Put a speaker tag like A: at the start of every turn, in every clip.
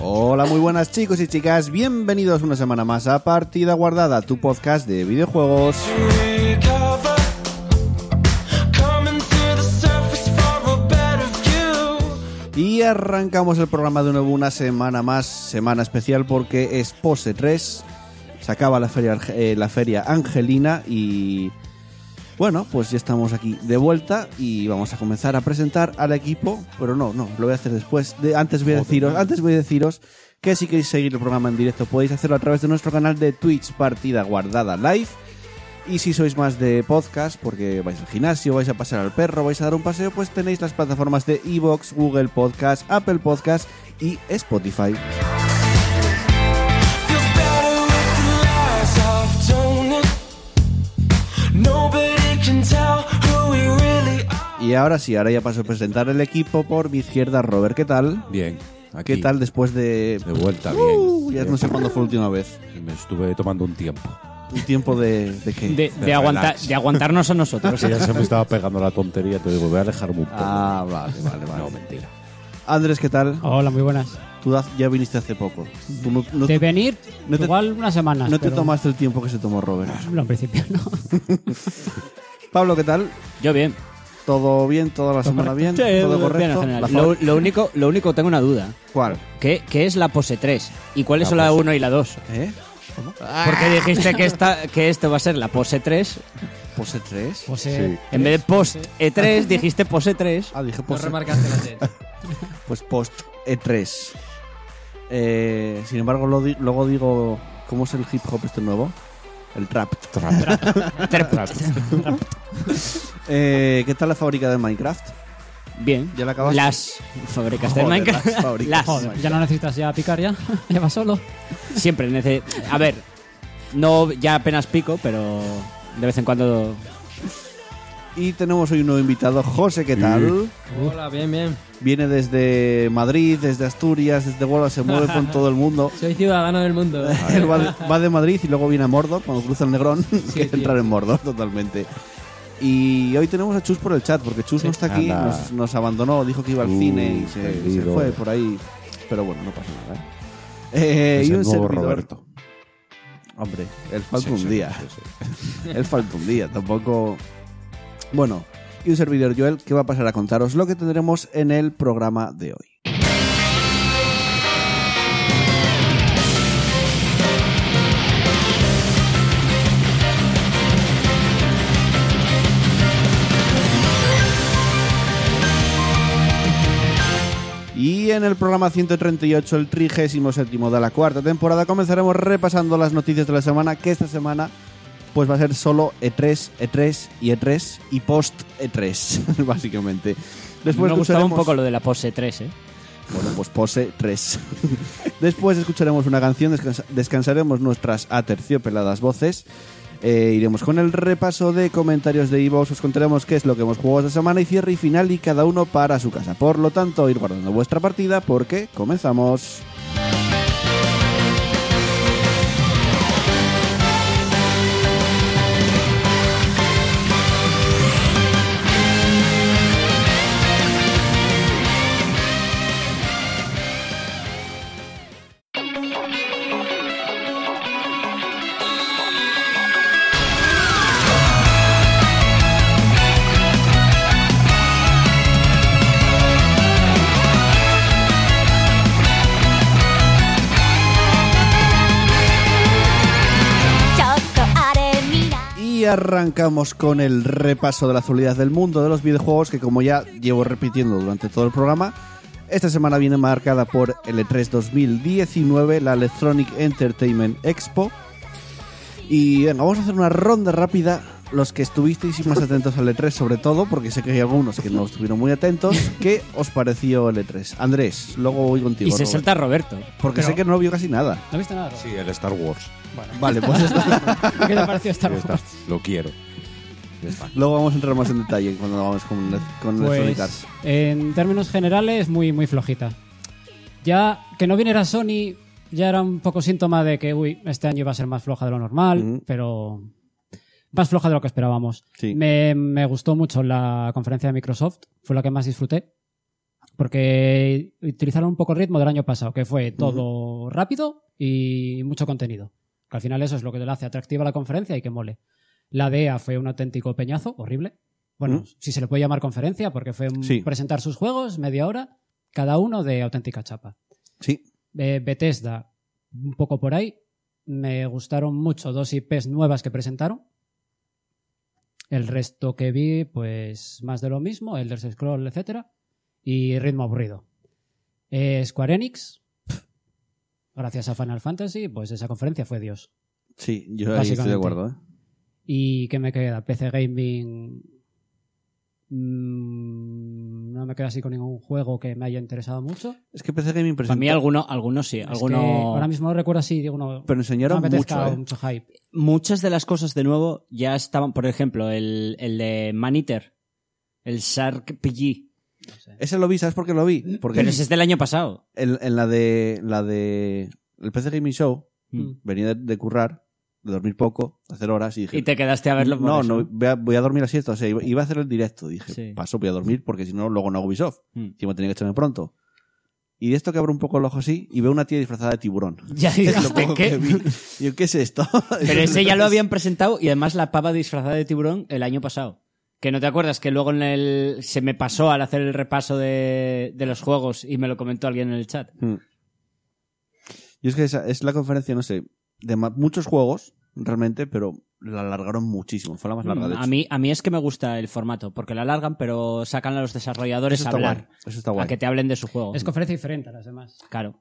A: Hola, muy buenas chicos y chicas, bienvenidos una semana más a Partida Guardada, tu podcast de videojuegos. Y arrancamos el programa de nuevo una semana más, semana especial porque es Pose 3, se acaba la feria, arge- eh, la feria Angelina y bueno, pues ya estamos aquí de vuelta y vamos a comenzar a presentar al equipo, pero no, no, lo voy a hacer después. De- antes voy a deciros, antes voy a deciros que si queréis seguir el programa en directo podéis hacerlo a través de nuestro canal de Twitch Partida Guardada Live. Y si sois más de podcast, porque vais al gimnasio, vais a pasar al perro, vais a dar un paseo, pues tenéis las plataformas de Evox, Google Podcast, Apple Podcast y Spotify. Y ahora sí, ahora ya paso a presentar el equipo por mi izquierda, Robert, ¿qué tal?
B: Bien. Aquí,
A: ¿Qué tal después de...
B: De vuelta,
A: Uh,
B: bien.
A: ya no sé cuándo fue la última vez.
B: Me estuve tomando un tiempo.
A: Un tiempo de... ¿De qué?
C: De,
B: relax.
C: de, aguantar, de aguantarnos a nosotros.
B: Sí, ya se me estaba pegando la tontería, te digo, voy a alejarme un poco.
A: Ah, vale, vale, vale.
B: no, mentira.
A: Andrés, ¿qué tal?
D: Hola, muy buenas.
A: Tú haz- ya viniste hace poco. Tú no, no-
D: de venir,
A: no te-
D: igual unas semanas.
A: no te
D: pero-
A: tomaste el tiempo que se tomó Robert.
D: No, en principio no.
A: Pablo, ¿qué tal?
C: Yo bien.
A: ¿Todo bien? ¿Toda la semana bien?
D: Sí,
A: ¿Todo
D: bien,
A: correcto?
C: Bien, en
A: La
C: general.
A: fa-
C: Lo, lo único, lo único, tengo una duda.
A: ¿Cuál?
C: ¿Qué, qué es la pose 3? ¿Y cuáles son la 1 y la 2?
A: ¿Eh?
C: Porque
D: Ah.
C: dijiste que, esta, que esto va a ser la pose 3.
A: ¿Pose 3?
D: O sea,
B: Sí.
C: En vez de post E3, dijiste pose 3.
A: Ah, dije pose.
E: la
A: pues post E3. Eh, sin embargo, lo di- luego digo, ¿cómo es el hip hop este nuevo? El rap. Eh, ¿Qué tal la fábrica de Minecraft?
C: Bien.
A: ¿Ya la acabaste?
C: Las fábricas de
A: Joder,
C: Minecraft.
A: las fábricas.
C: Las.
D: joder, ya no necesitas ya picar ya. ya va solo.
C: Siempre. nece- A ver, no ya apenas pico, pero de vez en cuando
A: Y tenemos hoy un nuevo invitado, José, ¿qué tal?
E: Hola, bien, bien.
A: Viene desde Madrid, desde Asturias, desde Huelva, se mueve con todo el mundo.
E: Soy ciudadano del mundo.
A: Él va de, va de Madrid y luego viene a Mordor, cuando cruza el Negrón, que
E: tío.
A: entrar en Mordor totalmente. Y hoy tenemos a Chus por el chat, porque Chus no está aquí,
B: Anda.
A: nos, nos abandonó, dijo que iba al
B: Uh,
A: cine y se, se
B: perdido.
A: fue por ahí. Pero bueno, no pasa nada. ¿eh? Eh,
B: Es
A: y
B: el
A: un
B: nuevo
A: servidor.
B: Roberto.
A: Hombre, él
B: Sí,
A: falta
B: sí,
A: un día.
B: sí, sí.
A: Él falta un día, tampoco. Bueno, y un servidor Joel que va a pasar a contaros lo que tendremos en el programa de hoy. Y en el programa 138, el 37 de la cuarta temporada, comenzaremos repasando las noticias de la semana, que esta semana pues va a ser solo E3, E3 y E3 y post E3, básicamente. Después
C: me gustaba un
A: escucharemos-
C: poco lo de la pose 3, ¿eh?
A: Bueno, pues pose 3. Después escucharemos una canción, descansa- descansaremos nuestras aterciopeladas voces. eh, iremos con el repaso de comentarios de Ivo, os contaremos qué es lo que hemos jugado esta semana y cierre y final y cada uno para su casa. Por lo tanto, ir guardando vuestra partida porque comenzamos. Y arrancamos con el repaso de la actualidad del mundo de los videojuegos que como ya llevo repitiendo durante todo el programa, esta semana viene marcada por el E E3 2019, la Electronic Entertainment Expo. Y bueno, vamos a hacer una ronda rápida los que estuvisteis más atentos al E3, sobre todo, porque sé que hay algunos que no estuvieron muy atentos, ¿qué os pareció el E3? Andrés, luego voy contigo.
C: Y se
A: Robert,
C: salta Roberto.
A: porque sé que no vio casi nada.
D: ¿No viste nada? Robert?
B: Sí, el Star Wars.
A: Vale, pues está.
D: ¿Qué te pareció Star
B: Ya está.
D: Wars?
B: Lo quiero.
A: luego vamos a entrar más en detalle cuando vamos con, E con Electronic
D: Pues,
A: Arts.
D: en términos generales, muy, muy flojita. Ya que no viniera Sony, ya era un poco síntoma de que, uy, este año iba a ser más floja de lo normal,
B: Mm.
A: Ujú.
D: pero más floja de lo que esperábamos.
A: Sí.
D: Me, me gustó mucho la conferencia de Microsoft, fue la que más disfruté, porque utilizaron un poco el ritmo del año pasado, que fue todo rápido y mucho contenido. Que al final eso es lo que le hace atractiva a la conferencia y que mole. La DEA fue un auténtico peñazo, horrible. Bueno,
A: Ujú.
D: si se le puede llamar conferencia, porque fue un-
A: Sí.
D: presentar sus juegos, media hora, cada uno de auténtica chapa.
A: Sí.
D: Eh, Bethesda, un poco por ahí. Me gustaron mucho dos IPs nuevas que presentaron. El resto que vi, pues más de lo mismo, Elder Scroll, etcétera, y ritmo aburrido. Eh, Square Enix, pf, gracias a Final Fantasy, pues esa conferencia fue Dios.
A: Sí, yo ahí estoy de
D: Básicamente.
A: acuerdo. ¿eh?
D: ¿Y qué me queda? PC Gaming. mm, no me queda así con ningún juego que me haya interesado mucho.
A: Es que PC Gaming presentó,
C: Para mí alguno, algunos sí,
D: Es que
C: alguno...
D: ahora mismo no recuerdo así, digo, no,
A: pero
D: no
A: enseñaron
D: me
A: mucho.
D: apetezca
A: ¿eh?
D: mucho hype.
C: Muchas de las cosas de nuevo ya estaban, por ejemplo, el, el de Maniter, el Shark PG.
A: ¿eh? Ese lo vi, ¿sabes por qué lo vi? Porque
C: Pero ese es del año pasado.
A: en, en la de la de el PC Gaming Show
D: Mm.
A: venía de, de currar, de dormir poco, de hacer horas y dije,
C: Y te quedaste a verlo. por
A: no,
C: eso.
A: no, voy a, voy a dormir la siesta, o sea, iba, iba a hacer el directo, dije,
C: Sí.
A: paso, voy a dormir porque si no luego no hago Ubisoft,
C: Mm.
A: encima tenía que echarme pronto. Y de esto que abro un poco el ojo así y veo una tía disfrazada de tiburón.
C: Ya
A: Es lo
C: dijiste
A: poco que
C: que...
A: vi. Y yo, ¿qué es esto?
C: Pero ese ya lo habían presentado y además la pava disfrazada de tiburón el año pasado. Que no te acuerdas que luego en el se me pasó al hacer el repaso de, de los juegos y me lo comentó alguien en el chat.
A: Mm. Y es que esa- es la conferencia, no sé, de ma- muchos juegos, realmente, pero la alargaron muchísimo. Fue la más larga, de hecho.
C: Mm, A mí, a mí es que me gusta el formato, porque la alargan, pero sacan a los desarrolladores
A: Eso
C: a
A: está
C: hablar,
A: guay. Eso está
C: a
A: guay.
C: que te hablen de su juego.
D: Es conferencia diferente a las demás.
C: Claro.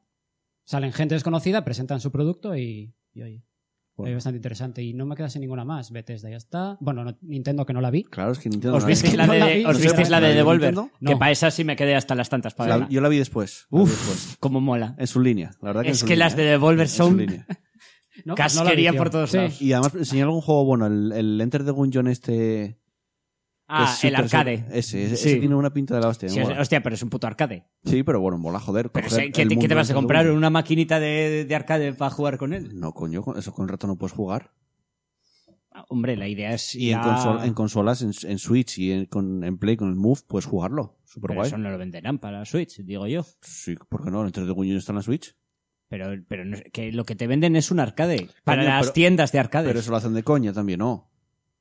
D: Salen gente desconocida, presentan su producto y, y oye,
A: Bueno.
D: es bastante interesante. Y no me queda sin ninguna más. Bethesda ya está. Bueno, no- Nintendo que no la vi.
A: Claro, es que Nintendo...
C: ¿Os
A: no
C: visteis
A: es-
C: la
D: no la vi,
C: de, os
D: no sé
C: visteis
D: la
C: la
D: de
C: de Devolver?
A: Nintendo.
D: No.
C: Que para esa sí me quedé hasta las tantas para
A: La-
C: verla.
A: yo la vi después. la vi después.
C: Uf, como mola.
A: En su línea, la verdad que en
C: Es
A: su
C: que
A: línea,
C: las de
A: ¿eh?
C: Devolver
A: En su
C: son-
A: línea.
D: No, pues no la vi,
C: Casquería
D: tío.
C: por todos
D: Sí.
C: lados.
A: Y además enseñó algún juego bueno, el, el Enter the Gungeon este... que
C: Ah,
A: es
C: el
A: súper-
C: arcade.
A: Ese, ese,
C: Sí.
A: ese tiene una pinta de la hostia.
C: Sí,
A: mola.
C: es-
A: Sí,
C: hostia, pero es un puto arcade.
A: pero bueno, mola, joder.
C: Pero
A: coger
C: ese- ¿qué,
A: el
C: te- qué te
A: mundo
C: vas a
A: Enter the
C: comprar?
A: Gungeon.
C: ¿Una maquinita de, de arcade para jugar con él?
A: No, coño, con- eso con el rato no puedes jugar.
C: Ah, Hombre, la idea es.
A: Y
C: ir
A: en,
C: a-
A: consol- en consolas, en, en Switch y en, con- en Play con el Move, puedes jugarlo. Super
C: Pero
A: guay.
C: eso no lo venderán para la Switch, digo yo.
A: Sí, ¿por qué no? Entre de Gungeon está en la Switch.
C: Pero, pero no- que lo que te venden es un arcade. Para
A: Coño,
C: las
A: pero-
C: tiendas de arcades.
A: Pero eso lo hacen de coña también, ¿no?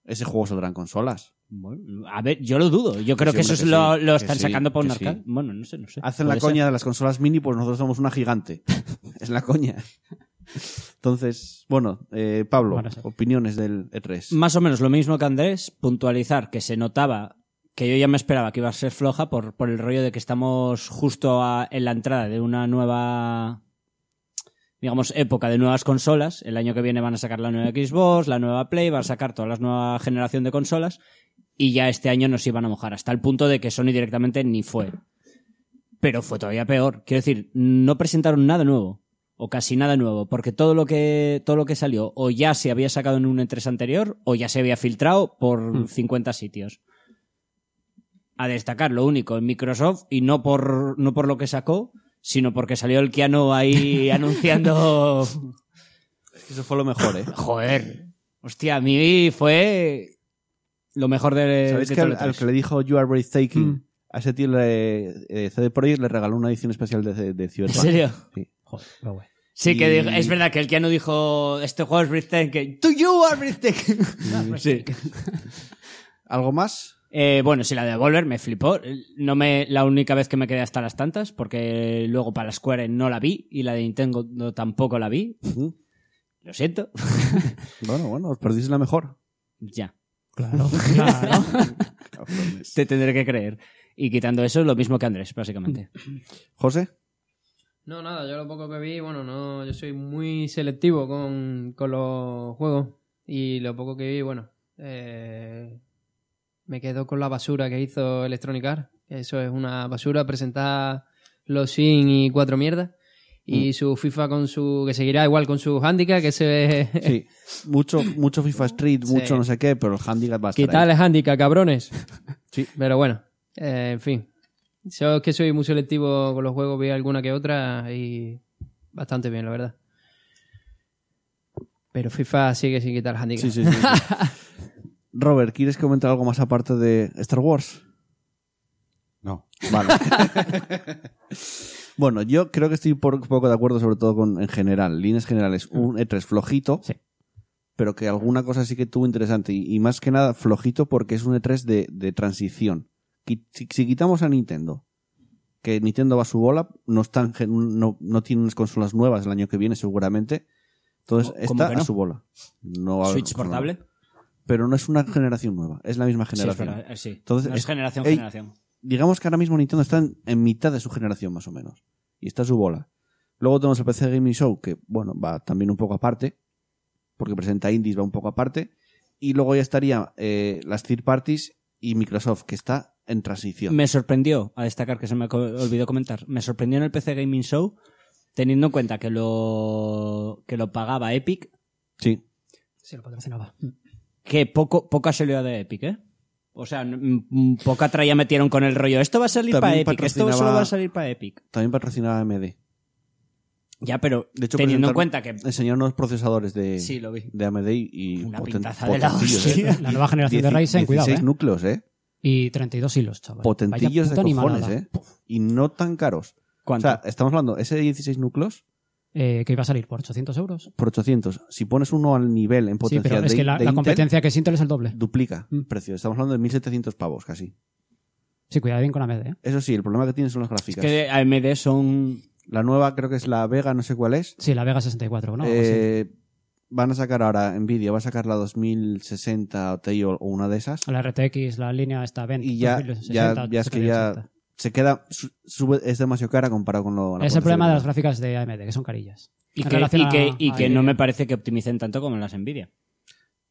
A: Ese juego saldrá en consolas.
C: Bueno, a ver, yo lo dudo. Yo creo
A: sí,
C: que eso
A: hombre,
C: es
A: que
C: lo,
A: sí,
C: lo
A: que
C: están
A: sí,
C: sacando para un
A: que sí.
C: arcade. Bueno, no sé, no sé.
A: Hacen la
C: Puede ser.
A: coña de las consolas mini, pues nosotros somos una gigante. es la coña. Entonces, bueno, eh, Pablo,
D: Bueno, sí.
A: opiniones del E E3.
C: Más o menos lo mismo que Andrés, puntualizar que se notaba que yo ya me esperaba que iba a ser floja por, por el rollo de que estamos justo a- en la entrada de una nueva, digamos, época de nuevas consolas. El año que viene van a sacar la nueva Xbox, la nueva Play, van a sacar toda la nueva generación de consolas y ya este año nos iban a mojar, hasta el punto de que Sony directamente ni fue. Pero fue todavía peor. Quiero decir, no presentaron nada nuevo. O casi nada nuevo. Porque todo lo que, todo lo que salió, o ya se había sacado en un E3 anterior, o ya se había filtrado por
A: Hmm.
C: 50 sitios. A destacar lo único en Microsoft, y no por, no por lo que sacó, sino porque salió el Keanu ahí anunciando.
A: Eso fue lo mejor, ¿eh?
C: Joder. Hostia, a mí fue lo mejor de.
A: ¿Sabéis
C: de
A: Eh, que al,
C: todo el
A: al
C: E3?
A: que le dijo You are breathtaking, a ese tío le, eh, CD Projekt le regaló una edición especial de, de
C: ¿En
A: Cyberpunk?
C: serio?
D: Joder,
A: Ah,
D: pero bueno.
C: Sí, que
A: Y-
C: dijo- es verdad que el Keanu dijo, este juego es breathtaking. To you are breathtaking.
A: pues,
D: Ah,
C: pues
D: pues,
C: sí.
A: ¿Algo más?
C: Eh, bueno, sí, la de Devolver me flipó. No me, la única vez que me quedé hasta las tantas, porque luego para la Square no la vi y la de Nintendo no- tampoco la vi.
A: Ujú.
C: Lo siento.
A: Bueno, bueno, os perdís la mejor.
C: ya,
D: Claro, claro.
A: Cabrones.
C: te tendré que creer. Y quitando eso, lo mismo que Andrés,
A: Mm.
C: básicamente.
A: José,
E: No, nada, yo lo poco que vi, bueno, no, yo soy muy selectivo con, con los juegos. Y lo poco que vi, bueno, Eh, me quedo con la basura que hizo Electronic Arts. Eso es una basura. Presentar los Sin y cuatro mierdas. Y su FIFA con su. que seguirá igual con su handicap, que se.
A: Sí, mucho, mucho FIFA Street,
E: Sí.
A: mucho no sé qué, pero el handicap va a estar ahí.
E: Quitarle handicap, cabrones.
A: Sí.
E: Pero bueno, eh, en fin. Yo es que soy muy selectivo con los juegos, vi alguna que otra y bastante bien, la verdad. Pero FIFA sigue sin quitar handicap. Ah,
A: Sí, sí, sí, sí. Robert, ¿quieres comentar algo más aparte de Star Wars?
B: No.
A: Vale. bueno, yo creo que estoy por poco de acuerdo, sobre todo con en general, líneas generales, un E3 flojito,
C: Sí.
A: pero que alguna cosa sí que tuvo interesante. Y, y más que nada, flojito porque es un E3 de, de transición. Qui- Si, si quitamos a Nintendo, que Nintendo va a su bola, no, están, gen- no, no tiene unas consolas nuevas el año que viene, seguramente. Entonces,
C: ¿Cómo
A: está
C: que no?
A: a su bola. No va a haber
C: Switch
A: consola nueva.
C: portable.
A: Pero no es una generación nueva, es la misma
C: Sí, es
A: generación
C: verdad, eh, sí.
A: Entonces,
C: No es
A: es-
C: generación,
A: ey.
C: generación.
A: digamos que ahora mismo Nintendo está en, en mitad de su generación más o menos. Y está a su bola. Luego tenemos el PC Gaming Show, que bueno, va también un poco aparte, porque presenta indies, va un poco aparte. Y luego ya estaría eh, las third parties y Microsoft, que está en transición.
C: Me sorprendió, a destacar que se me co- olvidó comentar, me sorprendió en el PC Gaming Show, teniendo en cuenta que lo, que lo pagaba Epic,
A: Sí.
E: Se lo patrocinaba.
C: que poco, poca salió de Epic, ¿eh? O sea, n- m- m- poca traya metieron con el rollo. Esto va a salir para
A: También
C: Epic, esto solo
A: patrocinaba-
C: va a salir para Epic.
A: También patrocinaba AMD.
C: Ya, pero
A: De hecho,
C: teniendo en
A: presentaron-
C: cuenta que.
A: Enseñaron unos procesadores de,
C: Sí, lo vi.
A: de AMD y...
C: Una
A: poten-
C: pintaza de la
A: potentillos, ¿eh?
C: hostia.
D: La nueva generación de
A: Dieci-
D: Ryzen, cuidado,
A: 16
D: ¿eh?
A: núcleos, ¿eh?
D: Y 32 hilos, chaval.
A: Potentillos
D: Vaya puta
A: de cojones,
D: animalada.
A: ¿eh? Y no tan caros.
C: ¿Cuánto?
A: O sea, estamos hablando, ese de 16 núcleos
D: Eh, que iba a salir por 800 euros.
A: por 800. Si pones uno al nivel en
D: Sí,
A: potencia
D: pero es
A: de,
D: que la,
A: de
D: la
A: Intel,
D: competencia que es Intel es el doble.
A: duplica
D: Mm.
A: precio. Estamos hablando de 1700 pavos casi.
D: Sí, cuidado bien con AMD, ¿eh?
A: Eso sí, el problema que tienen son las
C: es
A: gráficas.
C: que AMD son.
A: La nueva creo que es la Vega, no sé cuál es.
D: Sí, la Vega 64, ¿no? Algo así.
A: Eh, Van a sacar ahora, Nvidia va a sacar la 2060 o Ti o o una de esas.
D: La RTX, la línea está 20.
A: Y ya,
D: 2060,
A: ya, ya es que
D: 2080.
A: ya se queda, su- sube- es demasiado cara comparado con lo... la
D: Es
A: potencia
D: el problema
A: que
D: de las
A: tiene.
D: gráficas de AMD, que son carillas.
C: Y
D: En
C: que,
D: relación
C: y que,
D: a-
C: y que
D: a-
C: no me parece que optimicen tanto como las Nvidia.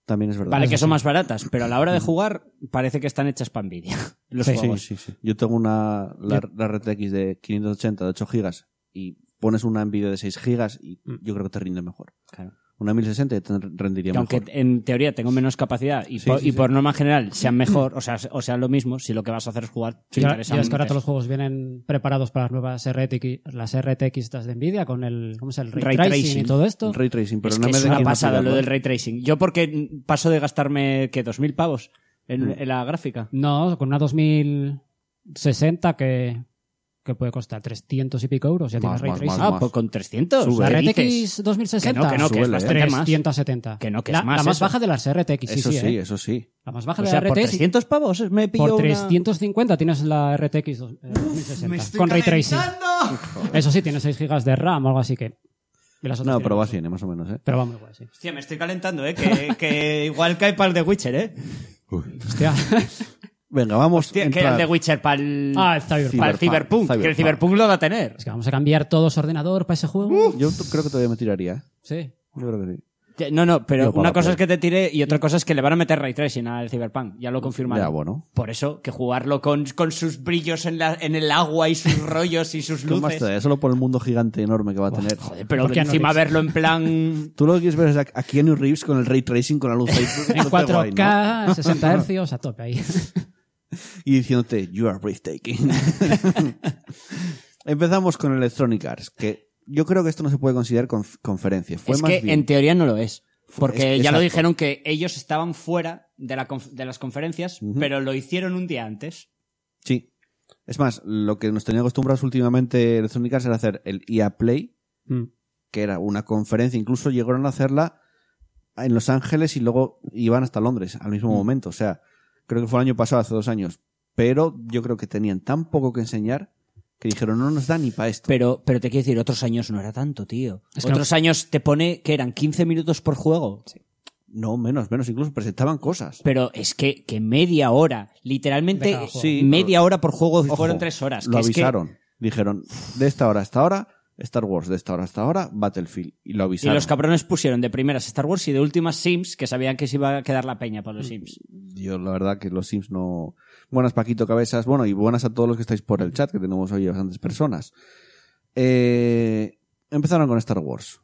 A: También es verdad. Mm.
C: Vale, que
D: Eso
C: son
D: sí.
C: más baratas, pero a la hora de jugar parece que están hechas para Nvidia. Los
D: Sí, sí,
A: Sí,
C: juegos.
A: sí, sí. Yo tengo una la, la RTX de 580 de 8 gigas y pones una Nvidia de 6 gigas y
C: Mm.
A: yo creo que te rinde mejor.
C: Claro.
A: Una 1060 te rendiría
C: Que aunque
A: mejor.
C: en teoría tengo menos capacidad y,
A: Sí,
C: por,
A: sí,
C: y
A: sí.
C: por norma general sean mejor, o sea, o sea, lo mismo, si lo que vas a hacer es jugar te
D: Y ahora-
C: interesa
D: y es que ahora todos
C: mucho.
D: los juegos vienen preparados para las nuevas RTX, las RTX estas de Nvidia con el, ¿cómo se llama? El ray,
C: Ray
D: tracing,
C: tracing.
D: y todo esto.
A: Ray Tracing, pero
C: es
A: una
C: que es
A: AMD
C: una
A: que no
C: pasada
A: pega,
C: lo del
A: ¿no?
C: ray tracing. Yo porque paso de gastarme, ¿qué? ¿2.000 pavos en, en la gráfica?
D: No, con una 2060 que, que puede costar 300 y pico euros. Ya
A: Más,
D: tienes ray
A: más,
D: tracing.
A: más.
C: ah, pues con 300.
A: Sube.
D: la
C: ¿Qué
D: RTX
C: dices?
D: 2060
C: Que no, que no, que
A: Suele,
C: es
A: ¿eh?
C: bastante más.
D: 370.
C: Que no, que es
D: la,
C: más
D: la más
C: eso.
D: baja de las RTX, sí,
A: Eso
D: sí.
A: sí,
D: ¿eh?
A: eso sí.
D: La más baja
C: O
D: de
C: sea,
D: las
C: por
D: RTX.
C: 300 pavos me
D: Por
C: pillo una-
D: 350 tienes la RTX dos- eh, 2060 con ray tracing. Eso sí, tiene 6 GB de RAM o algo así que. y las otras
A: No, pero va a
D: tienen ocho.
A: 100, eh, más o menos, ¿eh?
D: Pero va muy guay, sí.
C: Hostia, me estoy calentando, ¿eh? Que, que igual cae para el The Witcher, ¿eh?
D: Hostia.
A: Venga, vamos. a
C: Hoscia, que
A: entrar.
C: el The Witcher para el...
D: ah, está bien.
A: Ciber-
C: Para el Cyberpunk, que el
A: Cyberpunk.
C: Cyberpunk lo va a tener.
D: Es que vamos a cambiar todos ordenador para ese juego.
A: Yo t- creo que todavía me tiraría, ¿eh?
D: Sí.
A: Yo creo que sí.
C: Ya, No, no, pero
B: Yo para
C: una
B: la
C: cosa es
B: Play.
C: que te tire y otra cosa es que le van a meter ray tracing al Cyberpunk. Ya lo confirmaron.
A: Ya, bueno.
C: Por eso, que jugarlo con, con sus brillos en, la, en el agua y sus rollos y sus
A: ¿Qué más
C: luces.
A: te da? Solo por el mundo gigante enorme que va a tener.
C: Joder, pero
D: ¿Por qué no
C: encima
D: eres?
C: verlo en plan.
A: Tú lo que quieres ver es a a Keanu Reeves con el Ray Tracing, con la luz ahí.
D: En
A: diciéndote guay,
D: 4K,
A: ¿no?
D: 60 hercios, a tope ahí.
A: y diciéndote You are breathtaking. Empezamos con Electronic Arts, que yo creo que esto no se puede considerar conf- conferencia. Fue
C: es
A: más
C: que
A: bien-
C: en teoría no lo es.
A: es
C: Porque
A: que-
C: ya
A: exacto.
C: lo dijeron que ellos estaban fuera de, la conf- de las conferencias,
A: Ujú.
C: pero lo hicieron un día antes.
A: Sí. Es más, lo que nos tenía acostumbrados últimamente Electronic Arts era hacer el EA Play,
D: Mm.
A: que era una conferencia, incluso llegaron a hacerla en Los Ángeles y luego iban hasta Londres al
C: Mm.
A: mismo momento. O sea, creo que fue el año pasado, hace dos años. Pero yo creo que tenían tan poco que enseñar que dijeron, no nos da ni para esto.
C: Pero, pero te quiero decir, otros años no era tanto, tío.
D: Es que no-
C: otros años te pone que eran 15 minutos por juego.
A: No, menos, menos. Incluso presentaban cosas.
C: Pero es que, que media hora, literalmente
D: De cada juego.
A: Sí,
C: media hora por juego
A: Ojo,
C: fueron tres horas.
A: Lo
C: que es que-
A: avisaron. Dijeron, de esta hora a esta hora Star Wars de esta hora hasta ahora, Battlefield. Y lo
C: Y
A: avisaron.
C: los cabrones pusieron de primeras Star Wars y de últimas Sims, que sabían que se iba a quedar la peña para
D: Mm.
C: los Sims.
A: Yo, la verdad, que los Sims no. Buenas, Paquito Cabezas. Bueno, y buenas a todos los que estáis por el chat, que tenemos hoy bastantes personas. Eh, empezaron con Star Wars.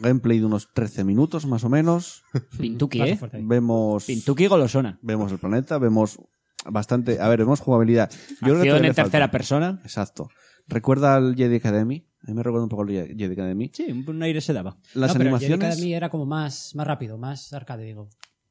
A: Gameplay de unos 13 minutos, más o menos.
D: Mm.
C: Pintuki,
D: Hace
C: ¿eh?
D: fuerza ahí.
A: Vemos.
C: Pintuki golosona.
A: Vemos el planeta, vemos bastante. A ver, vemos jugabilidad. creo que todavía
C: Acción
A: le
C: en
A: falta.
C: tercera persona.
A: Exacto. ¿Recuerda al Jedi Academy? A mí me recuerda un poco al Je- Jedi Academy.
C: Sí, un aire se daba.
A: Las
D: No, pero el Jedi
A: animaciones.
D: Academy era como más, más rápido, más arcade, digo.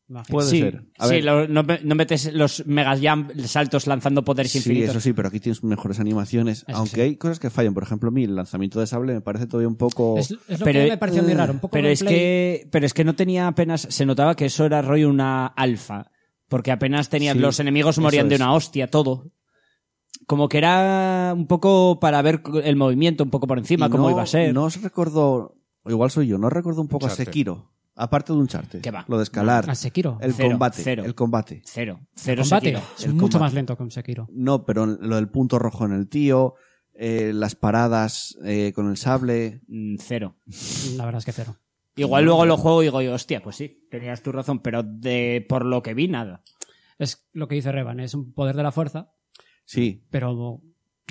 D: Imagino.
A: Puede
C: sí,
A: ser. A
C: sí,
A: ver.
C: lo- no, me- no metes los mega jump saltos lanzando poderes
A: Sí,
C: infinitos.
A: eso sí, pero aquí tienes mejores animaciones.
D: Eso
A: aunque
D: sí.
A: hay cosas que fallan. Por ejemplo, a mí el lanzamiento de sable me parece todavía un poco.
D: Es, es lo que me pareció muy raro. Un poco
C: pero es
D: gameplay.
C: que pero es que no tenía apenas se notaba que eso era rollo una alfa porque apenas tenían
A: Sí,
C: los enemigos
A: eso
C: morían de
A: es.
C: una hostia todo como que era un poco para ver el movimiento un poco por encima
A: Y
C: cómo
A: no-
C: iba a ser
A: No os recordó, o igual soy yo, no recuerdo un poco
B: Uncharted.
A: a Sekiro. Aparte de un charte.
C: ¿Qué va?
A: Lo de escalar.
D: A Sekiro.
A: El
C: Cero,
A: combate.
C: cero.
A: El combate.
C: cero cero
D: combate
C: Sekiro.
D: es
A: El
D: mucho
A: combate.
D: más lento que un Sekiro.
A: No, pero lo del punto rojo en el tío, eh, las paradas eh, con el sable.
C: Mm, cero
D: La verdad es que cero.
C: igual luego lo juego y digo yo, hostia pues sí tenías tu razón pero de por lo que vi nada
D: Es lo que dice Revan, es un poder de la fuerza,
A: Sí.
D: pero. no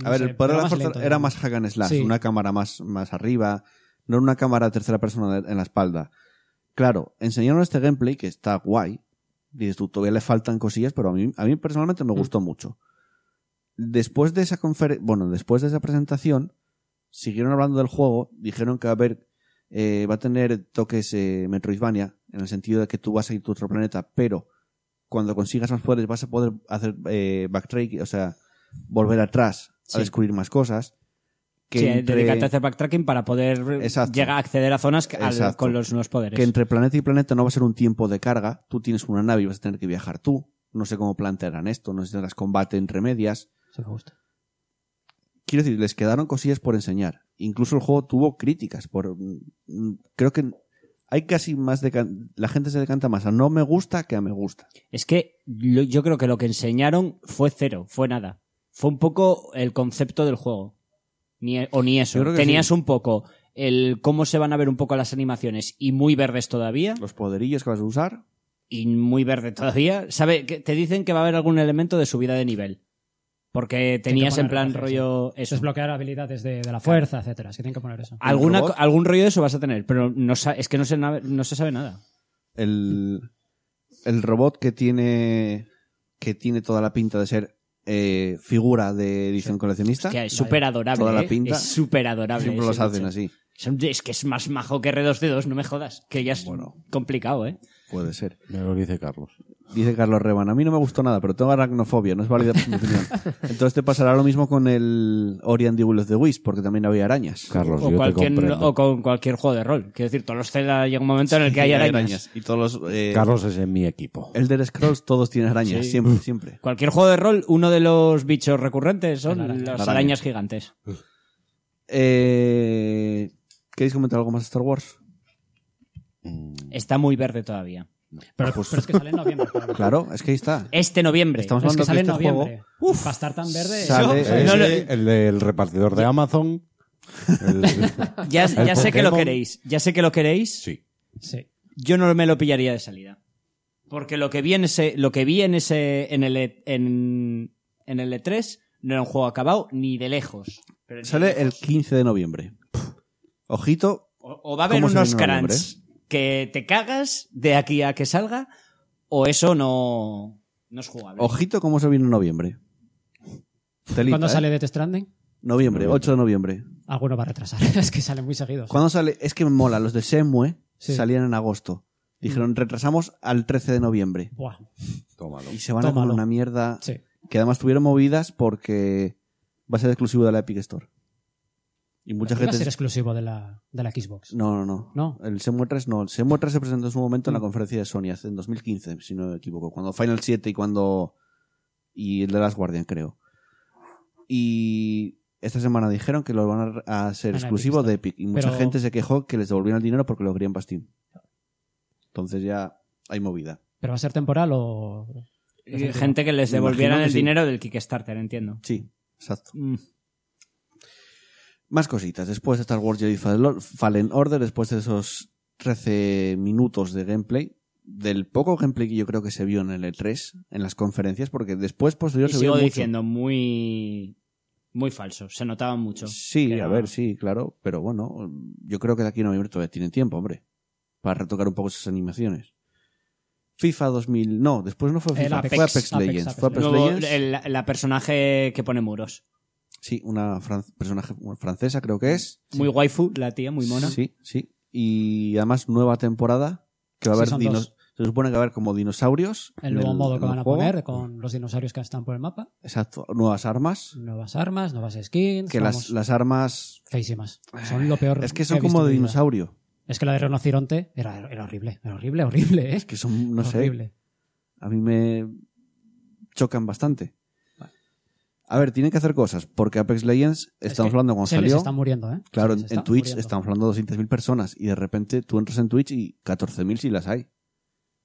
A: A ver,
D: sé,
A: el poder
D: pero
A: de la fuerza
D: lento,
A: era
D: digamos.
A: más hack and slash,
D: Sí.
A: una cámara más, más arriba, no era una cámara de tercera persona de- en la espalda. Claro, enseñaron este gameplay que está guay. Dices tú, todavía le faltan cosillas, pero a mí, a mí personalmente
D: Mm.
A: me gustó mucho. Después de esa confer- bueno, después de esa presentación, siguieron hablando del juego, dijeron que va a haber, eh, va a tener toques eh, Metroidvania, en el sentido de que tú vas a ir a otro planeta, pero cuando consigas más poderes vas a poder hacer eh, backtrack, o sea, volver atrás
C: Sí.
A: a descubrir más cosas. Que,
C: Sí,
A: entre,
C: dedicarte a hacer backtracking para poder
A: Exacto.
C: llegar a acceder a zonas que- al-
A: Exacto.
C: con los nuevos poderes
A: que entre planeta y planeta no va a ser un tiempo de carga. Tú tienes una nave y vas a tener que viajar tú. No sé cómo plantearán esto, no sé si tendrás combate entre medias.
D: Eso me gusta.
A: Quiero decir, les quedaron cosillas por enseñar. Incluso el juego tuvo críticas por... mm, Creo que hay casi más de... La gente se decanta más a no me gusta que a me gusta.
C: Es que lo- yo creo que lo que enseñaron fue cero, fue nada. Fue un poco el concepto del juego. Ni, e- o ni eso.
A: Yo creo que
C: Tenías un poco el cómo se van a ver un poco las animaciones y muy verdes todavía.
A: Los poderillos que vas a usar.
C: Y muy verde todavía. ¿Sabe? Que te dicen que va a haber algún elemento de subida de nivel. Porque tenías en
D: poner
C: plan
D: cosas,
C: rollo.
D: Eso
C: Eso.
D: es bloquear habilidades de, de la fuerza, etcétera. Es que tienen que poner
A: Ah,
D: eso.
C: Alguna,
A: robot.
C: algún rollo de eso vas a tener, pero no, sa- es que no se, na- no se sabe nada.
A: El, el robot que tiene... Que tiene toda la pinta de ser eh, figura de edición coleccionista.
C: Que es súper adorable.
A: Toda la
C: ¿eh?
A: pinta.
C: Es súper adorable.
A: Siempre
C: ese
A: los hacen
C: coche.
A: así.
C: Son- Es que es más majo que R2D2, no me jodas. Que ya es
A: Bueno.
C: complicado, ¿eh?
A: Puede ser.
B: Mira lo que dice Carlos.
A: Dice Carlos Reban, a mí no me gustó nada, pero tengo aracnofobia, no es válida mi opinión. Entonces te pasará lo mismo con el Ori and the Will of the Wisps, porque también había arañas.
B: Carlos, Pues
C: O,
B: yo te
C: cualquier,
B: comprendo.
C: o con cualquier juego de rol. Quiero decir, todos los Zelda llega un momento en el que hay arañas.
A: Y todos los... Eh,
B: Carlos es en mi equipo.
A: Elder Scrolls todos tienen arañas,
C: Sí.
A: siempre, siempre.
C: Cualquier juego de rol, uno de los bichos recurrentes son
D: La araña.
C: las
A: La araña.
C: arañas gigantes.
A: Eh, ¿Queréis comentar algo más de Star Wars?
B: Mm,
C: Está muy verde todavía.
D: Pero, pero es que sale en noviembre. claro.
A: pues Claro, es que ahí está.
C: Este noviembre.
A: Estamos
D: Es
A: hablando
D: que sale en
A: de este juego.
D: noviembre. Va a estar tan verde.
A: sale-
D: Eso-
A: Eh,
B: ese,
C: no lo-
B: el del repartidor de Amazon. El-
C: Ya,
B: El
C: ya sé que lo
B: Pokémon.
C: queréis. Ya sé que lo queréis.
B: sí.
D: Sí.
C: Yo no me lo pillaría de salida. Porque lo que vi en ese, lo que vi en ese, en el, E- en, en el E3 no era un juego acabado ni de lejos. Pero ni de
A: Sale el
C: lejos.
A: 15 de noviembre. Ojito,
C: O, o va a haber
A: ¿Cómo se
C: unos
A: viene noviembre,
C: crunchs que te cagas de aquí a que salga, o eso no, no es jugable.
A: ojito cómo se viene en noviembre. Telita,
D: ¿Cuándo
A: ¿eh?
D: sale Death Stranding?
A: Noviembre, 8 de noviembre.
D: Alguno va a retrasar. es que salen muy seguidos.
A: ¿Cuándo sale? Es que me mola, los de Semue
D: Sí.
A: salían en agosto. Dijeron, retrasamos al 13 de noviembre.
D: Buah.
B: Tómalo.
A: Y se van a
D: Tómalo.
A: comer una mierda.
D: Sí.
A: Que además tuvieron movidas porque va a ser exclusivo de la Epic Store. Y mucha
D: Iba a
A: gente.
D: ser exclusivo de la, de la Xbox.
A: No, no, no.
D: No.
A: El Semue 3 no. El Semue 3 se presentó en su momento
D: Mm.
A: en la conferencia de Sony, hace- en 2015, si no me equivoco. Cuando Final 7 y cuando. Y el de las Guardian, creo. Y. Esta semana dijeron que lo van a a ser
D: En la Epic
A: exclusivo de Epic. Y mucha
D: Pero-
A: gente se quejó que les devolvieron el dinero porque lo querían para Steam. Entonces ya hay movida.
D: ¿Pero va a ser temporal o.?
C: Y Gente que les
A: Me imagino
C: devolvieran
A: que
C: el
A: sí. Mm.
C: dinero del Kickstarter, entiendo.
A: Sí, exacto.
C: Mm.
A: Más cositas. Después de Star Wars Jedi Fallen Fallen Order, después de esos 13 minutos de gameplay, del poco gameplay que yo creo que se vio en el E3, en las conferencias, porque después
C: Y
A: posterior se vio
C: sigo
A: mucho.
C: diciendo, muy, muy falso. Se notaba mucho.
A: Sí,
C: que
A: a
C: era-
A: ver, sí, claro. Pero bueno, yo creo que de aquí a noviembre todavía tienen tiempo, hombre. Para retocar un poco esas animaciones. FIFA 2000. No, después no fue
D: El
A: FIFA,
D: Apex,
A: fue Apex
D: Apex,
A: Legends.
D: Apex
A: fue Apex
C: Luego,
A: Legends.
C: el- la personaje que pone muros.
A: Sí, una fran- personaje francesa creo que es.
C: Muy waifu, la tía, muy mona.
A: Sí, sí. Y además nueva temporada que va a
D: Sí,
A: haber
D: son
A: dinos-
D: dos.
A: se supone que va a haber como dinosaurios.
D: El
A: en
D: nuevo modo
A: en
D: que
A: el
D: van a
A: juego.
D: poner con los dinosaurios que están por el mapa.
A: Exacto, nuevas armas.
D: Nuevas armas, nuevas skins.
A: Que las,
D: vamos,
A: las armas...
D: Feísimas. Son lo peor.
A: Es que
D: he
A: son
D: visto
A: como
D: en
A: de
D: mi vida.
A: dinosaurio.
D: Es que la de Rinoceronte era, era horrible. Era horrible, horrible, ¿eh?
A: Es que son, no sé,
D: horrible.
A: a mí me chocan bastante. A ver, tienen que hacer cosas, porque Apex Legends,
D: Es
A: estamos
D: que
A: hablando cuando
D: se les
A: salió,
D: están muriendo, ¿eh?
A: claro,
D: Se
A: en,
D: les
A: en
D: están
A: Twitch
D: muriendo.
A: estamos hablando de 200.000 personas y de repente tú entras en Twitch y 14.000 si las hay.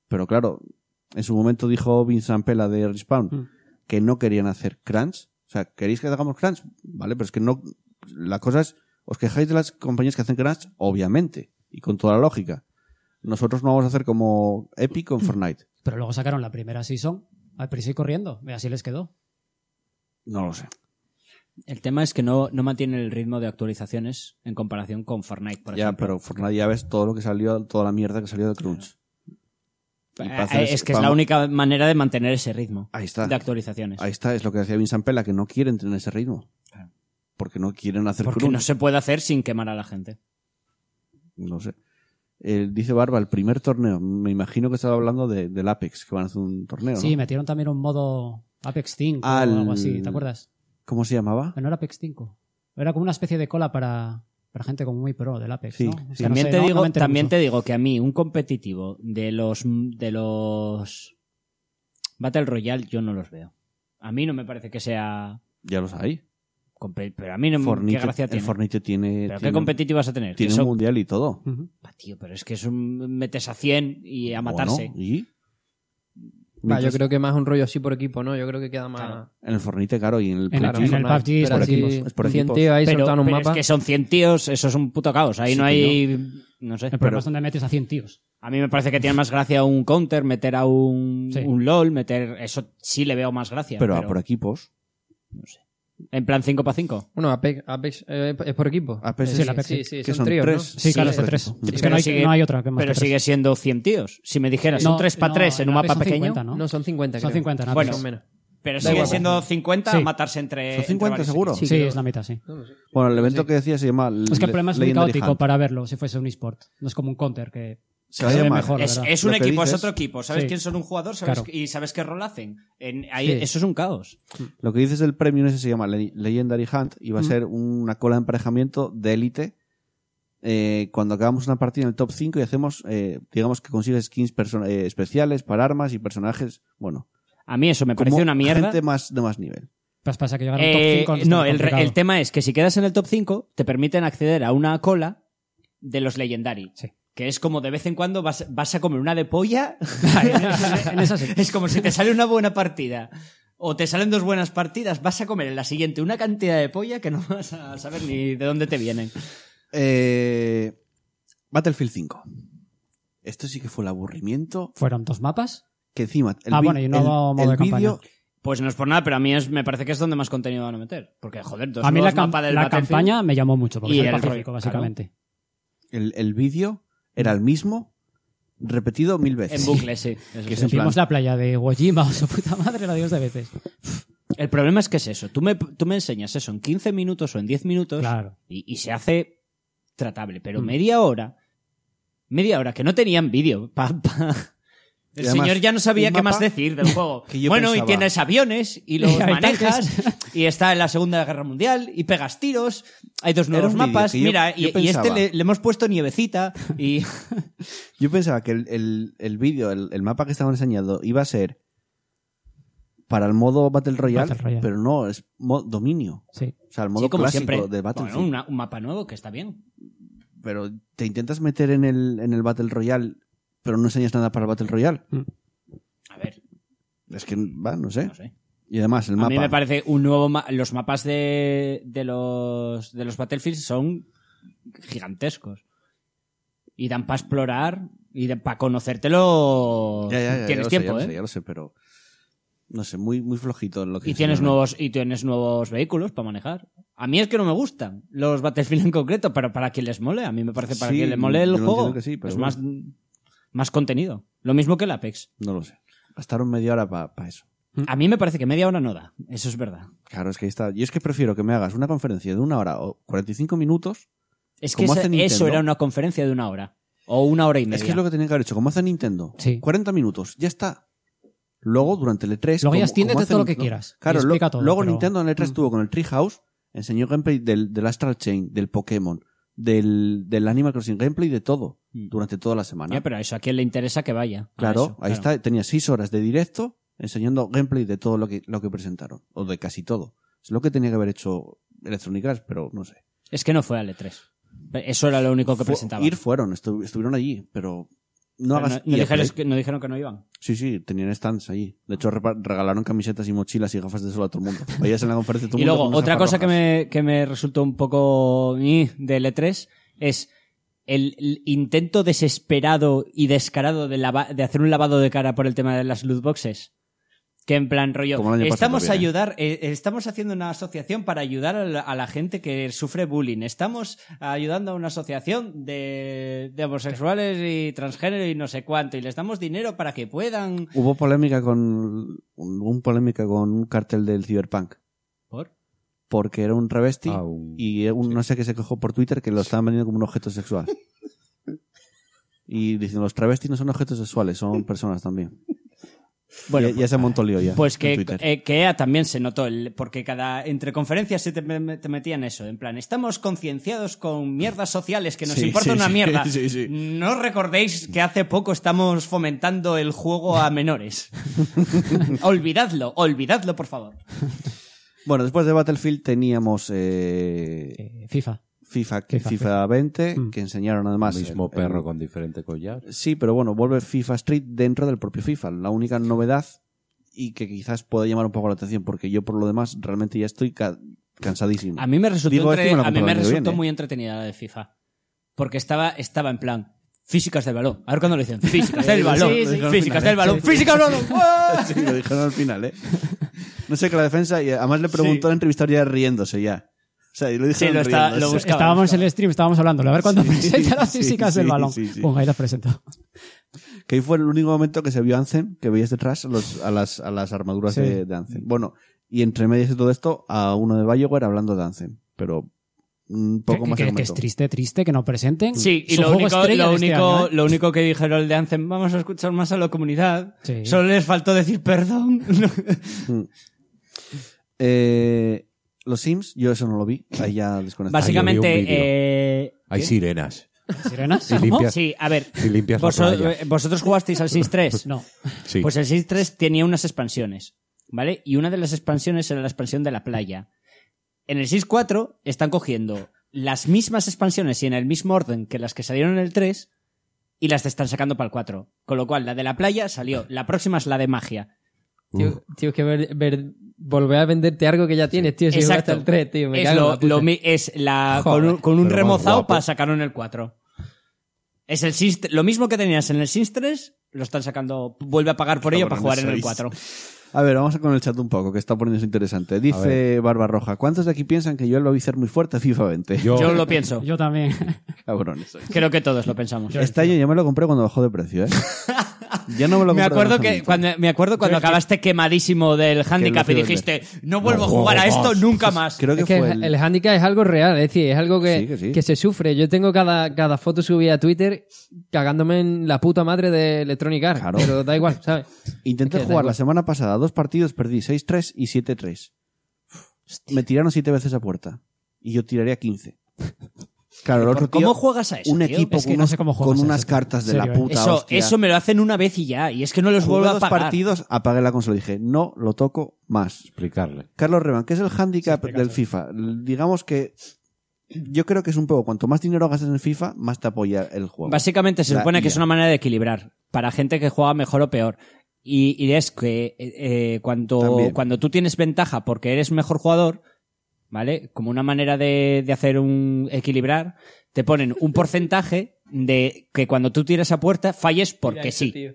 A: Pero claro, en su momento dijo Vincent Pela de Respawn
D: Mm.
A: que no querían hacer crunch. O sea, ¿queréis que hagamos crunch? Vale, pero es que no... La cosa es, ¿os quejáis de las compañías que hacen crunch? Obviamente, y con toda la lógica. Nosotros no vamos a hacer como Epic
C: Mm.
A: con Fortnite.
D: Pero luego sacaron la primera season. Al principio corriendo. Y así les quedó.
A: No lo sé.
C: El tema es que no, no mantiene el ritmo de actualizaciones en comparación con Fortnite, por
A: ya,
C: ejemplo.
A: pero Fortnite ya ves todo lo que salió, toda la mierda que salió de Crunch. Y para
C: Eh,
A: hacer
C: es que es
A: spam-
C: la única manera de mantener ese ritmo
A: Ahí está.
C: de actualizaciones.
A: Ahí está, es lo que decía Vincent Pela, que no quieren tener ese ritmo.
D: Ah.
A: Porque no quieren hacer
C: Porque
A: crunch.
C: no se puede hacer sin quemar a la gente.
A: No sé. Eh, dice Barba, el primer torneo. Me imagino que estaba hablando de- del Apex, que van a hacer un torneo. ¿no?
D: Sí, metieron también un modo Apex 5
A: Al-
D: o algo así, ¿te acuerdas?
A: ¿Cómo se llamaba?
D: Pero no era Apex 5. Era como una especie de cola para, para gente como muy pro del Apex,
A: Sí,
D: ¿no?
A: sí.
D: Es que no
C: también
D: sé,
C: te
D: no- no
C: digo,
D: me entero
C: también
D: mucho.
C: te digo que a mí un competitivo de los de los Battle Royale yo no los veo. A mí no me parece que sea
A: Ya los hay.
C: compe- pero a mí no me qué
A: Fortnite-
C: gracia
A: el
C: tiene.
A: Fornite tiene.
C: pero qué
A: tiene-
C: competitivo vas a tener?
A: tiene
C: Que
A: un
C: son-
A: mundial y todo.
D: Ujú.
C: Ah, tío, pero es que es un metes a 100 y a matarse.
A: Bueno, ¿y?
E: Va, yo
A: Mientras-
E: creo que más un rollo así por equipo, ¿no? Yo creo que queda más.
C: Claro.
A: En el Fornite, claro, y en el
D: En
A: Play
D: el-
E: Claro,
A: Kids-
D: en el
E: más-
D: PUBG es
E: pero
D: por
E: así,
A: equipos, es por
E: 100
A: equipos.
E: tíos ahí
C: pero
E: soltando un
C: pero
E: mapa.
C: es que son 100 tíos, eso es un puto caos. Ahí
A: Sí,
C: no hay no sé.
D: El problema
C: pero
D: es donde metes a 100 tíos.
C: a mí me parece que tiene más gracia un counter, meter a un,
D: Sí.
C: un LOL, meter eso sí le veo más gracia.
A: Pero, ah,
C: pero-
A: por equipos.
C: En plan 5 para 5.
E: Bueno, Apex, Apex, eh, es por equipo.
A: Apex
D: Sí, es- el Apex,
E: sí,
D: sí.
E: sí,
A: que
E: son tríos,
A: tres.
E: ¿no?
D: Sí, claro, es de
A: pero-
D: tres.
A: Sí,
D: es que
C: pero
D: no hay,
C: sigue-
D: no hay otra que más
C: Pero
D: que tres.
C: sigue siendo 100 tíos. Si me dijeras
D: No,
C: un 3 para 3
D: no,
C: en un
D: Apex
C: mapa
D: son
C: pequeño.
D: 50, ¿no?
E: No, son 50.
D: Son
E: creo.
D: 50, ¿no?
C: Bueno.
E: son menos.
C: Pero
E: Da
C: sigue
E: igual.
C: siendo 50
D: Sí.
C: a matarse entre.
A: ¿Son 50
C: entre varios
A: seguro?
C: equipos.
D: Sí, es la mitad, sí.
E: No lo sé.
A: Bueno, el evento
E: Sí.
A: que decía se llama.
D: Es que el problema es muy
A: Legendary
D: caótico
A: Hunt.
D: para verlo si fuese un eSport. No es como un counter que
A: Se va a
D: se ve
A: llamar.
D: mejor, la
C: Es,
D: verdad.
C: es un
A: Lo que
C: equipo, es
A: dices-
C: otro equipo. Sabes
D: Sí.
C: quién son un jugador sabes-
D: Claro.
C: y sabes qué rol hacen. En- ahí-
D: Sí.
C: Eso es un caos.
A: Lo que dices del premio ese se llama Le- Legendary Hunt y va a
D: Ujú.
A: ser una cola de emparejamiento de élite. eh, cuando acabamos una partida en el top 5 y hacemos, eh, digamos que consigues skins perso- eh, especiales para armas y personajes, bueno,
C: A mí eso me parece
A: como
C: una mierda.
A: gente más, de más nivel.
D: pas- pasa que llegar al
C: Eh,
D: top 5
C: no, el, re- el tema es que si quedas en el top 5, te permiten acceder a una cola de los Legendary.
D: Sí.
C: Que es como de vez en cuando vas, vas a comer una de polla.
D: en esa sí.
C: Es como si te sale una buena partida o te salen dos buenas partidas, vas a comer en la siguiente una cantidad de polla que no vas a saber ni de dónde te vienen.
A: Eh, Battlefield 5. Esto sí que fue el aburrimiento.
D: Fueron dos mapas.
A: Que encima, el,
D: Ah,
A: vi-
D: bueno, y no
A: el-
D: modo
A: el
D: de campaña.
A: vídeo-
C: Pues no es por nada, pero a mí es, me parece que es donde más contenido van a meter. Porque, joder, dos
D: A mí la,
C: nuevos
D: cam-
C: mapas del
D: la
C: Battlefield.
D: campaña me llamó mucho, porque
C: Y
D: es el
C: el rollo,
D: Pacífico,
C: claro.
D: básicamente.
A: el, el vídeo era el mismo, repetido mil veces.
C: En bucle, sí.
A: Que
C: eso sí.
A: es en plan-
D: Vimos la playa de Iwo Jima, o su puta madre, la dios de veces.
C: El problema es que es eso. Tú me, tú me enseñas eso en 15 minutos o en 10 minutos
D: Claro.
C: y, y se hace tratable. Pero
D: Mm.
C: media hora, media hora que no tenían vídeo. pa- pa- El
A: Y además,
C: señor ya no sabía
A: un
C: qué más
A: mapa
C: decir del juego.
A: que yo
C: bueno,
A: pensaba-
C: y tienes aviones y los
D: Y hay
C: manejas y está en la Segunda Guerra Mundial y pegas tiros. Hay dos nuevos
A: un vídeo
C: mapas.
A: que yo-
C: Mira,
A: yo
C: y, y este
A: pensaba.
C: le, le hemos puesto nievecita y
A: Yo pensaba que el, el, el vídeo, el, el mapa que estaban enseñando iba a ser para el modo Battle Royale,
D: Battle Royale.
A: pero no, es mo- dominio.
D: Sí.
A: O sea, el modo
C: Sí, como
A: clásico
C: siempre.
A: de Battlefield.
C: Bueno, una- un mapa nuevo que está bien.
A: Pero te intentas meter en el, en el Battle Royale, pero no enseñas nada para el Battle Royale.
C: A ver,
A: Es que, va, no sé.
C: no sé.
A: Y además, el
C: A
A: mapa.
C: mí me parece un nuevo ma- los mapas de, de los de los Battlefields son gigantescos. Y dan para explorar y para conocértelo
A: Ya, ya, ya, ya lo sé,
C: tienes tiempo,
A: ya lo
C: ¿eh?
A: sé, ya lo sé, pero. No sé, muy, muy flojito en lo que
C: y tienes
A: enseñaron.
C: nuevos y tienes nuevos vehículos para manejar. A mí es que no me gustan los Battlefield en concreto, pero para quien les mole, a mí me parece para
A: Sí,
C: quien le mole el
A: yo lo
C: juego
A: entiendo que sí, pero
C: es
A: bueno.
C: más más contenido, lo mismo que el Apex.
A: No lo sé. Gastaron media hora para eso.
C: A mí me parece que media hora no da, eso es verdad.
A: Claro, es que ahí está. Yo es que prefiero que me hagas una conferencia de una hora o 45 minutos.
C: Es que
A: Como
C: esa-
A: hace Nintendo.
C: eso era una conferencia de una hora o una hora y media.
A: Es que es lo que tenían que haber hecho. Como hace Nintendo.
D: Sí.
A: 40 minutos, ya está. Luego, durante el E3.
D: Luego ya
A: como-
D: extiéndete
A: como hace
D: todo lo que
A: Nintendo-
D: quieras y
A: Claro, lo-
D: explica todo,
A: luego
D: pero-
A: Nintendo en el E3
D: Mm.
A: estuvo con el Treehouse, enseñó gameplay del, del Astral Chain, del Pokémon, del, del Animal Crossing gameplay, de todo.
C: Mm.
A: Durante toda la semana.
C: Ya, pero eso a quien le interesa que vaya. a
A: Claro,
C: eso,
A: ahí está. Tenía seis horas de directo enseñando gameplay de todo lo que, lo que presentaron. O de casi todo. Es lo que tenía que haber hecho Electronic Arts, pero no sé.
C: Es que no fue al E3. Eso era lo único que
A: Fu-
C: presentaba.
A: Ir fueron, estu- estuvieron allí, pero no
C: Pero
A: hagas...
C: no, no
A: EA
C: dijeron
A: Play.
C: que, no dijeron que no iban.
A: Sí, sí, tenían stands allí. De hecho, repa- regalaron camisetas y mochilas y gafas de sol a todo el mundo. Vayas en la conferencia todo el
C: Y
A: mundo
C: luego,
A: con unas
C: otra
A: gafas
C: cosa que
A: rojas.
C: me, que me resultó un poco ñi del E3 es el, el intento desesperado y descarado de, lava- de hacer un lavado de cara por el tema de las loot boxes. Que en plan rollo,
A: Como el año pasado
C: estamos a
A: también,
C: ayudar, eh, estamos haciendo una asociación para ayudar a la, a la gente que sufre bullying. Estamos ayudando a una asociación de, de homosexuales y transgénero y no sé cuánto. Y les damos dinero para que puedan.
A: Hubo polémica con... Un, un polémica con un cartel del Cyberpunk.
C: ¿Por?
A: Porque era un travesti
B: Ah, un-
A: y un no sé qué se quejó por Twitter que lo estaban vendiendo como un objeto sexual. y dicen, los travestis no son objetos sexuales, son personas también.
C: Bueno,
A: ya, ya se montó el lío ya.
C: Pues
A: en
C: que,
A: Twitter.
C: eh, que EA también se notó, el- porque cada entre conferencias se te, me- te metían eso, en plan, estamos concienciados con mierdas sociales que nos
A: Sí,
C: importa
A: sí,
C: una
A: sí,
C: mierda.
A: sí, sí.
C: No recordéis que hace poco estamos fomentando el juego a menores. olvidadlo, olvidadlo, por favor.
A: Bueno, después de Battlefield teníamos eh,
D: Eh, FIFA.
A: FIFA, que-
D: FIFA,
A: FIFA, 20,
D: Mm.
A: que enseñaron además...
B: mismo
A: el- el-
B: perro con diferente collar.
A: Sí, pero bueno, vuelve FIFA Street dentro del propio FIFA. La única novedad y que quizás pueda llamar un poco la atención, porque yo por lo demás realmente ya estoy ca- cansadísimo.
C: A mí me resultó,
A: Digo esto y
C: entre-
A: me lo
C: a mí
A: compro
C: me
A: el año que
C: resultó
A: viene, ¿eh?
C: muy entretenida la de FIFA. Porque estaba, estaba en plan, físicas del balón. A ver cuando lo dicen, físicas del
D: Sí,
C: balón,
D: sí, sí.
C: físicas del balón,
D: Sí.
C: físicas del balón. ¡Ah!
A: Sí, lo dijeron al final, ¿eh? No sé, que la defensa... Y además le preguntó al entrevistador ya riéndose ya. O sea, y lo dijeron
C: lo está-
A: riéndose.
C: lo busca- Buscaba,
D: estábamos
C: buscaba.
D: en el stream, estábamos hablando. A ver cuándo presenta las
A: sí,
D: físicas del
A: sí,
D: balón.
A: sí, sí.
D: Pum, ahí las presento.
A: Que ahí fue el único momento que se vio Anthem, que veías detrás los- a, las, a las armaduras
D: Sí.
A: de, de Anthem. Bueno, y entre medias de todo esto, a uno de Bioware hablando de Anthem. Pero un poco
D: Que-
A: más
D: que, que
A: argumento.
D: es triste, triste que no presenten.
C: Sí, y
D: su
C: lo
D: juego
C: único,
D: estrella
C: lo,
D: de este
C: único,
D: año, ¿eh?
C: lo único que dijeron el de Anthem, vamos a escuchar más a la comunidad.
D: Sí.
C: Solo les faltó decir perdón.
A: Eh, los Sims, yo eso no lo vi. Ahí ya desconecté.
B: Ahí
C: Básicamente,
B: había un vídeo.
C: eh,
B: Hay
C: ¿qué?
B: sirenas.
D: ¿Sirenas?
B: Y
D: ¿Cómo?
B: limpias,
C: Sí, a ver.
B: y limpias
A: Pues,
B: la
C: vosotros-
A: eh,
B: playa.
C: ¿Vosotros jugasteis al Sims 3?
D: No.
B: Sí.
C: Pues el Sims 3 tenía unas expansiones, ¿vale? Y una de las expansiones era la expansión de la playa. En el Sims 4 están cogiendo las mismas expansiones y en el mismo orden que las que salieron en el 3 y las están sacando para el 4. Con lo cual, la de la playa salió. La próxima es la de magia.
A: Mm.
E: Tío, tío, es que ver- ver- volver a venderte algo que ya tienes, tío. Si
C: Exacto.
E: jugaste al 3, tío. Me
C: es
E: cago en
C: lo-
E: la puta.
C: lo mi- es la,
E: Joder.
C: con un, con un
B: Pero más
C: remozado
B: guapo.
C: para sacarlo en el 4. Es el Sims- lo mismo que tenías en el Sims 3, lo están sacando, vuelve a pagar por ello para
A: Cabrones
C: jugar en el
A: sois.
C: 4.
A: A ver, vamos a con el chat un poco, que está poniéndose interesante. Dice Barbarroja, ¿cuántos de aquí piensan que yo lo voy a hacer muy fuerte a FIFA 20?
B: Yo,
C: Yo lo pienso.
D: Yo también.
A: Cabrones. sois.
C: Creo que todos lo pensamos.
A: Este año ya me lo compré cuando bajó de precio, ¿eh? ya no me lo compré
C: Me
A: de
C: acuerdo que
A: lanzamiento.
C: cuando, me acuerdo cuando acabaste quemadísimo del handicap y
A: fui a
C: dijiste, no vuelvo a
B: juego
C: jugar a esto
B: más".
C: nunca más.
A: Creo que,
E: Es que
A: fue
E: el, el handicap es algo real, es decir, es algo que,
A: Sí, que sí.
E: se sufre. Yo tengo cada, cada foto subida a Twitter cagándome en la puta madre de Electronic Arts,
A: Claro.
E: pero da igual, ¿sabes?
A: Intenté
E: es que da
A: jugar la
E: igual.
A: semana pasada dos partidos, perdí 6-3 y 7-3. Me tiraron siete veces a puerta. Y yo tiraría 15. Claro, el otro
C: ¿Por ¿Cómo
A: tío,
C: juegas a eso?
A: un
C: tío?
A: equipo
D: Es que
A: con,
D: no
A: unos-
D: sé cómo
A: con
D: juegas a
A: unas
D: eso,
A: cartas de
D: en
A: la
D: serio, ¿eh?
A: puta
C: Eso,
A: hostia.
C: eso me lo hacen una vez y ya, y es que no los
A: Jugué
C: vuelvo a
A: dos
C: pagar.
A: partidos, apagué la consola y dije, no lo toco más.
B: explicarle.
A: Carlos Reban, ¿qué es el handicap
D: Sí, explica,
A: del
D: sí.
A: FIFA? L- Digamos que yo creo que es un poco, cuanto más dinero gastas en FIFA, más te apoya el juego.
C: Básicamente se
A: La
C: supone que
A: IA.
C: es una manera de equilibrar para gente que juega mejor o peor. Y, y es que eh, eh, cuando,
A: También.
C: cuando tú tienes ventaja porque eres mejor jugador, ¿vale? Como una manera de, de hacer un equilibrar, te ponen un porcentaje de que cuando tú tiras a puerta falles porque
E: Mira,
C: sí.
E: este tío.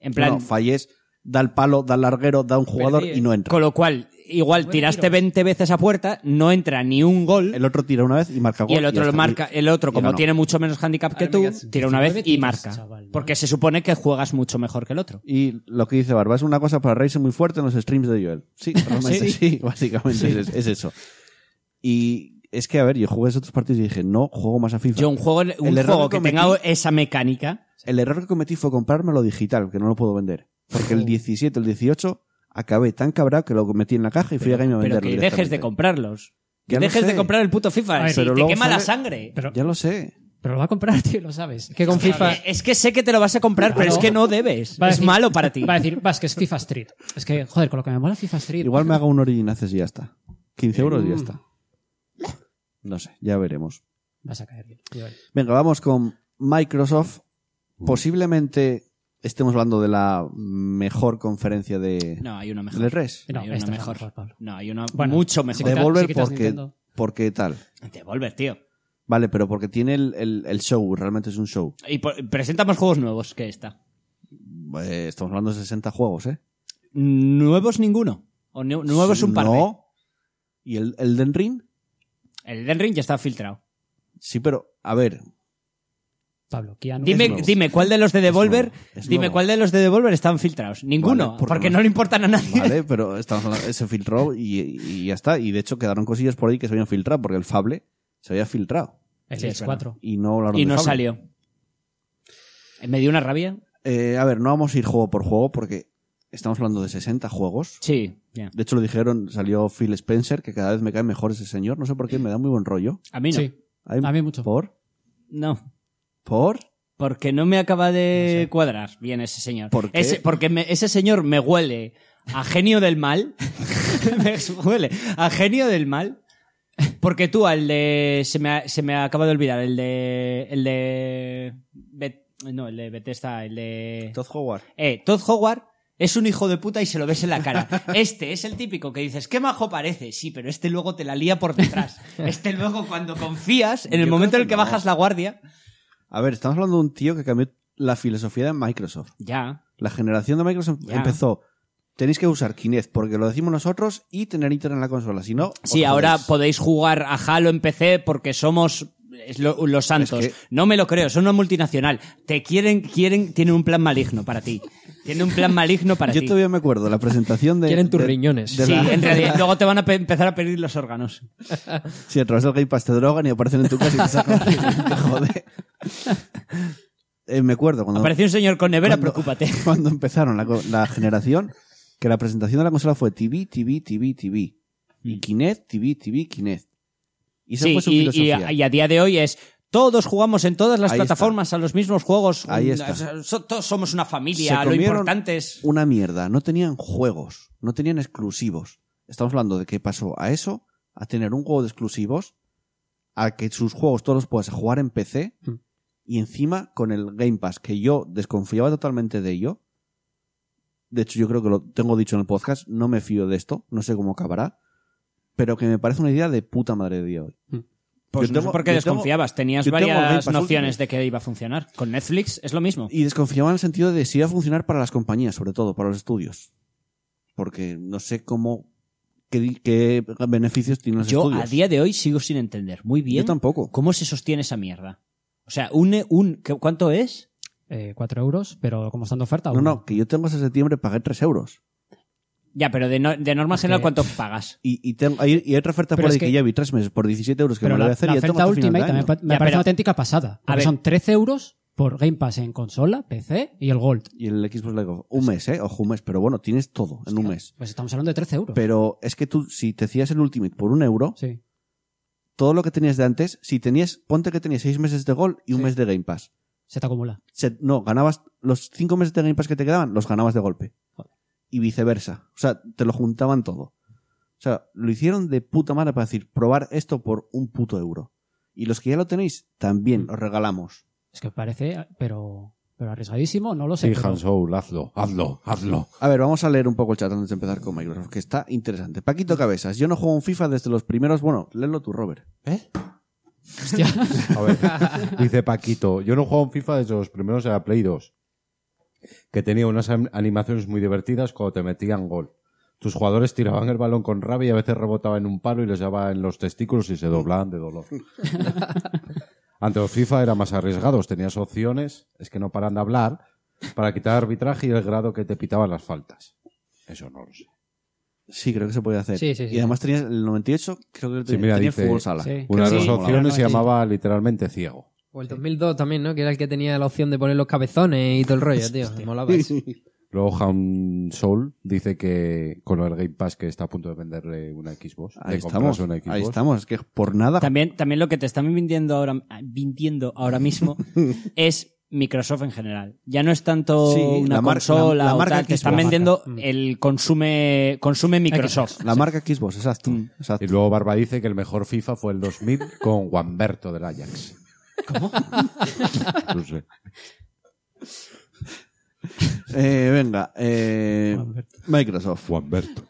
C: En plan,
A: No, falles, da el palo, da el larguero, da un jugador
E: Perdí, eh.
A: y no entra.
C: con lo cual, igual
D: Buen
C: tiraste
D: tiro.
C: 20 veces a puerta, no entra ni un gol.
A: El otro tira una vez y marca gol.
C: y el otro
A: ya
C: lo
A: está.
C: marca, el otro,
A: y
C: como
A: ganó.
C: tiene mucho menos handicap que
E: Ahora
C: tú,
E: me quedas-
C: tira una
D: 19
C: vez y
D: tiros,
C: marca.
D: chaval, ¿no?
C: Porque se supone que juegas mucho mejor que el otro.
A: Y lo que dice Barba es una cosa para reírse muy fuerte en los streams de Joel. Sí, realmente sí,
C: Sí.
A: básicamente Es, es eso. Y es que, a ver, yo jugué esos otros partidos y dije, no, juego más a FIFA.
C: Yo un juego, un
A: error
C: juego
A: que
C: que
A: cometí-
C: tenga esa mecánica,
A: El error que cometí fue comprármelo digital, que no lo puedo vender. Porque el 17, el 18, acabé tan cabrado que lo metí en la caja y fui a Game a venderlo.
C: pero que dejes de
A: directamente.
C: comprarlos. Que
A: Ya lo
C: dejes
A: sé.
C: de comprar el puto FIFA.
D: A ver,
C: si
D: pero
C: te
A: luego
C: quema la
A: sale-
C: sangre.
D: Pero,
A: Ya lo sé.
D: pero lo va a comprar, tío, lo sabes.
E: Que con FIFA.
C: Eh, Es que sé que te lo vas a comprar, pero
D: Claro.
C: es que no debes.
D: Va a
C: es
D: decir-
C: malo para ti.
D: Va a decir, vas, que es FIFA Street. Es que, joder, con lo que me mola FIFA Street.
A: Igual me hago un Origin Access y ya está. 15 euros y ya
D: Mm.
A: está. No sé, ya veremos.
D: Vas a caer bien. tío.
A: Venga, vamos con Microsoft. Posiblemente estemos hablando de la mejor conferencia de
C: No, hay una mejor.
A: del E3.
D: No,
C: hay una
D: esta es la
C: mejor.
D: mejor, Pablo.
C: No, hay una
D: Bueno,
C: mucho
D: si
C: mejor.
D: quitas-
A: Devolver
D: si quitas
A: porque,
D: Nintendo.
A: porque tal.
C: Devolver, tío.
A: Vale, pero porque tiene el, el- el show, realmente es un show.
C: Y por- presenta más juegos nuevos que esta.
A: Eh, estamos hablando de 60 juegos, ¿eh?
C: Nuevos ninguno. O nu- nuevos un par.
A: No. ¿Y el, el Den Ring?
C: El Den Ring ya está filtrado.
A: Sí, pero, a ver,
D: Pablo, Keanu.
C: Dime,
A: nuevo.
C: dime cuál de los de Devolver,
A: nuevo, es
C: dime
A: nuevo.
C: cuál de los de Devolver están filtrados. Ninguno,
A: Vale, porque
C: porque,
A: no-
C: no le importan a nadie.
A: vale, pero estamos hablando- se filtró y, y ya está. Y de hecho quedaron cosillas por ahí que se habían filtrado, porque el Fable se había filtrado.
D: El
C: Sí, es
D: X4.
A: Y no hablaron
C: Y
A: de
C: no
A: Fable.
C: salió. Eh, Me dio una rabia.
A: Eh, a ver, no vamos a ir juego por juego porque estamos hablando de 60 juegos.
C: Sí, ya.
A: De hecho, lo dijeron, salió Phil Spencer, que cada vez me cae mejor ese señor. No sé por qué, me da muy buen rollo.
C: A mí no.
D: Sí,
A: Ay,
D: a mí mucho.
A: ¿Por?
C: No,
A: ¿Por?
C: porque no me acaba de
D: No sé.
C: cuadrar bien ese señor.
A: ¿Por qué?
C: Ese- porque me- ese señor me huele a genio del mal. me huele a genio del mal. Porque tú, al de. Se me, ha- se me acaba de olvidar, el de. El de. Bet- no, el de Bethesda, el de.
A: Todd Howard.
C: Eh, Todd Howard es un hijo de puta y se lo ves en la cara. Este es el típico que dices, qué majo parece. Sí, pero este luego te la lía por detrás. Este luego cuando confías, en el
A: Yo
C: momento
A: creo
C: en el
A: que
C: que
A: no.
C: bajas la guardia.
A: A ver, estamos hablando de un tío que cambió la filosofía de Microsoft.
C: Ya.
A: La generación de Microsoft
C: Ya.
A: empezó. Tenéis que usar Kinect porque lo decimos nosotros y tener internet en la consola. Si no,
C: Sí,
A: os
C: ahora
A: jodéis.
C: podéis jugar a Halo en PC porque somos es lo- los santos.
A: Es que-
C: No me lo creo, son una multinacional. Te quieren, quieren, tienen un plan maligno para ti. Tienen un plan maligno para
A: Yo
C: ti.
A: todavía me acuerdo la presentación de.
E: Quieren tus
A: de-
E: riñones.
A: de
C: Sí,
A: la-
C: en realidad. Luego te van a pe- empezar a pedir los órganos.
A: Sí, a través del Game Pass te drogan y aparecen en tu casa y te sacan. te jode. Eh, me acuerdo cuando,
C: Aparece un señor con nevera,
A: Cuando-
C: preocúpate.
A: cuando empezaron la, co- la generación, que la presentación de la consola fue TV, TV, TV, TV. Y Kinect, TV, TV, Kinect. Y esa
C: Mm. Sí,
A: fue su
C: y, y
A: filosofía.
C: a, y a día de hoy es todos jugamos en todas las
A: Ahí está.
C: plataformas a los mismos juegos.
A: Ahí
C: Un-
A: está.
C: o sea, so- todos somos una
A: Se
C: familia. Lo
A: comieron
C: importante es.
A: Una mierda. No tenían juegos, no tenían exclusivos. Estamos hablando de que pasó a eso, a tener un juego de exclusivos, a que sus juegos todos los puedas jugar en PC
D: Mm.
A: y encima con el Game Pass, que yo desconfiaba totalmente de ello. De hecho, yo creo que lo tengo dicho en el podcast, no me fío de esto, no sé cómo acabará, pero que me parece una idea de puta madre de día hoy.
C: Pues
A: Yo
C: no
A: tengo-
C: sé por qué
A: yo tengo-
C: desconfiabas. Tenías
A: yo tengo Game
C: varias
A: Pass
C: nociones
A: último.
C: de que iba a funcionar. Con Netflix es lo mismo.
A: Y desconfiaba en el sentido de si iba a funcionar para las compañías, sobre todo, para los estudios. Porque no sé cómo. qué, qué beneficios tienen los
C: Yo
A: estudios.
C: a día de hoy sigo sin entender muy bien
A: Yo tampoco.
C: cómo se sostiene esa mierda. O sea, un, un ¿qué- ¿cuánto es?
D: Eh, 4 euros, pero como están de oferta.
A: No,
D: uno.
A: no, que yo tengo hasta septiembre, pagué 3 euros.
C: Ya, pero de, no- de norma
D: Es
C: general,
D: que-
C: ¿cuánto pagas?
A: Y, y, tengo, hay, y hay otra oferta
D: Pero
A: por
D: es
A: ahí que,
D: que-
A: ya vi 3 meses por 17 euros que
D: pero
A: me la
D: la,
A: voy a hacer
D: la
A: y ya tengo
D: oferta
A: hasta final de
D: Ultimate
A: año.
D: también pa- me
C: Ya,
D: parece
C: pero-
D: una auténtica pasada. porque
C: ver.
D: son 13 euros por Game Pass en consola, PC y el Gold.
A: Y el Xbox Live Gold. un mes, ¿eh? Ojo, un mes, pero bueno, tienes todo en un mes.
D: Pues estamos hablando de 13 euros.
A: Pero es que tú, si te hacías el Ultimate por un euro,
D: Sí.
A: todo lo que tenías de antes, si tenías, ponte que tenías 6 meses de Gold y un
D: Sí.
A: mes de Game Pass.
D: Se te acumula.
A: se- no, ganabas los cinco meses de Game Pass que te quedaban, los ganabas de golpe. Y viceversa. O sea, te lo juntaban todo. O sea, lo hicieron de puta madre para decir, probar esto por un puto euro. Y los que ya lo tenéis, también os regalamos.
D: Es que parece, pero Pero arriesgadísimo, no lo sé.
B: Sí,
D: pero-
B: Han Soul, hazlo, hazlo, hazlo.
A: A ver, vamos a leer un poco el chat antes de empezar con Microsoft, que está interesante. Paquito Cabezas, yo no juego un FIFA desde los primeros. Bueno, léelo tú, Robert.
D: Hostia.
B: A ver, dice Paquito, yo no juego en FIFA desde los primeros de la Play 2, que tenía unas am- animaciones muy divertidas cuando te metían gol. Tus jugadores tiraban el balón con rabia y a veces rebotaba en un palo y les daba en los testículos y se doblaban de dolor. Ante los FIFA era más arriesgados, tenías opciones, es que no paran de hablar, para quitar arbitraje y el grado que te pitaban las faltas. Eso no lo sé.
A: Sí, creo que se puede hacer.
D: Sí, sí, sí.
A: Y además tenías el 98, creo que
B: Sí,
A: tenía,
B: mira,
A: tenía
B: dice-
A: fútbol sala.
D: Sí.
B: Una de
D: Sí,
B: las opciones se
D: sí.
B: llamaba literalmente ciego.
E: O el 2002 también, ¿no? Que era el que tenía la opción de poner los cabezones y todo el rollo, tío. Me molaba eso.
B: Luego Han Soul dice que con el Game Pass que está a punto de venderle una Xbox.
A: Ahí
B: de comprarse
A: estamos,
B: Una Xbox.
A: ahí estamos. Es que por nada.
C: También, también lo que te están vendiendo ahora, mintiendo ahora mismo es Microsoft en general. Ya no es tanto
A: Sí,
C: una
A: la mar-
C: consola
A: la- la
C: o
A: marca Mm.
C: tal, te están
A: Xbox.
C: vendiendo el consume, consume Microsoft.
A: La marca Xbox, exacto. exacto.
B: Y luego Barba dice que el mejor FIFA fue el 2000 con Guamberto del Ajax. ¿Cómo? No sé.
A: Eh, venga, eh, Microsoft.
B: Guamberto.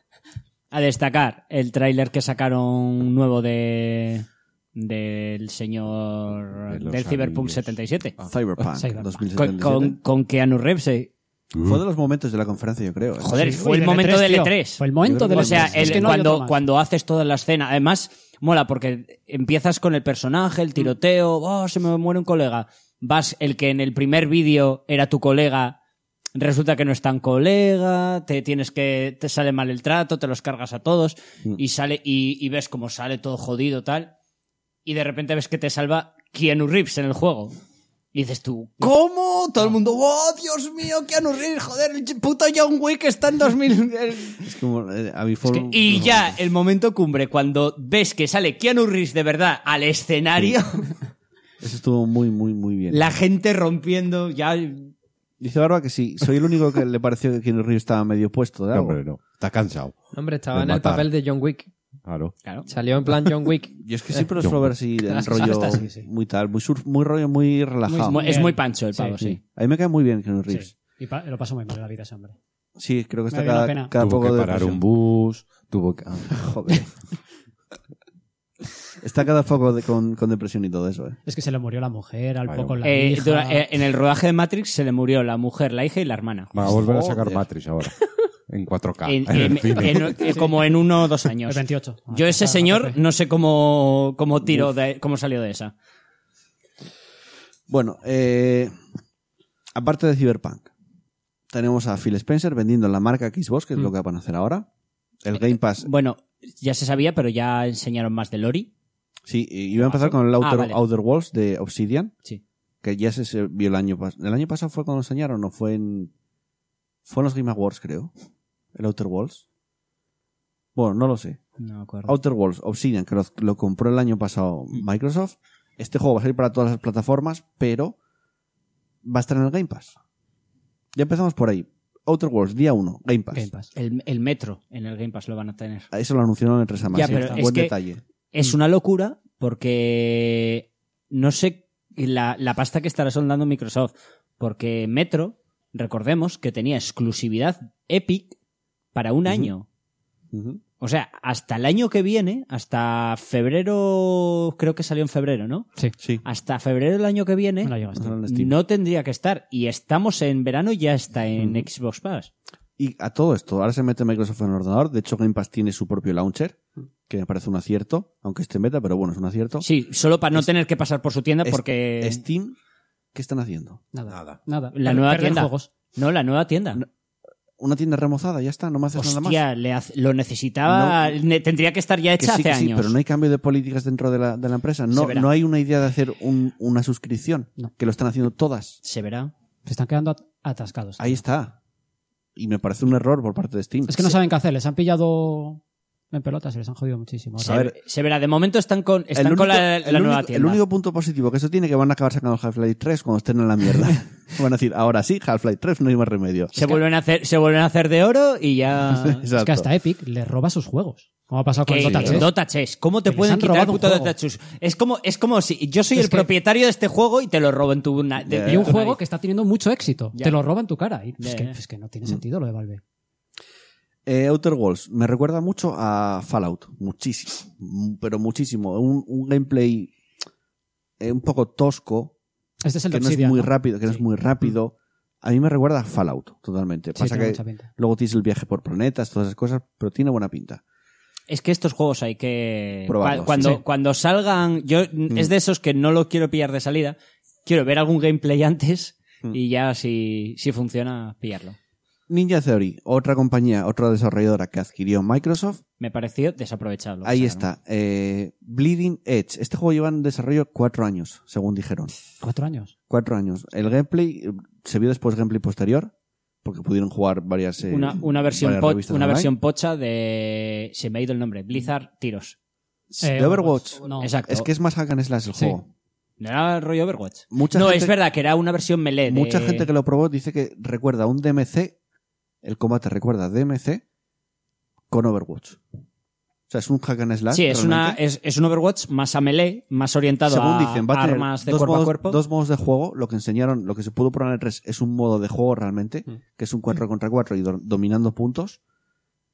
C: A destacar el tráiler que sacaron nuevo de del señor
B: De los
C: del Cyberpunk
B: anillos.
C: 77.
A: Ah, Cyberpunk
D: Cyberpunk.
A: 2077.
C: Con, con, con Keanu Reeves. eh.
A: Fue de los momentos de la conferencia, yo creo. ¿eh?
C: Joder,
D: Sí,
C: fue
D: y
C: el
D: del
C: momento
D: E3,
C: del
D: tío.
C: E3.
D: Fue el momento del
C: O sea,
D: E3. Es
C: el-
D: que no hay otro
C: cuando,
D: más.
C: cuando haces toda la escena. Además, mola porque empiezas con el personaje,
D: Mm.
C: el tiroteo, oh, se me muere un colega. Vas, el que en el primer vídeo era tu colega, resulta que no es tan colega, te tienes que, te sale mal el trato, te los cargas a todos y sale, y, y ves cómo sale todo jodido tal. Y de repente ves que te salva Keanu Reeves en el juego. Y dices tú, ¿cómo? Todo el mundo, ¡oh, Dios mío, Keanu Reeves! Joder, el puto John Wick está en 2000. el-
A: Es como, eh, a mí fue un-
C: y ya el momento cumbre, cuando ves que sale Keanu Reeves de verdad al escenario,
A: Eso estuvo muy, muy, muy bien.
C: la gente rompiendo, ya...
A: Dice Barba que sí. Soy el único que le pareció que Keanu Reeves estaba medio puesto de
B: No,
A: algo.
B: hombre, no. Está cansado.
E: Hombre, estaba
B: De
E: en el
B: matar.
E: papel de John Wick.
B: Claro.
C: Claro.
E: Salió en plan John Wick.
A: Yo es que siempre lo
B: Eh,
A: suelo ver así en
D: Las
A: rollo
D: fiestas, sí, sí.
A: muy tal, muy surf, muy rollo muy relajado.
D: Muy-
C: Es muy pancho el
D: Sí.
C: pavo, sí.
A: Sí. A mí me cae muy bien Keanu
D: Sí.
A: Reeves. Sí,
D: Y pa- lo paso muy mal en la vida, ese hombre.
A: creo que está
D: Vale la
A: cada,
D: pena.
A: cada
B: tuvo
A: poco
B: que
A: de
B: parar
A: depresión.
B: un bus, tuvo que... ah,
A: Joder. está cada poco de- con, con depresión y todo eso, ¿eh?
D: Es que se le murió la mujer, al
B: Vaya.
D: poco la
C: Eh,
D: hija.
C: dura- eh, en el rodaje de Matrix se le murió la mujer, la hija y la hermana.
B: Va a volver a sacar
A: Joder.
B: Matrix ahora. En 4K.
C: En-
B: en el
C: en-
B: cine.
C: en- eh, como en uno o dos años.
D: El 28. Ah,
C: Yo ese
D: está-
C: señor
D: está-
C: no sé cómo, cómo tiro de, cómo salió de esa.
A: Bueno, eh, aparte de Cyberpunk, tenemos a Phil Spencer vendiendo la marca Xbox, que es
C: Mm.
A: lo que van a hacer ahora.
C: Eh,
A: El Game Pass,
C: Bueno, ya se sabía, pero ya enseñaron más de Lori.
A: sí, y iba a empezar con el Outer,
C: Ah, vale.
A: Outer Worlds de Obsidian,
C: Sí.
A: que ya se, se vio el año pasado. ¿El año pasado fue cuando lo enseñaron o fue en, fue en los Game Awards, creo? El Outer Worlds. Bueno, no lo sé.
C: No me acuerdo.
A: Outer Worlds, Obsidian, que lo, lo compró el año pasado
C: Mm.
A: Microsoft. Este juego va a salir para todas las plataformas, pero va a estar en el Game Pass. Ya empezamos por ahí. Outer Worlds, día 1, Game Pass.
D: Game Pass.
C: El, el metro en el Game Pass lo van a tener.
A: Eso lo anunciaron en 3 de mayo.
C: Ya, pero
A: Buen
C: es que-
A: detalle.
C: Es una locura porque no sé la, la pasta que estará soldando Microsoft. Porque Metro, recordemos que tenía exclusividad Epic para un año.
A: Ujú.
C: O sea, hasta el año que viene, hasta febrero, creo que salió en febrero, ¿no?
D: Sí.
A: Sí.
C: Hasta febrero del año que viene
D: Me la llegaste.
A: Lanzaron en Steam.
C: Ah, no tendría que estar. Y estamos en verano y ya está en Xbox Pass.
A: Y a todo esto, ahora se mete Microsoft en el ordenador. De hecho, Game Pass tiene su propio launcher, que me parece un acierto, aunque esté en beta, pero bueno, es un acierto.
C: Mm. Sí, eh. solo para no tener que pasar por su tienda
A: Es-
C: porque...
A: Steam, ¿qué están haciendo?
D: Nada.
B: Nada.
D: Nada.
C: La
D: Per-
C: nueva
D: perder
C: tienda.
D: juegos.
C: No, la nueva tienda.
A: Una tienda remozada, ya está, no me haces nada más.
C: Hostia, le hace- lo necesitaba. ne- tendría que estar ya
A: Que
C: hecha
A: sí,
C: hace
A: que sí,
C: años.
A: pero no hay cambio de políticas dentro de la, de la empresa.
C: Se
A: No,
C: verá.
A: no hay una idea de hacer un- una suscripción,
D: No.
A: que lo están haciendo todas.
C: Se verá.
D: Se están quedando at- atascados.
A: Ahí está. Y me parece un error por parte de Steam.
D: Es que no
A: Se-
D: saben qué hacer. Les han pillado en pelota se les han jodido muchísimo.
C: Se,
D: Ahora,
A: ver.
C: se verá, de momento están con, están con la, la
A: el
C: nueva
A: único-
C: tienda.
A: el único punto positivo que eso tiene que van a acabar sacando Half-Life 3 cuando estén en la mierda. van a decir, ahora sí, Half-Life 3, no hay más remedio.
C: se, vuelven a hacer, se vuelven a hacer de oro y ya...
D: Es
A: Exacto.
D: que hasta Epic les roba sus juegos. Como ha pasado con
C: Que-
D: Dota 3.
C: Dota Chess. ¿Cómo te
D: Que les
C: pueden
D: han
C: quitar el
D: robado un
C: puto
D: juego.
C: Dota Chess? Es como, es como si yo soy
D: Es
C: el
D: que-
C: propietario de este juego y te lo robo en tu... na- de-
A: Ya.
C: de
D: Y un
C: tu
D: juego
C: nariz.
D: que está teniendo mucho éxito.
C: Ya.
D: Te lo roban tu cara. Y
C: Ya,
D: es, que,
C: ya.
D: es que no tiene sentido lo de Valve.
A: Eh, Outer Worlds me recuerda mucho a Fallout, muchísimo, mm, pero muchísimo. Un, un gameplay eh, un poco tosco,
D: Este es el
A: que
D: de
A: no es
D: Obsidian,
A: muy
D: ¿no?
A: rápido, que no es
D: Sí. Mm.
A: muy rápido. A mí me recuerda a Fallout, totalmente.
D: Sí,
A: Pasa
D: tiene
A: que
D: mucha pinta.
A: luego tienes el viaje por planetas, todas esas cosas, pero tiene buena pinta.
C: Es que estos juegos hay que.
A: Probarlos,
C: Cua- cuando,
A: sí. Mm.
C: cuando salgan. Yo es de esos que no lo quiero pillar de salida. Quiero ver algún gameplay antes
A: Mm.
C: y ya si, si funciona, pillarlo.
A: Ninja Theory, otra compañía, otra desarrolladora que adquirió Microsoft.
C: Me pareció desaprovechado. lo que
A: Ahí
C: sacaron.
A: está, eh, Bleeding Edge. Este juego lleva en desarrollo cuatro años, según dijeron.
D: Cuatro años.
A: Cuatro años. El gameplay eh, se vio después gameplay posterior, porque pudieron jugar varias. eh,
C: Una, una versión,
A: varias
C: po-
A: revistas
C: una
A: online.
C: versión pocha de. Se me ha ido el nombre. Blizzard Tiros.
D: Eh,
A: de Overwatch.
D: No.
C: Exacto.
A: Es que es más hack and slash el
D: Sí.
A: juego.
C: No era rollo Overwatch.
A: Mucha
C: no,
A: gente-
C: es verdad que era una versión melee. de-
A: Mucha gente que lo probó dice que recuerda un DMC. El combate recuerda a DMC con Overwatch. O sea, es un hack and slash.
C: Sí, es, una,
A: realmente.
C: es, es un Overwatch más a melee, más orientado
A: Según
C: a
A: dicen, va a tener
C: armas de
A: dos,
C: cuerpo
A: modos,
C: a cuerpo.
A: dos modos de juego. Lo que enseñaron, lo que se pudo poner en el 3 es un modo de juego realmente, que es un 4 contra 4 y do- dominando puntos.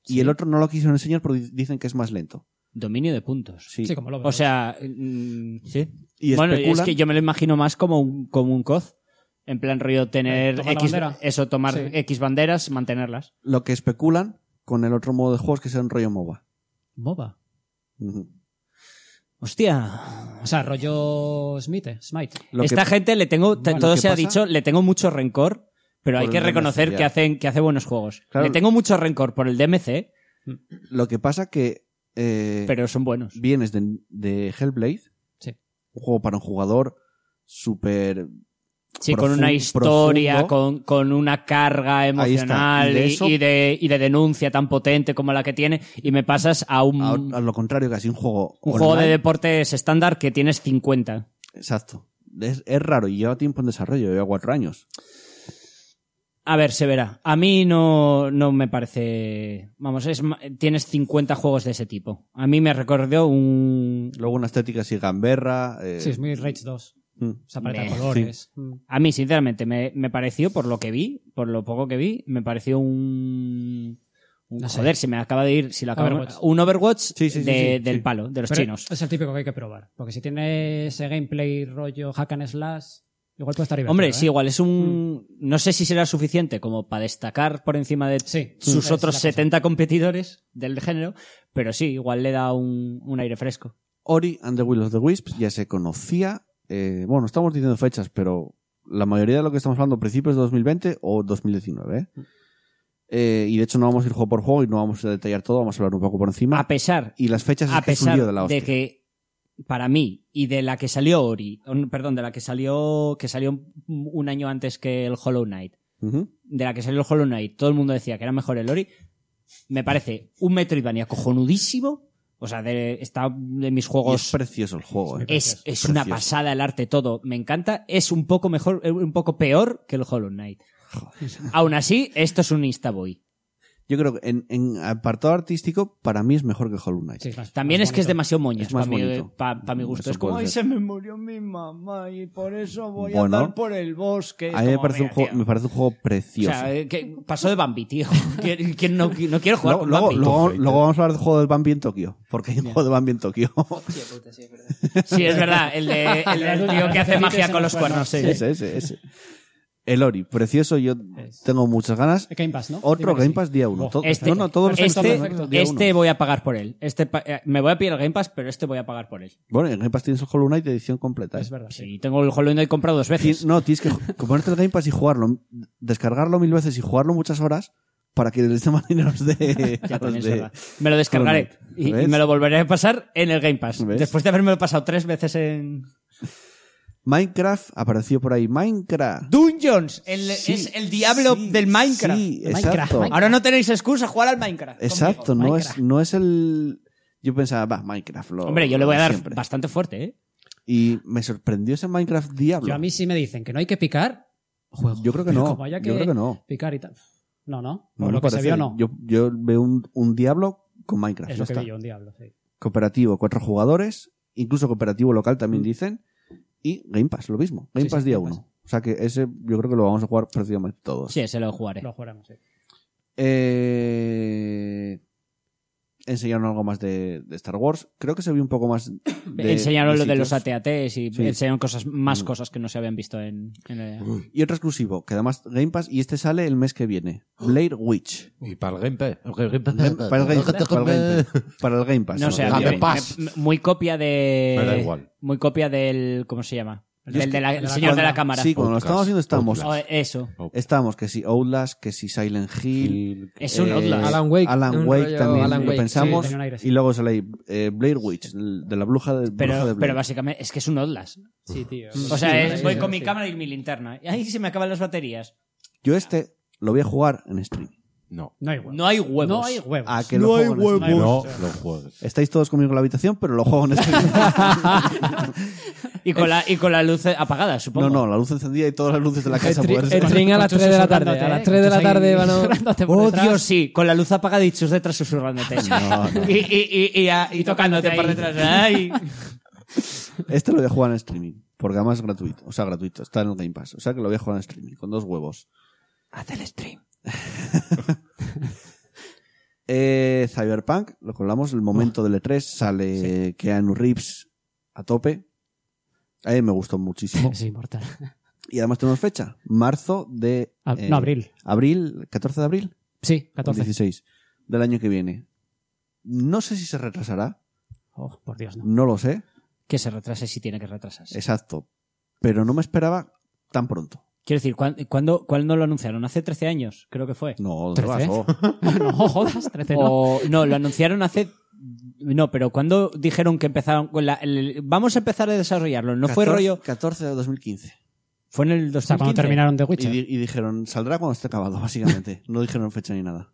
A: Y el otro no lo quisieron enseñar porque dicen que es más lento.
C: Dominio de puntos.
A: Sí.
D: Sí, como lo
C: O sea, mm, sí.
A: Y
C: bueno,
A: especulan-
C: es que yo me lo imagino más como un, como un COD. En plan rollo tener
D: Eh, tomar la
C: X,
D: bandera.
C: eso, tomar
D: Sí.
C: X banderas, mantenerlas.
A: Lo que especulan con el otro modo de juego es que sea un rollo MOBA.
D: MOBA.
A: Ujú.
C: Hostia.
D: O sea, rollo Smite, Smite.
A: Lo
C: Esta
A: que-
C: gente le tengo, te-
A: Bueno,
C: todo
A: ¿qué
C: se ha
A: pasa?
C: dicho, le tengo mucho rencor, pero hay
A: Por
C: que
A: el
C: reconocer
A: DMC,
C: que
A: ya.
C: hacen, que hace buenos juegos.
A: Claro.
C: Le tengo mucho rencor por el DMC,
A: Lo que pasa que eh,
C: pero son buenos.
A: vienes de, de Hellblade,
D: Sí.
A: un juego para un jugador súper...
C: Sí, con una
A: profun-
C: historia,
A: profundo.
C: con, con una carga
A: está. Y de
C: emocional y,
A: eso-
C: y de, y de denuncia tan potente como la que tiene, y me pasas a un,
A: A,
C: un
A: a lo contrario, casi un juego...
C: Mm. juego de
A: online.
C: deportes estándar que tienes 50.
A: Exacto. Es, es raro y lleva tiempo en desarrollo, lleva cuatro años.
C: A ver, se verá. A mí no, no me parece. Vamos, es, ma- tienes 50 juegos de ese tipo. A mí me recordó un.
A: Luego una estética así gamberra. eh,
D: Sí, es muy Rage 2.
A: mm.
D: O sea, paleta de
C: Meh.
D: colores. Mm.
C: A mí, sinceramente, me, me pareció, por lo que vi, por lo poco que vi, me pareció un. un-
D: No sé.
C: Joder, se me acaba de ir. Si lo acabo de-
D: Overwatch.
C: Un Overwatch
A: Sí, sí, sí,
C: de-
A: sí,
C: del
A: sí.
C: palo, de los
D: Pero
C: chinos.
D: Es el típico que hay que probar. Porque si tiene ese gameplay rollo hack and slash, igual puede estar divertido.
C: Hombre,
D: ¿eh? Mm.
C: sí, igual es un. No sé si será suficiente como para destacar por encima de
D: Sí, es
C: sus
D: la
C: otros
D: cosa.
C: 70 competidores del género, pero sí, igual le da un- un aire fresco.
A: Ori and the Will of the Wisps ya se conocía. eh, bueno, estamos diciendo fechas, pero la mayoría de lo que estamos hablando, principios de 2020 o 2019.
C: Mm.
A: ¿eh? Eh, y de hecho no vamos a ir juego por juego y no vamos a detallar todo, vamos a hablar un poco por encima.
C: A pesar,
A: y las fechas es
C: a
A: que es un
C: pesar
A: lío de la
C: de,
A: hostia.
C: que para mí y de la que salió Ori, un- perdón, de la que salió que salió un- un año antes que el Hollow Knight,
A: Ujú.
C: de la que salió el Hollow Knight, todo el mundo decía que era mejor el Ori. Me parece un Metroidvania cojonudísimo, o sea, de, está de mis
A: Y es
C: juegos
A: precioso el juego. ¿eh?
C: es, es una
A: Precioso.
C: pasada el arte todo, me encanta, es un poco mejor, eh, un poco peor que el Hollow Knight. Aún así, esto es un Instaboy.
A: Yo creo que en, en apartado artístico, para mí es mejor que Hollow Knight.
D: Sí, más-
C: También
D: más
C: es que es
D: bonito.
C: demasiado moñas
A: Es más
C: para mi,
A: bonito.
C: pa- pa mi gusto.
A: Eso
C: es como,
A: puede
C: ay,
A: ser.
C: se me murió mi mamá y por eso voy
A: Bueno.
C: a andar por el bosque.
A: A mí me
C: Como,
A: parece, un
C: mira,
A: juego,
C: tío.
A: me parece un juego
C: O
A: precioso.
C: sea, eh, que pasó de Bambi, tío. Que- que no, que no quiero jugar
A: Luego,
C: con
A: luego-
C: Bambi.
A: luego- luego vamos a hablar del juego del Bambi en Tokio, porque hay un juego de Bambi en Tokio.
E: Hostia puta, sí, es verdad.
C: Sí, es verdad. El, de, el del tío que hace magia con los cuernos. sí.
A: Ese, ese, ese. El Ori, precioso, yo tengo muchas ganas.
D: Game Pass, ¿no?
A: Otro
D: Dime que
A: Game
D: sí.
A: Pass día uno.
D: Oh,
A: To-
C: Este,
A: no, no, todos los
D: perfecto,
A: Game
C: este,
A: Pass
D: perfecto.
A: día uno.
C: este voy a pagar por él. Este, pa- eh, me voy a pillar el Game Pass, pero este voy a pagar por él.
A: Bueno, en Game Pass tienes el Hollow Knight de edición completa. ¿eh?
D: Es verdad. sí.
C: Sí, tengo el Hollow Knight comprado dos
A: Ti-
C: veces.
A: No, tienes que ju- ponerte el Game Pass y jugarlo, descargarlo mil veces y jugarlo muchas horas para que les dé más dinero a los de...
C: Ya
A: a los
C: también es
A: de-
C: verdad. Me lo descargaré
A: Hollow Knight.
C: y, y
A: pues ¿Ves?
C: me lo volveré a pasar en el Game Pass.
A: ¿Ves?
C: Después de haberme lo pasado tres veces en...
A: Minecraft, apareció por ahí Minecraft.
F: Dungeons, el-
A: Sí,
F: es el diablo
A: sí,
F: del Minecraft.
A: Sí,
D: Minecraft,
A: exacto.
D: Minecraft.
F: Ahora no tenéis excusa, jugar al Minecraft. conmigo.
A: Exacto, no es,
D: Minecraft.
A: no es el... Yo pensaba, va, Minecraft. lo-
C: Hombre, yo le voy a
A: lo de
C: dar
A: siempre.
C: bastante fuerte, ¿eh?
A: Y me sorprendió ese Minecraft Diablo.
D: Yo a mí sí me dicen que no hay que picar, juego.
A: Yo creo que
D: Pero
A: no.
D: como haya
A: Yo creo que no.
D: Picar y tal. No, no.
A: No
D: Por
A: me
D: lo que se
A: parece.
D: vio, no.
A: Yo, yo veo un, un Diablo con Minecraft.
D: es
A: ya
D: lo que
A: está.
D: vi yo, un diablo, sí.
A: Cooperativo, cuatro jugadores, incluso cooperativo local también dicen. Y Game Pass, lo mismo. Game
D: Mm. Sí, sí,
A: Pass día
D: Game Pass.
A: uno. O sea que ese yo creo que lo vamos a jugar prácticamente todos.
C: Sí, se lo jugaré.
D: Lo juramos, sí.
A: Eh, enseñaron algo más de, de Star Wars. Creo que se vio un poco más. de-
C: enseñaron
A: de
C: lo de
A: sitios.
C: los ATATs y
A: Sí.
C: enseñaron cosas, más
A: Mm.
C: cosas que no se habían visto en, en el-
A: Y otro exclusivo, que además Game Pass, y este sale el mes que viene. Blade Witch.
B: Y para el gameplay.
A: Game- Para el Game, para el Game Pass. Para el Game Pass.
C: No, o sea,
B: Game
C: me-
B: Pass.
C: me- muy copia de.
B: Me da igual.
C: Muy copia del. ¿Cómo se llama?
A: Yo es
C: Del
A: que-
C: de la- el
D: de la
C: señor de la
D: cámara.
C: cámara.
A: Sí, cuando lo
B: Outlast,
A: estamos haciendo estamos.
B: Outlast.
C: O- eso.
A: Estamos, que si Outlast, que si Silent Hill.
C: Es un
A: eh,
C: Outlast.
E: Alan Wake.
A: Alan
E: Un
A: Wake
E: rollo
A: también
E: Alan
A: lo
E: Wake,
A: pensamos.
D: sí, tenía un aire así.
A: y luego sale ahí, eh, Blade Witch, el- de la bruja de, bruja de
C: Pero,
A: Blair.
C: pero básicamente es que es un Outlast.
E: Sí, tío.
C: O sea, es-
E: sí,
C: voy
E: sí,
C: con mi
E: sí.
C: cámara y mi linterna. Y ahí se me acaban las baterías.
A: Yo este lo voy a jugar en stream.
B: No.
D: No hay huevos.
C: No hay huevos.
D: No hay huevos.
A: Ah, que lo juego en stream.
B: No lo juegues.
A: Estáis todos conmigo en la habitación, pero lo juego en este stream.
C: Y con la, y con la luz apagada,
A: no,
C: supongo.
A: no, la luz encendida y todas las luces de la casa.
E: Estri-
A: por eso.
E: estri- Trin a las
D: Con
E: tres de la tarde,
D: susurrándote,
E: a las
D: ¿eh?
E: tres de la
D: Con tus
E: tarde
D: ahí
E: van a-
D: susurrándote por
C: Oh,
D: detrás.
C: Dios, sí, con la luz apagada y chus detrás susurrándote. Y, y- y- y a- y tocándote por detrás. Ay.
A: Este lo voy a jugar en streaming. Porque además es gratuito. O sea, gratuito. Está en el Game Pass. O sea que lo voy a jugar en streaming. Con dos huevos.
F: Haz el stream.
A: Eh, Cyberpunk, lo que hablamos, el momento del E3 sale Keanu Reeves a tope. A mí me gustó muchísimo.
D: Es inmortal.
A: Y además tenemos fecha, marzo de...
D: Ah,
A: eh,
D: no, abril.
A: Abril, 14 de abril,
D: Sí,
A: o
D: 14.
A: 16 del año que viene. No sé si se retrasará,
D: Oh, por Dios, no.
A: no lo sé,
C: Que se retrase si tiene que retrasarse.
A: exacto. Pero no me esperaba tan pronto.
C: Quiero decir, ¿cuán- ¿cuándo, ¿cuándo lo anunciaron? ¿Hace 13 años? Creo que fue.
A: No,
D: ¿Trece?
A: rebasó.
D: No jodas, 13 no.
C: O, no, lo anunciaron hace. No, pero cuando dijeron que empezaron con la. el- vamos a empezar a desarrollarlo. No fue
A: 14
C: rollo.
A: 14 de 2015.
C: Fue en el
D: O
C: 2015.
D: sea, cuando terminaron The
A: Y,
D: Witcher.
A: di- y dijeron, saldrá cuando esté acabado, básicamente. No dijeron fecha ni nada.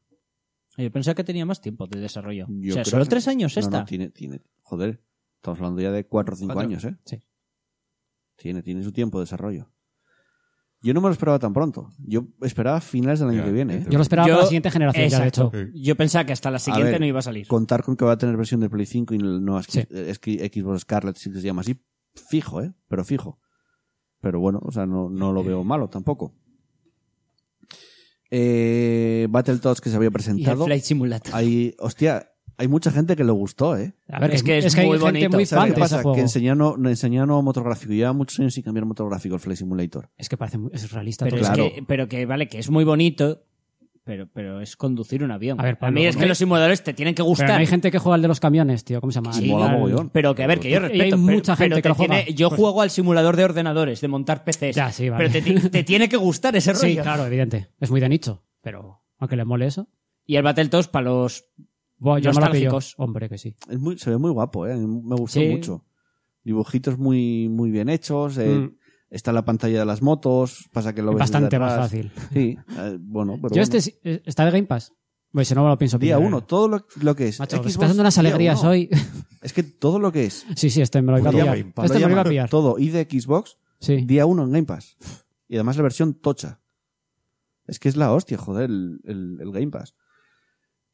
C: Yo pensaba que tenía más tiempo de desarrollo.
A: Yo
C: o sea,
A: creo
C: solo
A: que-
C: tres años
A: No,
C: esta.
A: no, tiene, tiene. Joder, estamos hablando ya de 4 o 5
E: Cuatro.
A: años, ¿eh?
D: Sí.
A: Tiene, tiene su tiempo de desarrollo. Yo no me lo esperaba tan pronto. Yo esperaba finales del año
B: Ya,
A: que viene. ¿eh?
D: Yo lo esperaba
C: Yo-
D: para la siguiente generación,
C: Exacto.
D: ya de hecho.
C: Yo pensaba que hasta la siguiente
A: ver,
C: no iba a salir.
A: Contar con que va a tener versión de Play 5 y no
D: Sí.
A: Xbox Scarlet, si se llama así, fijo, ¿eh? Pero fijo. Pero bueno, o sea, no, no lo veo malo tampoco. Eh, Battletoads que se había
C: Y el
A: presentado.
C: Flight Simulator.
A: Hay, hostia, hay mucha gente que le gustó, ¿eh?
D: A ver,
C: Es que es
D: hay
C: muy
D: gente
C: bonito.
D: muy
A: ¿Sabes
D: fan
A: qué
D: de ese
A: pasa? Que
D: juego.
A: enseñaron no, enseñaron nuevo motor gráfico. Lleva muchos años sin cambiar motor gráfico el Flight Simulator.
D: Es que parece muy, es realista.
C: Pero,
D: todo.
C: es
A: claro.
C: que, pero que, vale, que es muy bonito, pero, pero es conducir un avión.
D: A ver, Pablo,
C: mí es
D: ¿no?
C: que los simuladores te tienen que gustar.
D: Pero no hay gente que juega al de los camiones, tío. ¿Cómo se llama?
C: Sí,
A: mola
D: Al-
A: mogollón.
C: Pero que a ver, que yo
D: Y hay
C: respeto. pero-
D: mucha gente
C: pero
D: que
C: te
D: lo juega.
C: tiene- yo
D: Pues-
C: juego al simulador de ordenadores, de montar PCs.
D: Ya, sí, vale.
C: Pero te, ti- te tiene que gustar ese rollo.
D: Sí, claro, evidente. Es muy de nicho. Pero aunque le mole eso.
C: Y el Battletoads para los.
D: Bueno, yo me lo pillo.
C: Nostálgicos.
D: Hombre, que sí.
A: Es muy, se ve muy guapo, ¿eh? Me gustó
C: Sí.
A: mucho. Dibujitos muy, muy bien hechos. eh, Está la pantalla de las motos. Pasa que lo ves desde
D: Mm, Bastante más
A: atrás.
D: fácil.
A: Sí, eh, bueno, pero. bueno.
D: yo este sí- eh, está de Game Pass. Pues si no me lo pienso
A: Día
D: pillar.
A: 1, todo lo, lo que es.
D: Macho, me
A: Xbox,
D: estás dando unas
A: día
D: alegrías
A: uno.
D: hoy.
A: Es que todo lo que es.
D: sí, sí, este me lo iba a
B: Lo
D: pillar.
B: llaman,
A: Lo
D: Este me lo iba a
A: llaman
D: pillar.
A: Todo, y de Xbox,
D: Sí.
A: día 1 en Game Pass. Y además la versión tocha. Es que es la hostia, joder, el, el- el Game Pass.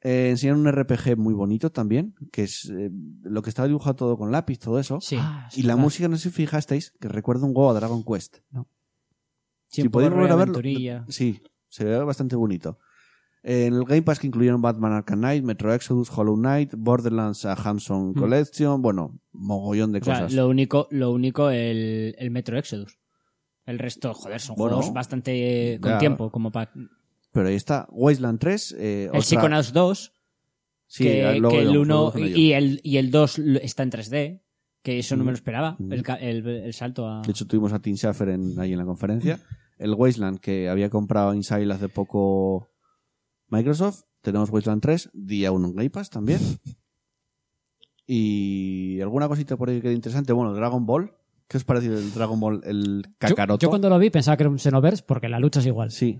A: Eh, enseñaron un RPG muy bonito también, que es eh, lo que estaba dibujado todo con lápiz, todo eso.
C: Sí.
D: Ah, sí,
A: y la
D: verdad.
A: música, no sé si fijasteis, que recuerda un juego a Dragon Quest.
C: Sí,
A: si
C: un poco
A: podéis volver a
C: rollo
A: verlo.
C: aventurilla.
A: Sí, se ve bastante bonito. En el Game Pass que incluyeron Batman Arkham Knight, Metro Exodus, Hollow Knight, Borderlands a Hamson Collection, bueno, mogollón de
C: Hmm. O sea,
A: cosas.
C: lo único, lo único el, el Metro Exodus. El resto, joder, son
A: Bueno,
C: juegos bastante con
A: ya.
C: tiempo, como para.
A: Pero ahí está, Wasteland 3, eh, otra-
C: El Psychonauts 2,
A: sí,
C: que,
A: luego
C: que
A: hablamos,
C: el 1
A: luego hablamos de
C: y
A: ello.
C: el, y el 2 lo- está en 3D, que eso no
A: Mm.
C: me lo esperaba,
A: Mm.
C: el, ca- el- el salto
D: Ah.
C: a...
A: De hecho, tuvimos a Tim Schafer en, ahí en la
D: Mm.
A: conferencia. El Wasteland, que había comprado Inside hace poco Microsoft. Tenemos Wasteland 3, día 1 en Game Pass también. Y alguna cosita por ahí que era interesante. Bueno, Dragon Ball, ¿Qué os pareció el Dragon Ball, el
D: Yo-
A: Kakaroto?
D: Yo, cuando lo vi pensaba que era un Xenoverse porque la lucha es igual.
A: Sí.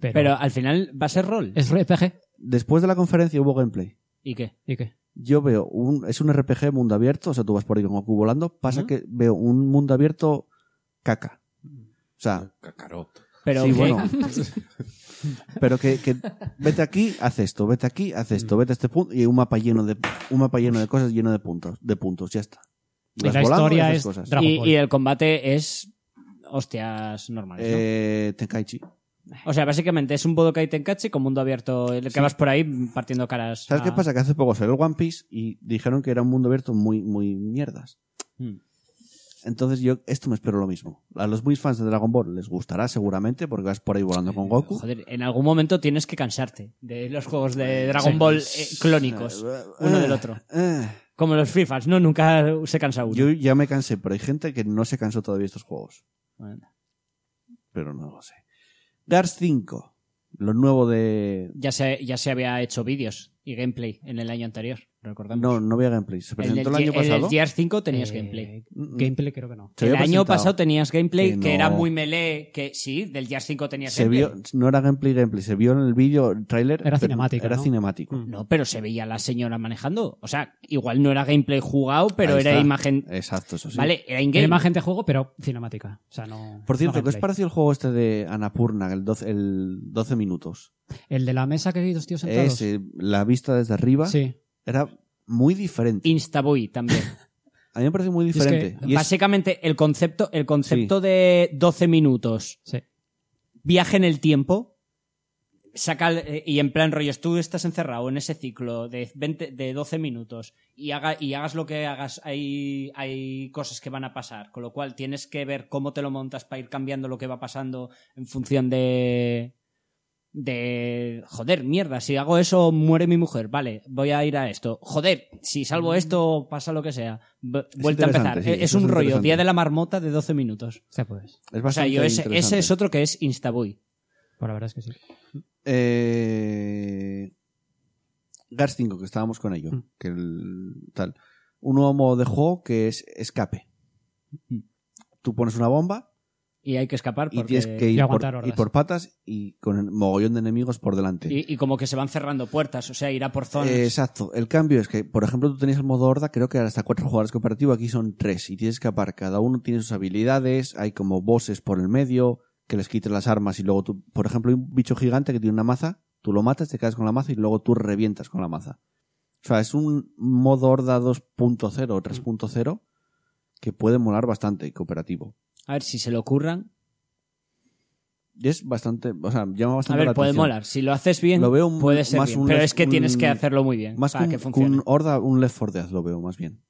D: Pero,
C: Pero al final va a ser rol.
D: es RPG.
A: Después de la conferencia hubo gameplay.
C: ¿Y qué?
D: ¿Y qué?
A: Yo veo un. Es un RPG mundo abierto, o sea, tú vas por ahí con Goku volando. Pasa que veo un mundo abierto caca. O sea,
B: Cacarot.
C: Pero
A: sí,
C: ¿qué?
A: bueno. Pero que, que vete aquí, haz esto, vete aquí, haz esto, vete a este punto y un mapa lleno de un mapa lleno de cosas, lleno de puntos, de puntos, ya está.
D: Y
A: Vas
D: la
A: volando y
D: historia
A: haces
D: es
A: cosas.
D: Dragon
C: y,
D: Ball.
C: y el combate es hostias normales. ¿no?
A: Eh, Tenkaichi.
C: o sea, básicamente es un Budokai Tenkaichi con mundo abierto, el que vas por ahí partiendo caras.
A: ¿Sabes qué
C: a-
A: pasa? Que hace poco salió el One Piece y dijeron que era un mundo abierto muy, muy mierdas.
C: Mm.
A: Entonces yo esto me espero lo mismo. A los muy fans de Dragon Ball les gustará seguramente porque vas por ahí volando con Goku.
C: Joder, en algún momento tienes que cansarte de los juegos de Dragon Ball eh, clónicos, uno del otro.
A: Pues, Eh,
C: Como los FIFAs, ¿no? Nunca se cansa uno.
A: Yo ya me cansé, pero hay gente que no se cansó todavía de estos juegos.
C: Bueno,
A: Pero no lo sé. Dars 5. Lo nuevo de...
C: ya, se, ya se había hecho vídeos y gameplay en el año anterior, recordamos.
A: No, no había gameplay. Se
C: En
A: presentó el, año pasado.
C: el Gears 5 tenías
D: Eh,
C: gameplay.
A: Mm, mm.
D: Gameplay creo que no.
A: Se
C: el
A: había
C: año
A: presentado.
C: pasado tenías gameplay
A: Que
C: que,
A: no.
C: era muy melee, que sí, del Gears 5 tenías
A: Se
C: gameplay.
A: vio, no era gameplay, gameplay. Se vio en el vídeo, el tráiler.
D: Era
A: pero
D: cinemática,
A: Era
D: ¿no?
A: cinemático.
C: No, pero se veía la señora manejando. O sea, igual no era gameplay jugado, pero
A: Ahí
C: era
A: está.
C: imagen.
A: Exacto, eso sí.
C: Vale, era
D: Era
C: in-game.
D: imagen de juego, pero cinemática. O sea, no.
A: Por cierto,
D: no
A: ¿qué os
D: gameplay.
A: pareció el juego este de Anapurna, el 12, el 12 minutos?
D: El de la mesa que hay dos tíos
A: ¿Eh,
D: sentados.
A: Ese, la vista desde arriba
D: Sí.
A: era muy diferente.
C: Instaboy también.
A: A mí me pareció muy
D: es que
A: diferente. Y es-
C: Básicamente, el concepto, el concepto de 12 minutos,
D: Sí.
C: viaje en el tiempo, saca el- eh, y en plan rollos, tú estás encerrado en ese ciclo de, 20 de 12 minutos y, haga, y hagas lo que hagas, hay, hay cosas que van a pasar, con lo cual tienes que ver cómo te lo montas para ir cambiando lo que va pasando en función de... De joder, mierda, si hago eso muere mi mujer, vale, voy a ir a esto. Joder, si salvo esto pasa lo que sea. V- Vuelta a empezar.
A: Mm. interesante, sí,
C: es,
A: eso es
C: un rollo,
A: interesante.
C: día de la marmota de 12 minutos.
D: Sí, pues.
A: es
C: O sea,
A: bastante
C: yo ese, ese
A: interesante.
C: es otro que es Instaboy.
D: Por la verdad es que sí.
A: Eh, Gars 5, que estábamos con ello.
D: Mm.
A: Que el, tal. Un nuevo modo de juego que es escape. Tú pones una bomba
C: Y hay que escapar
A: y
C: porque...
A: tienes que ir
D: Y
A: por,
D: aguantar
A: ir
D: hordas.
A: por patas y con el mogollón de enemigos por delante.
C: y, y como que se van cerrando puertas, o sea, irá por zonas.
A: Eh, Exacto. El cambio es que, por ejemplo, tú tenías el modo horda, creo que era hasta cuatro jugadores cooperativo, aquí son tres y tienes que escapar. Cada uno tiene sus habilidades, hay como bosses por el medio que les quites las armas y luego tú, por ejemplo, hay un bicho gigante que tiene una maza, tú lo matas, te quedas con la maza y luego tú revientas con la maza. O sea, es un modo horda 2.0 o 3.0 que puede molar bastante cooperativo.
C: A ver si se le ocurran.
A: Y es bastante, o sea, llama
C: A
A: bastante la
C: ver, puede
A: atención.
C: molar. Si lo haces bien,
A: Lo veo un-
C: puede ser
A: más
C: bien.
A: un-
C: Pero es que
A: un-
C: tienes que hacerlo muy bien
A: Más que
C: para
A: un,
C: que
A: que
C: funcione.
A: un horda, un Left 4 Dead lo veo más bien.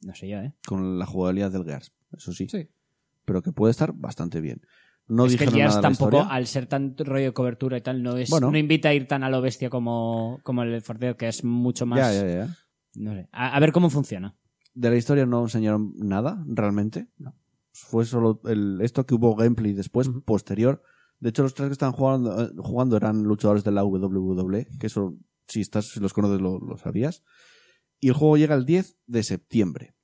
C: No sé yo, ¿eh?
A: con la jugabilidad del Gears, eso sí.
D: Sí.
A: Pero que puede estar bastante bien. No
C: es que el
A: dijeron
C: Gears
A: nada de la
C: tampoco,
A: historia.
C: al ser tan rollo de cobertura y tal, no es
A: Bueno.
C: no invita a ir tan a lo bestia como, como el Fortnite, que es mucho más...
A: Ya, ya, ya.
C: No sé. A, a ver cómo funciona.
A: De la historia no enseñaron nada, realmente. Fue solo el, esto que hubo gameplay después, posterior. De hecho, los tres que estaban jugando, eh, jugando eran luchadores de la WWE, que eso, si estás, si los conoces, lo, lo sabías. Y el juego llega el 10 de septiembre.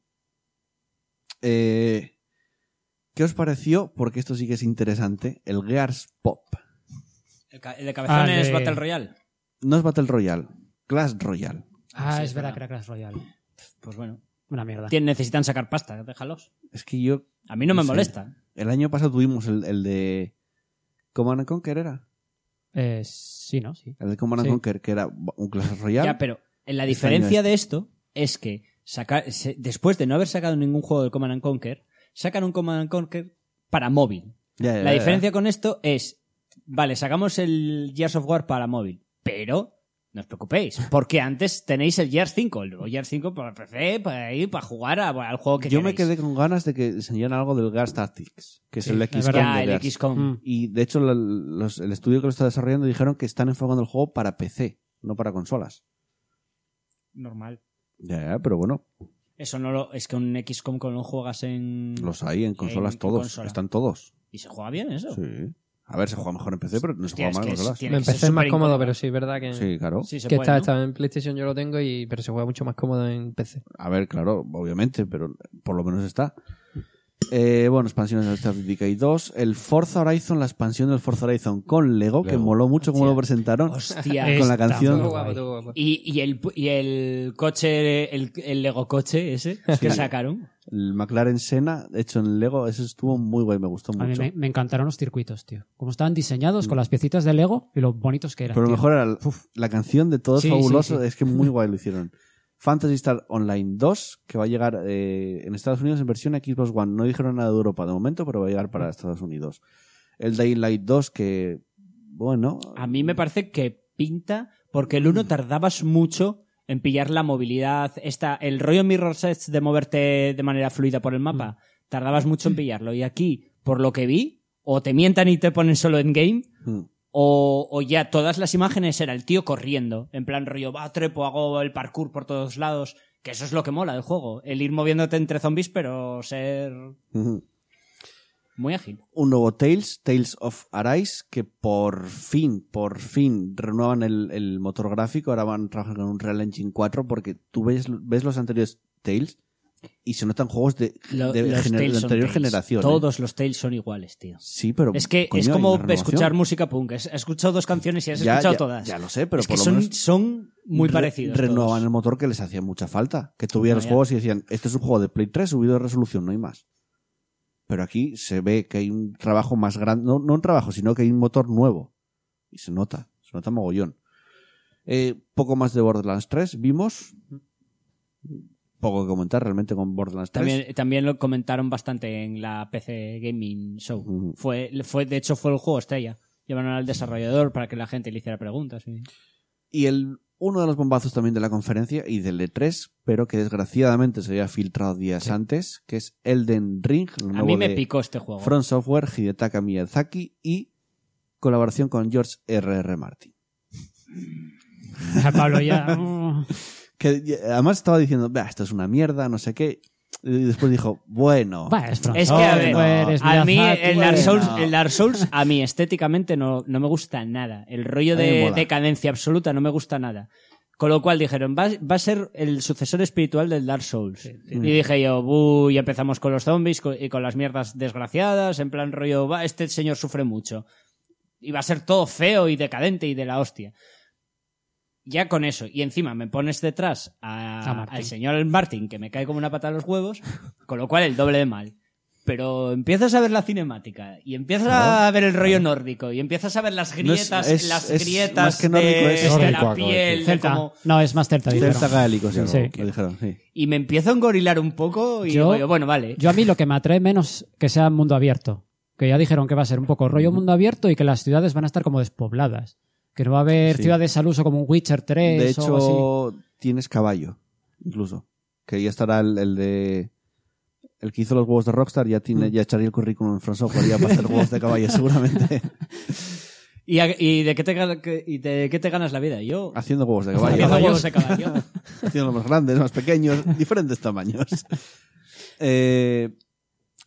A: Eh, ¿Qué os pareció? Porque esto sí que es interesante. El Gears Pop.
C: El, de cabezón
D: Ah,
C: es
D: de-
C: Battle Royale.
A: No es Battle Royale, Clash Royale.
D: Ah,
C: Sí,
D: es verdad
C: claro.
D: que era Clash Royale.
C: Pues bueno.
D: Una mierda.
C: Tien- necesitan sacar pasta, déjalos.
A: Es que yo.
C: A mí no me
A: Sí.
C: molesta.
A: El año pasado tuvimos el, el de. Command and Conquer era.
D: Eh, sí, ¿no? Sí.
A: El de Command and
D: Sí.
A: Conquer, que era un Clash Royale.
C: Ya, pero eh,
A: Este
C: la
A: año
C: diferencia de esto es que sacar, se- después de no haber sacado ningún juego del Command and Conquer, sacan un Command and Conquer para móvil.
A: Ya, ya,
C: La
A: ya,
C: diferencia con esto es, vale, sacamos el Gears of War para móvil, pero no os preocupéis, porque antes tenéis el Gears 5, el nuevo Gears 5 para PC, para ir, para jugar a- al juego que
A: Yo me
C: queráis.
A: quedé con ganas de que enseñaran algo del Gas Tactics, que es
D: Sí,
A: el
D: es
A: X
D: verdad.
C: Ya, el XCOM.
D: Mm.
A: Y de hecho, la- los- el estudio que lo está desarrollando dijeron que están enfocando el juego para PC, no para consolas.
C: Normal.
A: Ya, ya, pero bueno,
C: Eso no lo, es que un XCOM con lo juegas en...
A: los hay en consolas
C: Mm. qué
A: todos.
C: consola?
A: Están todos.
C: Y se juega bien eso.
A: Sí. A ver, se juega mejor en PC, pero no se
C: Hostia,
A: juega
C: es
A: mal en
C: que es-
A: consolas.
C: tiene
E: Me
C: que ser
E: empecé más cómodo,
C: superincómodo.
E: pero sí, verdad que,
A: Sí, claro.
C: Sí, se
E: que
C: puede,
E: está,
C: ¿no?
E: está en PlayStation, yo lo tengo, y pero se juega mucho más cómodo en PC.
A: A ver, claro, obviamente, pero por lo menos está. Eh, bueno, expansiones del Star Decay 2. El Forza Horizon, la expansión del Forza Horizon con Lego, que
B: Lego.
A: moló mucho como lo presentaron.
C: Hostia.
D: Eh,
A: con la
D: está
A: canción.
E: Estuvo guapo, estuvo guapo.
C: ¿Y, y el, pu- y el coche, el, el Lego coche ese que sacaron.
A: El McLaren Senna, hecho en Lego, ese estuvo muy guay, me gustó
D: A mí
A: mucho.
D: me, me encantaron los circuitos, tío. Como estaban diseñados con las piecitas de Lego y lo bonitos que eran.
A: Pero lo
D: tío.
A: mejor era el- la canción de todo es
E: Sí, sí,
A: fabuloso,
E: sí.
A: es que muy guay lo hicieron. Fantasy Star Online 2, que va a llegar eh, en Estados Unidos en versión Xbox One. No dijeron nada de Europa de momento, pero va a llegar para Estados Unidos. El Dying Light 2, que, bueno,
C: A mí me parece que pinta, porque el uno tardabas mucho en pillar la movilidad. Esta, el rollo Mirror Sets de moverte de manera fluida por el mapa,
A: Mm.
C: tardabas mucho en pillarlo. Y aquí, por lo que vi, o te mientan y te ponen solo en game,
A: mm,
C: o, o ya todas las imágenes era el tío corriendo, en plan rollo, va, trepo, hago el parkour por todos lados, que eso es lo que mola del juego, el ir moviéndote entre zombies, pero ser
A: mm.
C: muy ágil.
A: un nuevo Tales, Tales of Arise, que por fin, por fin renuevan el, el motor gráfico. Ahora van a trabajar con un Real Engine 4 porque tú ves, ves los anteriores Tales y se notan juegos de,
C: Lo-
A: de
C: los
A: gener-
C: Tales
A: de
C: son
A: anterior
C: Tales.
A: generación. ¿eh?
C: Todos los Tails son iguales, tío.
A: Sí, pero.
C: Es que
A: coño,
C: es
A: hay
C: como
A: una renovación.
C: escuchar música punk. Has escuchado dos canciones y has
A: Ya,
C: escuchado
A: ya,
C: todas.
A: ya lo sé, pero
C: es
A: por
C: que
A: lo
C: son,
A: menos
C: son muy
A: Re-
C: parecidos.
A: Renovaban
C: todos.
A: el motor que les hacía mucha falta. Que tuvieran los
C: ya.
A: juegos y decían: Este es un juego de Play 3 subido de resolución, no hay más. Pero aquí se ve que hay un trabajo más grande. No, no un trabajo, sino que hay un motor nuevo. Y se nota, se nota mogollón. Eh, poco más de Borderlands 3 vimos. Poco que comentar realmente con Borderlands 3.
C: También, también lo comentaron bastante en la PC Gaming Show.
A: Ujú.
C: fue, fue, de hecho, fue el juego estrella. Llevaron al desarrollador para que la gente le hiciera preguntas. y-
A: Y el, uno de los bombazos también de la conferencia y del E3, pero que desgraciadamente se había filtrado días antes, que es Elden Ring. lo
C: A
A: nuevo
C: mí me
A: de-
C: picó este juego.
A: Front Software, Hidetaka Miyazaki y colaboración con George R.R. Martin.
D: Pablo ya. mm.
A: Que eh, además estaba diciendo, "Bah, esto es una mierda, no sé qué. Y después dijo, bueno.
D: Bueno, es,
C: Es que, a ver,
D: Software,
C: a mí
D: Miyazaki,
C: el Dark,
D: bueno.
C: Souls,
A: no.
C: el Dark Souls, a mí estéticamente no, no me gusta nada. El rollo
A: A mí me
C: de
A: mola.
C: decadencia absoluta no me gusta nada. Con lo cual dijeron, va, va a ser el sucesor espiritual del Dark Souls. y dije yo, "Bu, ya empezamos con los zombies co- y con las mierdas desgraciadas, en plan rollo, va, este señor sufre mucho. Y va a ser todo feo y decadente y de la hostia. Ya con eso. Y encima me pones detrás a-
D: A Martin.
C: al señor Martin, que me cae como una pata a los huevos, con lo cual el doble de mal. Pero empiezas a ver la cinemática y empiezas a ver el rollo nórdico y empiezas a ver las
A: No es-
C: grietas,
A: es-
C: las
A: es
C: grietas
A: más que nórdico,
C: de,
A: es
C: de
B: nórdico,
C: la
B: acabo de
C: piel,
B: decir.
C: de
D: Celta.
C: cómo-
D: No, es más celta, dijeron.
A: Celta gaélico, sí,
D: Sí.
A: lo dijeron, sí.
C: y me empiezo a engorilar un poco y
D: Yo-
C: digo yo, bueno, vale.
D: Yo a mí lo que me atrae menos que sea mundo abierto. Que ya dijeron que va a ser un poco rollo mundo abierto y que las ciudades van a estar como despobladas. Que no va a haber
A: Sí.
D: ciudades al uso como un Witcher 3
A: De
D: o algo
A: hecho, tienes caballo, incluso. Que ya estará el, el de. El que hizo los huevos de Rockstar ya tiene, ya echaría el currículum en Front Software ya para hacer huevos de caballo, seguramente.
C: ¿Y, a- y de qué te, ga- que- y de qué te ganas la vida? Yo...
A: Haciendo huevos de
C: haciendo
A: caballo.
C: huevos de caballo.
A: Haciendo los más grandes, más pequeños, diferentes tamaños. Eh,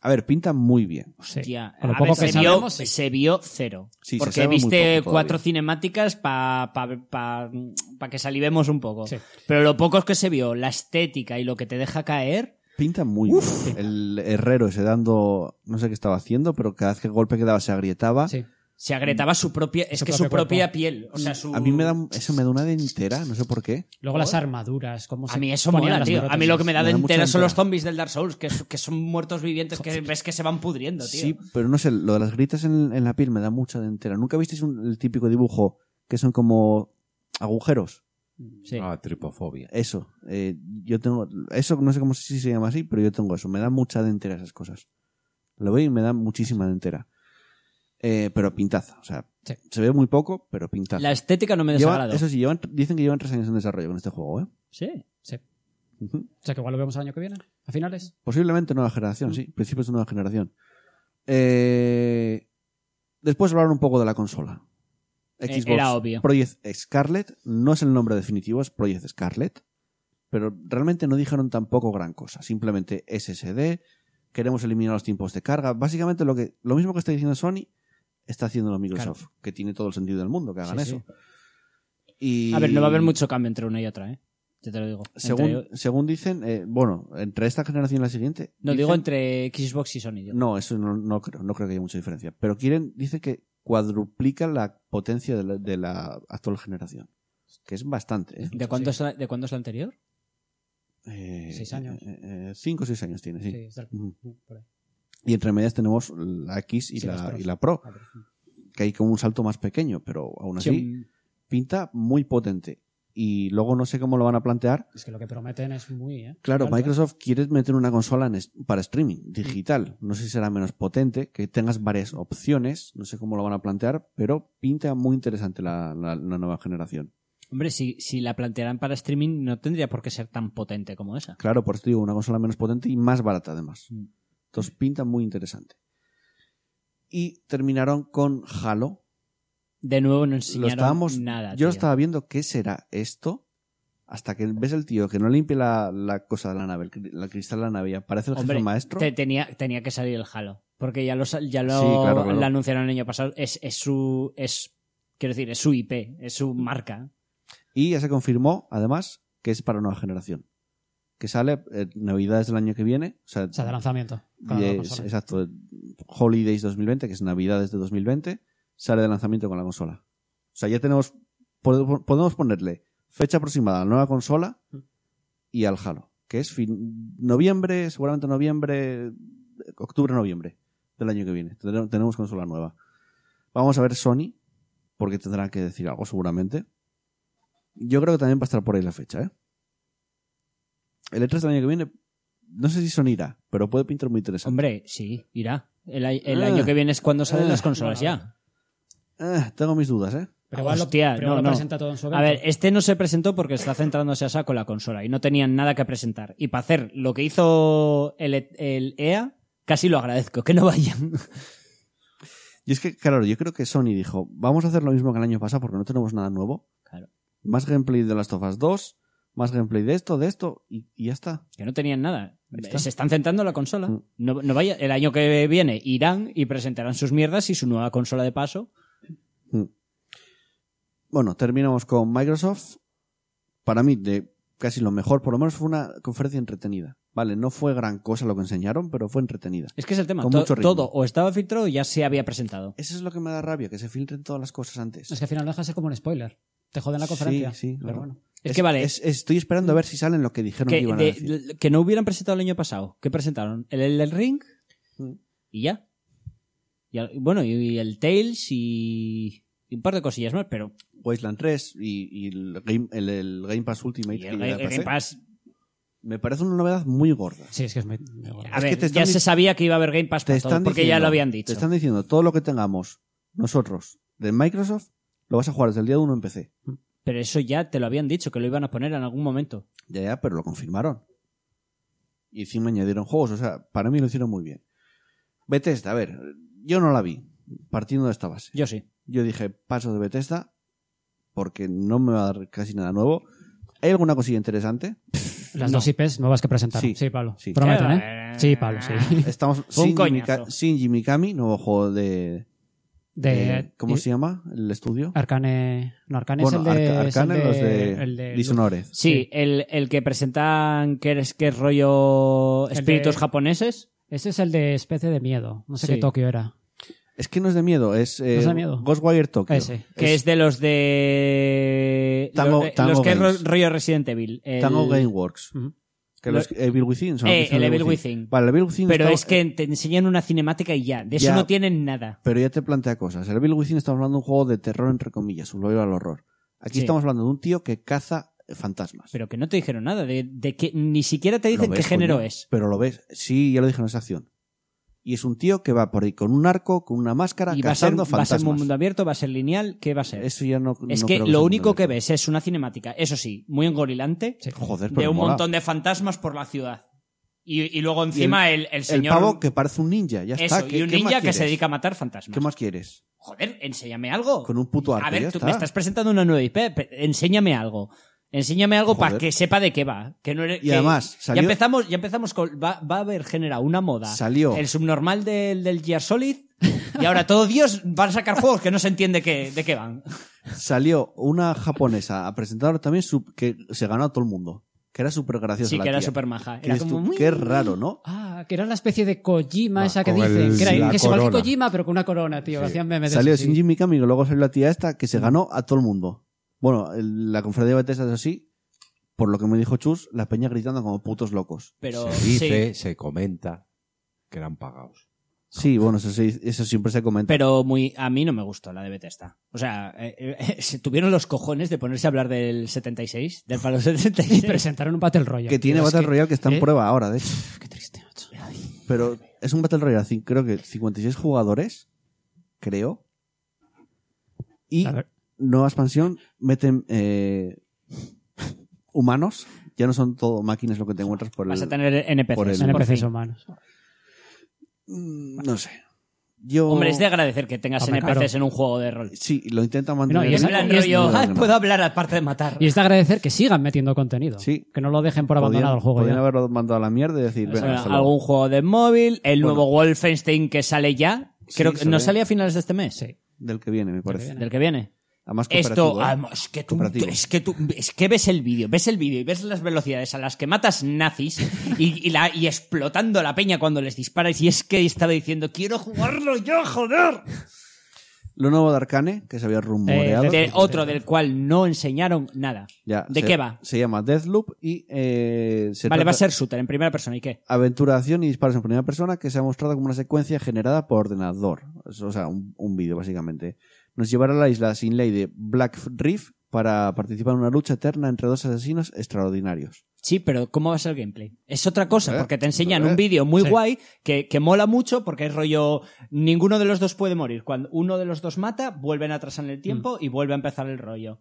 A: a ver, pinta muy bien.
D: así. Sí.
C: Tía,
D: Con lo
C: a
D: poco
C: ver, pues,
D: que
C: se, vio,
D: sabemos, sí.
C: se vio cero.
A: Sí, se
C: porque
A: sabe muy
C: viste
A: poco todavía.
C: cuatro cinemáticas para pa, pa- pa que salivemos un poco.
D: Sí.
C: Pero lo poco es que se vio, la estética y lo que te deja caer.
A: Pinta muy bien. El herrero ese dando, no sé qué estaba haciendo, pero cada vez que el golpe que daba se agrietaba.
D: Sí.
C: Se
A: Mm.
C: agrietaba su propia, es
D: Su
C: que
D: propio
C: su propia piel, o sea, su-
A: A mí me da, eso me da una dentera, no sé por qué.
D: Luego las armaduras, cómo
C: a
D: se
C: mí eso
D: ponían
C: mola,
D: las
C: tío. A mí lo que me da
A: me
C: de
A: da mucha
C: entera son los
A: entera.
C: zombies del Dark Souls, que, es- que son muertos vivientes que ves que se van pudriendo, tío.
A: Sí, pero no sé, lo de las grietas en, en la piel me da mucha dentera. ¿Nunca visteis un- el típico dibujo que son como agujeros?
C: Sí.
B: Ah, tripofobia.
A: Eso. eh, yo tengo, eso no sé cómo si se llama así, pero yo tengo eso. Me da mucha dentera esas cosas. Lo veo y me da muchísima dentera. Eh, pero pintaza, o sea,
D: Sí.
A: se ve muy poco, pero pintaza.
C: La estética no me
A: Lleva-
C: desagrada.
A: eso sí, llevan, dicen que llevan tres años en desarrollo con este juego, ¿eh?
C: Sí.
D: Sí.
A: Ujú.
D: O sea, que igual lo vemos el año que viene, a finales.
A: Posiblemente nueva generación, sí. Principios de nueva generación. Eh, después hablar un poco de la consola.
C: Eh,
A: Xbox
C: era obvio.
A: Project Scarlet. No es el nombre definitivo, es Project Scarlet. Pero realmente no dijeron tampoco gran cosa. Simplemente SSD. Queremos eliminar los tiempos de carga. Básicamente lo, que, lo mismo que está diciendo Sony está haciendo Microsoft. Que tiene todo el sentido del mundo que hagan
C: Sí,
A: eso. Y...
C: A ver, no va a haber mucho cambio entre una y otra, ¿eh? ya te lo digo. Entre-
A: Según, según dicen, eh, bueno, entre esta generación y la siguiente. dicen-
C: no,
A: Mm.
C: digo entre Xbox y Sony. digo.
A: No, eso no, no creo, no creo que haya mucha diferencia. Pero quieren, dice que cuadruplica la potencia de la, de la actual generación. Que es bastante, ¿eh?
C: ¿De, cuánto es la, ¿De cuándo es la anterior?
A: Eh,
D: Seis años.
A: eh, eh, cinco o seis años tiene, sí.
D: Sí, está-
A: Ujú.
D: por ahí.
A: Y entre medias tenemos la X y,
D: Sí, las
A: la,
D: Pros.
A: y la Pro,
D: A ver.
A: que hay como un salto más pequeño, pero aún así
D: mm,
C: Sí.
A: pinta muy potente. Y luego no sé cómo lo van a plantear.
D: Es que lo que prometen es muy, ¿eh?
A: Claro,
D: Alto, ¿eh?
A: Microsoft quiere meter una consola en es- para
C: Mm.
A: streaming digital. No sé si será menos potente, que tengas varias opciones. No sé cómo lo van a plantear, pero pinta muy interesante la, la- la nueva generación.
C: Hombre, si, si la plantearan para streaming no tendría por qué ser tan potente como esa.
A: Claro, por eso digo, una consola menos potente y más barata además.
C: Mm.
A: Entonces pinta muy interesante. Y terminaron con Halo.
C: De nuevo no
A: Lo
C: enseñaron
A: estábamos,
C: nada.
A: yo
C: tío.
A: lo estaba viendo qué será esto. Hasta que ves el tío que no limpia la, la cosa de la nave, el, cri- el cristal de la nave y aparece el
C: Hombre,
A: jefe maestro.
C: te- tenía, tenía que salir el Halo. Porque ya lo, sa- ya lo,
A: Sí, claro, claro.
C: lo anunciaron el año pasado. Es, es su. Es, quiero decir, es su IP, es su marca.
A: Y ya se confirmó, además, que es para nueva generación. Que sale eh, Navidades del año que viene. O sea,
D: O sea, de lanzamiento. con
A: y
D: la
A: es-
D: consola.
A: exacto. eh, Holidays 2020, que es Navidades de 2020, sale de lanzamiento con la consola. O sea, ya tenemos. pode- Podemos ponerle fecha aproximada a la nueva consola
D: Mm.
A: y al Halo. Que es fin- noviembre, seguramente noviembre, octubre, noviembre del año que viene. Tendremos- Tenemos consola nueva. Vamos a ver Sony, porque tendrá que decir algo seguramente. Yo creo que también va a estar por ahí la fecha, ¿eh? El E3 del año que viene, no sé si Sony irá, pero puede pintar muy interesante.
C: Hombre, sí, irá. El, a- el
A: Ah.
C: año que viene es cuando salen
A: Ah.
C: las consolas
D: Bueno,
C: ya.
A: Eh, tengo mis dudas, ¿eh?
D: Pero igual lo-
C: Hostia,
D: pero
C: no,
D: lo
C: no.
D: presenta todo en su
C: A
D: evento.
C: ver, este no se presentó porque está centrándose a saco en la consola y no tenían nada que presentar. Y para hacer lo que hizo el, el EA, casi lo agradezco, que no vayan.
A: Y es que, claro, yo creo que Sony dijo, vamos a hacer lo mismo que el año pasado porque no tenemos nada nuevo.
C: Claro.
A: Más gameplay de Last of Us 2, más gameplay de esto, de esto, y, y ya está.
C: Que no tenían nada.
A: Ahí está.
C: Se están centrando en la consola.
A: Mm.
C: No, no vaya, el año que viene irán y presentarán sus mierdas y su nueva consola de paso.
A: Mm. Bueno, terminamos con Microsoft. Para mí, de casi lo mejor, por lo menos fue una conferencia entretenida. Vale, no fue gran cosa lo que enseñaron, pero fue entretenida.
C: Es que es el tema.
A: Con
C: To-
A: mucho ritmo.
C: todo o estaba filtrado o ya se había presentado.
A: Eso es lo que me da rabia, que se filtren todas las cosas antes.
D: Es que al final lo dejas como un spoiler. Te joden la conferencia.
A: Sí, sí,
D: Pero
A: claro.
D: bueno.
C: Es, que vale.
A: es- estoy esperando a ver si salen lo que dijeron que,
C: que,
A: iban a
C: de-
A: decir.
C: que no hubieran presentado el año pasado. ¿Qué presentaron? El, el, Ring
A: Mm.
C: y ya. Y al- bueno, y, y el Tails y, y un par de cosillas más, pero
A: Wasteland 3 y, y el, game, el, el Game Pass Ultimate.
C: y
A: que
C: el,
A: viene
C: Ga-
A: de
C: el Game
A: PC,
C: Pass.
A: Me parece una novedad muy gorda.
D: Sí, es que es muy. muy bueno.
C: A
A: Es que
C: ver,
A: te están
C: ya
A: dic-
C: se sabía que iba a haber Game Pass
A: Te
C: para todo,
A: están
C: porque ya
A: diciendo-
C: lo habían dicho.
A: Te están diciendo, todo lo que tengamos nosotros de Microsoft, lo vas a jugar desde el día 1 en PC.
C: Pero eso ya te lo habían dicho, que lo iban a poner en algún momento.
A: Ya, ya, pero lo confirmaron. Y encima añadieron juegos. O sea, para mí lo hicieron muy bien. Bethesda, a ver, yo no la vi, partiendo de esta base.
C: Yo sí.
A: Yo dije, paso de Bethesda, porque no me va a dar casi nada nuevo. ¿Hay alguna cosilla interesante?
D: Las
C: No.
D: dos IPs nuevas que presentaron.
A: Sí.
D: Sí, Pablo.
A: Sí. Este,
D: Prometen,
C: Eh,
D: ¿eh? Sí, Pablo, sí.
A: Estamos
C: Fue un
A: sin Jimmy
C: coñazo.
A: Ka- Shinji Mikami, nuevo juego de,
D: De,
A: Eh, ¿Cómo
D: y-
A: se llama el estudio?
D: Arcane. No, Arcane
A: bueno,
D: es el de.
A: Arca-
D: es el
A: Arcane, los de,
D: el de
A: Dishonored.
C: Sí,
D: Sí.
C: el, el que presentan que es, que es rollo
D: El de-
C: espíritus japoneses.
D: Ese es el de especie de miedo. No sé
C: Sí.
D: qué Tokio era.
A: Es que no es de miedo, es, eh,
D: ¿No es de miedo?
A: Ghostwire Tokyo.
D: Ese.
C: Que es de los de.
A: Tango-
C: los, de-
A: Tango
C: los que es ro-
A: Games.
C: rollo Resident Evil. El-
A: Tango Gameworks.
D: Ujú.
A: Que los Evil Within son
C: Eh,
A: los que son
C: el Evil Within.
A: Vale, el Evil Within
C: Pero
A: está-
C: es que te enseñan una cinemática y ya. De eso
A: Ya.
C: no tienen nada.
A: Pero ya te plantea cosas. El Evil Within estamos hablando de un juego de terror, entre comillas, sublevado al horror. Aquí
C: Sí.
A: estamos hablando de un tío que caza eh, fantasmas.
C: Pero que no te dijeron nada. De, de que ni siquiera te dicen
A: ¿Lo
C: qué
A: ves,
C: género
A: coño?
C: es.
A: Pero lo ves. Sí, ya lo dije en esa acción. Y es un tío que va por ahí con un arco, con una máscara,
C: Y va a, ser,
A: cazando
C: va a ser
A: fantasmas.
C: mundo abierto, va a ser lineal, ¿qué va a ser? Es,
A: Eso ya no. no
C: que
A: creo
C: lo
A: sea
C: único
A: mundo
C: que
A: abierto.
C: ves es una cinemática, eso sí, muy engorilante,
A: Joder, pero
C: de un
A: mola.
C: montón de fantasmas por la ciudad. Y, y luego encima el, el señor.
A: El pavo que parece un ninja, ya
C: Eso,
A: está. ¿Qué-
C: y un
A: qué más
C: ninja que
A: quieres?
C: se dedica a matar fantasmas.
A: ¿Qué más quieres?
C: Joder, enséñame algo.
A: Con un puto arco,
C: A ver,
A: ya
C: tú
A: está.
C: me estás presentando una nueva IP. pe- Enséñame algo. Enséñame algo
A: Joder.
C: para que sepa de qué va. Que no eres-
A: Y
C: que-
A: además, salió-
C: Ya empezamos, ya empezamos con. Va, va a haber generado una moda.
A: Salió.
C: El subnormal del, del Gear Solid. Y ahora todo Dios van a sacar juegos que no se entiende qué- de qué van.
A: salió una japonesa a presentar también su- que se ganó a todo el mundo. Que era súper graciosa.
C: Sí,
A: la
C: que era
A: tía.
C: súper maja.
A: Que
C: Era
A: dices tú,
C: como muy...
A: Qué raro, ¿no?
D: Ah, que era la especie de Kojima
B: Ah,
D: esa que
B: con el-
D: dicen. Que, era-
B: la
D: que se parece
B: corona.
D: Kojima, pero con una corona, tío.
B: Sí.
D: Hacían memes de
A: Salió
D: eso, sí.
A: Shinji Mikami, que luego salió la tía esta, que se ganó a todo el mundo. Bueno, el- la conferencia de Bethesda es así. Por lo que me dijo Chus, la peña gritando como putos locos.
C: Pero
B: se
C: sí.
B: dice, se comenta que eran pagados.
A: Sí, bueno, eso, sí- eso siempre se comenta.
C: Pero muy, a mí no me gustó la de Bethesda. O sea, eh, eh, se tuvieron los cojones de ponerse a hablar del 76, del Fallout
D: Y
C: 76.
D: presentaron un Battle Royale.
A: que tiene
D: Tío, es
A: Battle Royale que está en
D: ¿eh?
A: prueba ahora, de hecho.
D: Qué triste, macho.
A: Pero es un Battle Royale, ci- creo que 56 jugadores, creo. Y
D: A ver.
A: nueva expansión, meten eh, humanos. Ya no son todo máquinas lo que te encuentras por el...
C: Vas a tener NPCs.
A: por el-
C: por
D: NPCs
C: fin.
D: humanos.
A: Mm, No sé. Yo...
C: Hombre, es de agradecer que tengas
D: Hombre,
C: NPCs
D: claro.
C: en un juego de rol.
A: Sí, lo intentan
D: No,
A: mantener.
D: y
C: En
D: esa-
C: plan
D: y es-
C: rollo,
A: No,
C: "Ah,
A: no.
C: puedo hablar aparte de matar.
D: Y es de agradecer que sigan metiendo contenido.
A: Sí.
D: Que no lo dejen por
A: Podían-
D: abandonado el juego.
A: podían
D: ya.
A: haberlo mandado a la mierda y decir,
C: O sea,
A: venga, hasta luego.
C: algún juego de móvil, el nuevo Wolfenstein que sale ya.
A: Sí,
C: Creo que
A: sale.
C: no sale a finales de este mes.
D: Sí.
A: del que viene, me parece.
C: Del que viene.
A: Además,
C: Esto,
A: cooperativo, ¿eh?
C: vamos, es que tú,
A: Cooperativo.
C: es que tú, es que ves el vídeo, ves el vídeo y ves las velocidades a las que matas nazis y, y la, y explotando la peña cuando les disparas y es que estaba diciendo, quiero jugarlo yo, joder.
A: Lo nuevo de Arcane, que se había rumoreado.
D: Eh,
C: De otro del cual no enseñaron nada.
A: Ya,
C: ¿De
A: se-
C: qué va?
A: Se llama Deathloop y eh, se
C: Vale,
A: trata-
C: va a ser shooter en primera persona, ¿y qué?
A: Aventura, acción y disparos en primera persona que se ha mostrado como una secuencia generada por ordenador. O sea, un, un vídeo, básicamente. Nos llevará a la isla sin ley de Black Reef para participar en una lucha eterna entre dos asesinos extraordinarios.
C: Sí, pero ¿cómo va a ser el gameplay? Es otra cosa,
A: Eh,
C: porque te enseñan
A: eh,
C: un vídeo muy
D: sí.
C: guay que, que mola mucho porque es rollo, ninguno de los dos puede morir. Cuando uno de los dos mata, vuelven atrás en el tiempo
A: Mm.
C: y vuelve a empezar el rollo.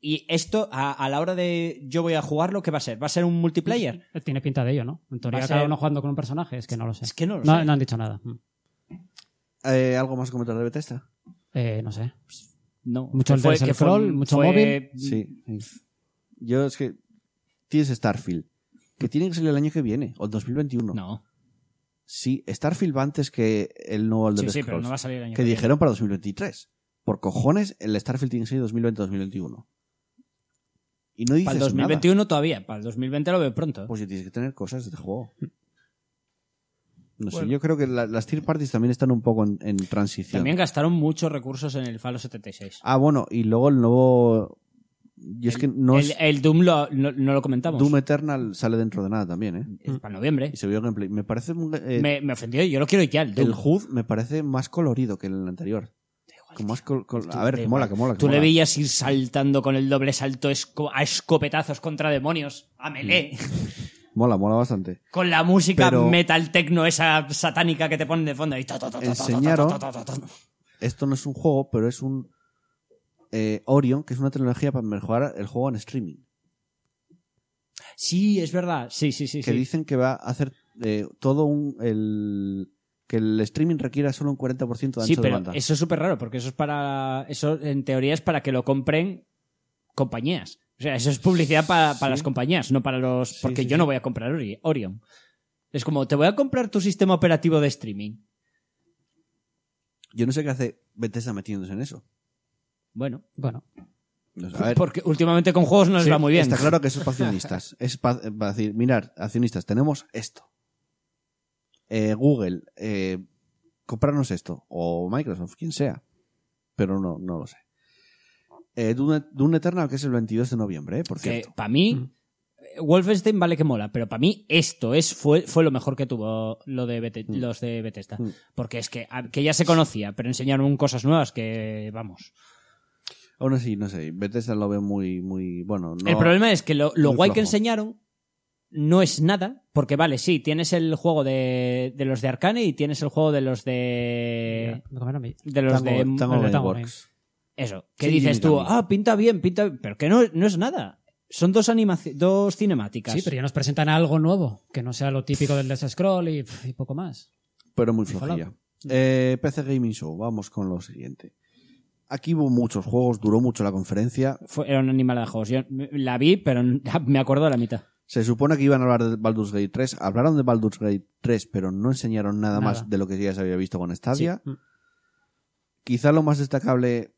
C: Y esto, a, a la hora de yo voy a jugarlo, ¿qué va a ser? ¿Va a ser un multiplayer?
D: Tiene pinta de ello, ¿no? En teoría,
C: Va a
D: cada
C: ser-
D: uno jugando con un personaje, es que no lo sé.
C: Es que no lo
D: No,
C: sé.
D: no han dicho nada. Mm.
A: Eh, ¿Algo más que comentar de Bethesda?
D: Eh, no sé.
C: No,
D: Mucho
C: que
D: el
C: fue-
D: Elder
C: que fue
D: Scroll,
C: un-
D: mucho
C: fue-
D: móvil.
A: Sí. Yo es que tienes Starfield, que tiene que salir el año que viene, o el 2021.
C: No,
A: Sí, Starfield va antes que el nuevo Elder
C: sí, sí, pero
A: Scrolls,
C: no va a salir el año
A: que
C: viene.
A: dijeron para 2023. Por cojones, el Starfield tiene que salir 2020-2021. Y no dices
C: Para el
A: nada.
C: 2021 todavía, para el 2020 lo veo pronto.
A: Pues ya tienes que tener cosas de este juego.
C: Hmm.
A: No sé, yo creo que la- las tier parties también están un poco en, en transición.
C: También gastaron muchos recursos en el Fallout 76.
A: Ah, bueno, y luego el nuevo... Yo es que no
C: el,
A: es...
C: el Doom lo- no, no lo comentamos.
A: Doom Eternal sale dentro de nada también, ¿eh?
C: Es para noviembre.
A: Y se vio gameplay. Me parece... un- eh,
C: me, me ofendió, yo lo quiero ya, el Doom.
A: el HUD me parece más colorido que el anterior. Con más col- col- a ver,
C: da
A: que mola,
C: igual.
A: que mola. que
C: Tú le
A: mola.
C: veías ir saltando con el doble salto esco- a escopetazos contra demonios, a melee,
A: Mola, mola bastante.
C: con la música
A: Mm. Pero-
C: metal tecno esa satánica que te ponen de fondo. Y ta, ta, ta, ta, ta,
A: Enseñaron-
C: ta, ta, ta, ta, ta.
A: Esto no es un juego, pero es un eh, Orion, que es una tecnología para mejorar el juego en streaming.
C: Sí, es verdad. Sí, sí, sí.
A: que
C: sí.
A: dicen que va a hacer eh, todo un... El, que el streaming requiera solo un 40% de ancho
C: Sí,
A: de
C: pero
A: banda.
C: eso es súper raro, porque eso es para. Eso en teoría es para que lo compren compañías. O sea, eso es publicidad para,
A: Sí.
C: para las compañías, no para los.
A: Sí,
C: porque
A: sí,
C: yo
A: sí.
C: no voy a comprar Ori- Orion. Es como, te voy a comprar tu sistema operativo de streaming.
A: Yo no sé qué hace Bethesda metiéndose en eso.
C: Bueno,
D: Bueno,
A: O sea, a ver,
C: porque últimamente con juegos no les
A: sí,
C: va muy bien.
A: Está claro que eso es para accionistas. es pa- para, decir, mirar, accionistas, tenemos esto. Eh, Google, eh, comprarnos esto. O Microsoft, quien sea. Pero no, no lo sé. Eh, Dune, Dune Eternal, que es el 22 de noviembre, eh, por
C: que
A: cierto.
C: para mí
D: Mm.
C: eh, Wolfenstein vale que mola, pero para mí esto es fue, fue lo mejor que tuvo lo de Bete-
A: Mm.
C: los de Bethesda,
A: Mm.
C: porque es que, a- que ya se conocía, pero enseñaron cosas nuevas que vamos.
A: Aún así, no sé. Bethesda lo ve muy, muy. Bueno, no.
C: El problema es que lo, lo
A: muy
C: guay que
A: flojo.
C: enseñaron no es nada, porque vale, sí, tienes el juego de, de los de Arcane y tienes el juego de los
A: Eh,
C: de
D: mira, me comerá mi-
C: de los
A: Tango,
C: de
A: Tango
D: los de
A: Gameworks.
D: Tango
C: eso, que
A: Sí,
C: dices tú,
A: Unity.
C: ah, pinta bien, pinta bien, pero que no, no es nada. Son dos animaci- dos cinemáticas.
D: Sí, pero ya nos presentan algo nuevo, que no sea lo típico del Death Scroll y, pff, y poco más.
A: pero muy flojilla. Eh, PC Gaming Show, vamos con lo siguiente. Aquí hubo muchos juegos, duró mucho la conferencia.
C: Fue- era un animal de juegos. Yo la vi, pero me acuerdo de la mitad.
A: Se supone que iban a hablar de Baldur's Gate 3. Hablaron de Baldur's Gate 3, pero no enseñaron nada,
D: Nada. Mm.
A: más de lo que ya se había visto con Stadia.
D: Sí.
A: Quizá lo más destacable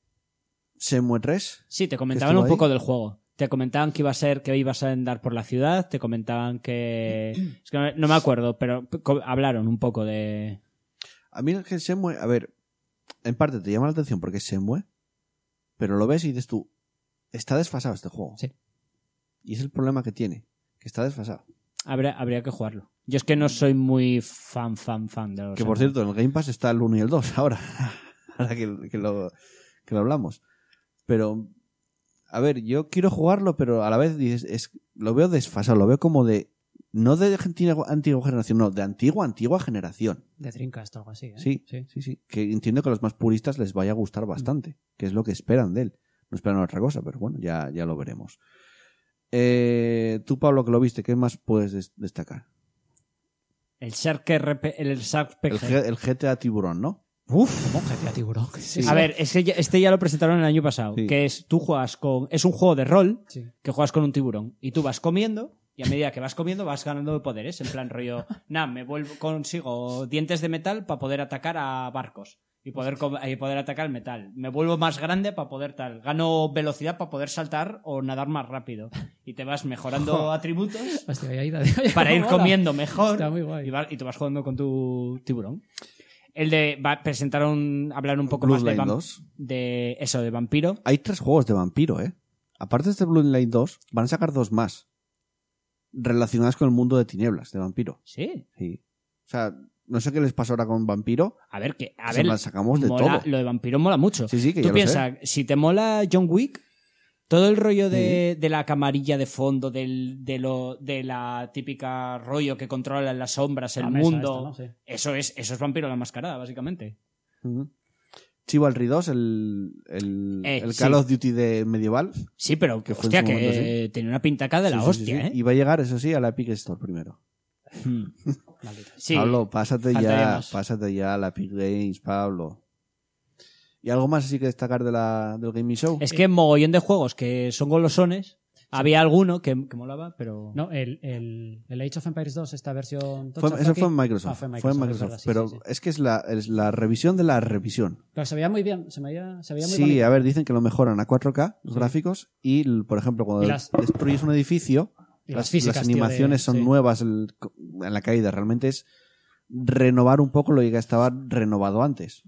A: Shenmue 3.
C: Sí, te comentaban
A: ¿Estuvo
C: un poco
A: ahí?
C: del juego. Te comentaban que iba a ser, que ibas a andar por la ciudad, te comentaban que. Es que no, no me acuerdo, pero co- hablaron un poco de.
A: A mí el que Shenmue, a ver, en parte te llama la atención porque es Shenmue, pero lo ves y dices tú, está desfasado este juego.
D: Sí.
A: Y es el problema que tiene, que está desfasado.
C: Habría, habría que jugarlo. Yo es que no soy muy fan, fan, fan de los.
A: que por
C: Animal.
A: cierto, en el Game Pass está el 1 y el 2 ahora, ahora que, que lo, que lo hablamos. Pero, a ver, yo quiero jugarlo, pero a la vez dices, es, lo veo desfasado, lo veo como de, no de antigua, antigua generación, no, de antigua, antigua generación.
D: De Dreamcast o algo así. ¿eh?
A: Sí, sí, sí, Que entiendo que a los más puristas les vaya a gustar bastante, que es lo que esperan de él. No esperan otra cosa, pero bueno, ya, ya lo veremos. Eh, tú, Pablo, que lo viste, ¿qué más puedes des- destacar?
C: El Shark RP, el Shark
A: El, G- el GTA Tiburón, ¿no?
C: Uf.
D: Como GTA tiburón. Sí.
C: A ver, es que ya- este ya lo presentaron el año pasado.
A: Sí.
C: Que es, tú juegas con. Es un juego de rol
D: Sí.
C: que juegas con un tiburón. Y tú vas comiendo. Y a medida que vas comiendo vas ganando poderes. En plan rollo, nah, me vuelvo, consigo dientes de metal para poder atacar a barcos. Y poder, com- y poder atacar el metal. Me vuelvo más grande para poder tal. Gano velocidad para poder saltar o nadar más rápido. Y te vas mejorando atributos
D: Hostia, ahí,
C: para ir comiendo mejor.
D: Está muy guay.
C: Y, va- y tú vas jugando con tu tiburón. El de va- presentaron, hablar un poco más de,
A: Bloodline
C: vam-
A: 2.
C: de eso, de vampiro.
A: Hay tres juegos de vampiro, ¿eh? Aparte de este Blue Light 2, van a sacar dos más relacionados con el mundo de tinieblas, de vampiro.
C: Sí.
A: Sí. O sea, no sé qué les pasó ahora con vampiro.
C: A ver, que a
A: Se
C: ver,
A: la sacamos de
C: mola-
A: todo.
C: lo de vampiro mola mucho.
A: Sí, sí, que ya
C: Tú
A: lo
C: piensas, si te mola John Wick, todo el rollo de, de la camarilla de fondo, del, de, lo, de la típica rollo que controla las sombras, el
D: La mesa
C: mundo.
D: esta, ¿no? Sí.
C: Eso es, eso es vampiro la mascarada, básicamente.
A: Ujú. Chivalry 2, el, el,
C: Eh,
A: el
C: sí.
A: Call of Duty de medieval.
C: Sí, pero
A: Que fue en
C: hostia,
A: su
C: que
A: momento, sí.
C: tenía una pintaca de la
A: Sí, sí, sí,
C: hostia,
A: sí.
C: ¿eh?
A: Y va a llegar, eso sí, a la Epic Store primero.
C: Hmm. Sí.
A: Pablo, pásate
C: faltaría
A: ya,
C: más.
A: pásate ya a la Epic Games, Pablo. ¿Y algo más así que destacar de la, del Gaming Show?
C: Es que en mogollón de juegos que son golosones, había alguno que, que molaba, pero.
D: No, el, el, el Age of Empires 2, esta versión.
A: Fue-
D: tocha,
A: eso
D: aquí.
A: fue en Microsoft.
D: Ah,
A: fue en Microsoft.
D: es verdad, sí,
A: pero
D: sí, sí.
A: es que es la, es la revisión de la revisión.
D: Pero se veía muy bien, se veía, se veía muy
A: Sí,
D: bonito.
A: a ver, dicen que lo mejoran a 4K los
D: Sí.
A: gráficos y, l- por ejemplo, cuando
D: Y las-
A: destruyes un edificio,
D: Y
A: las, las
D: tío, de-
A: animaciones son
D: sí.
A: nuevas el- en la caída. Realmente es renovar un poco lo que ya estaba renovado antes.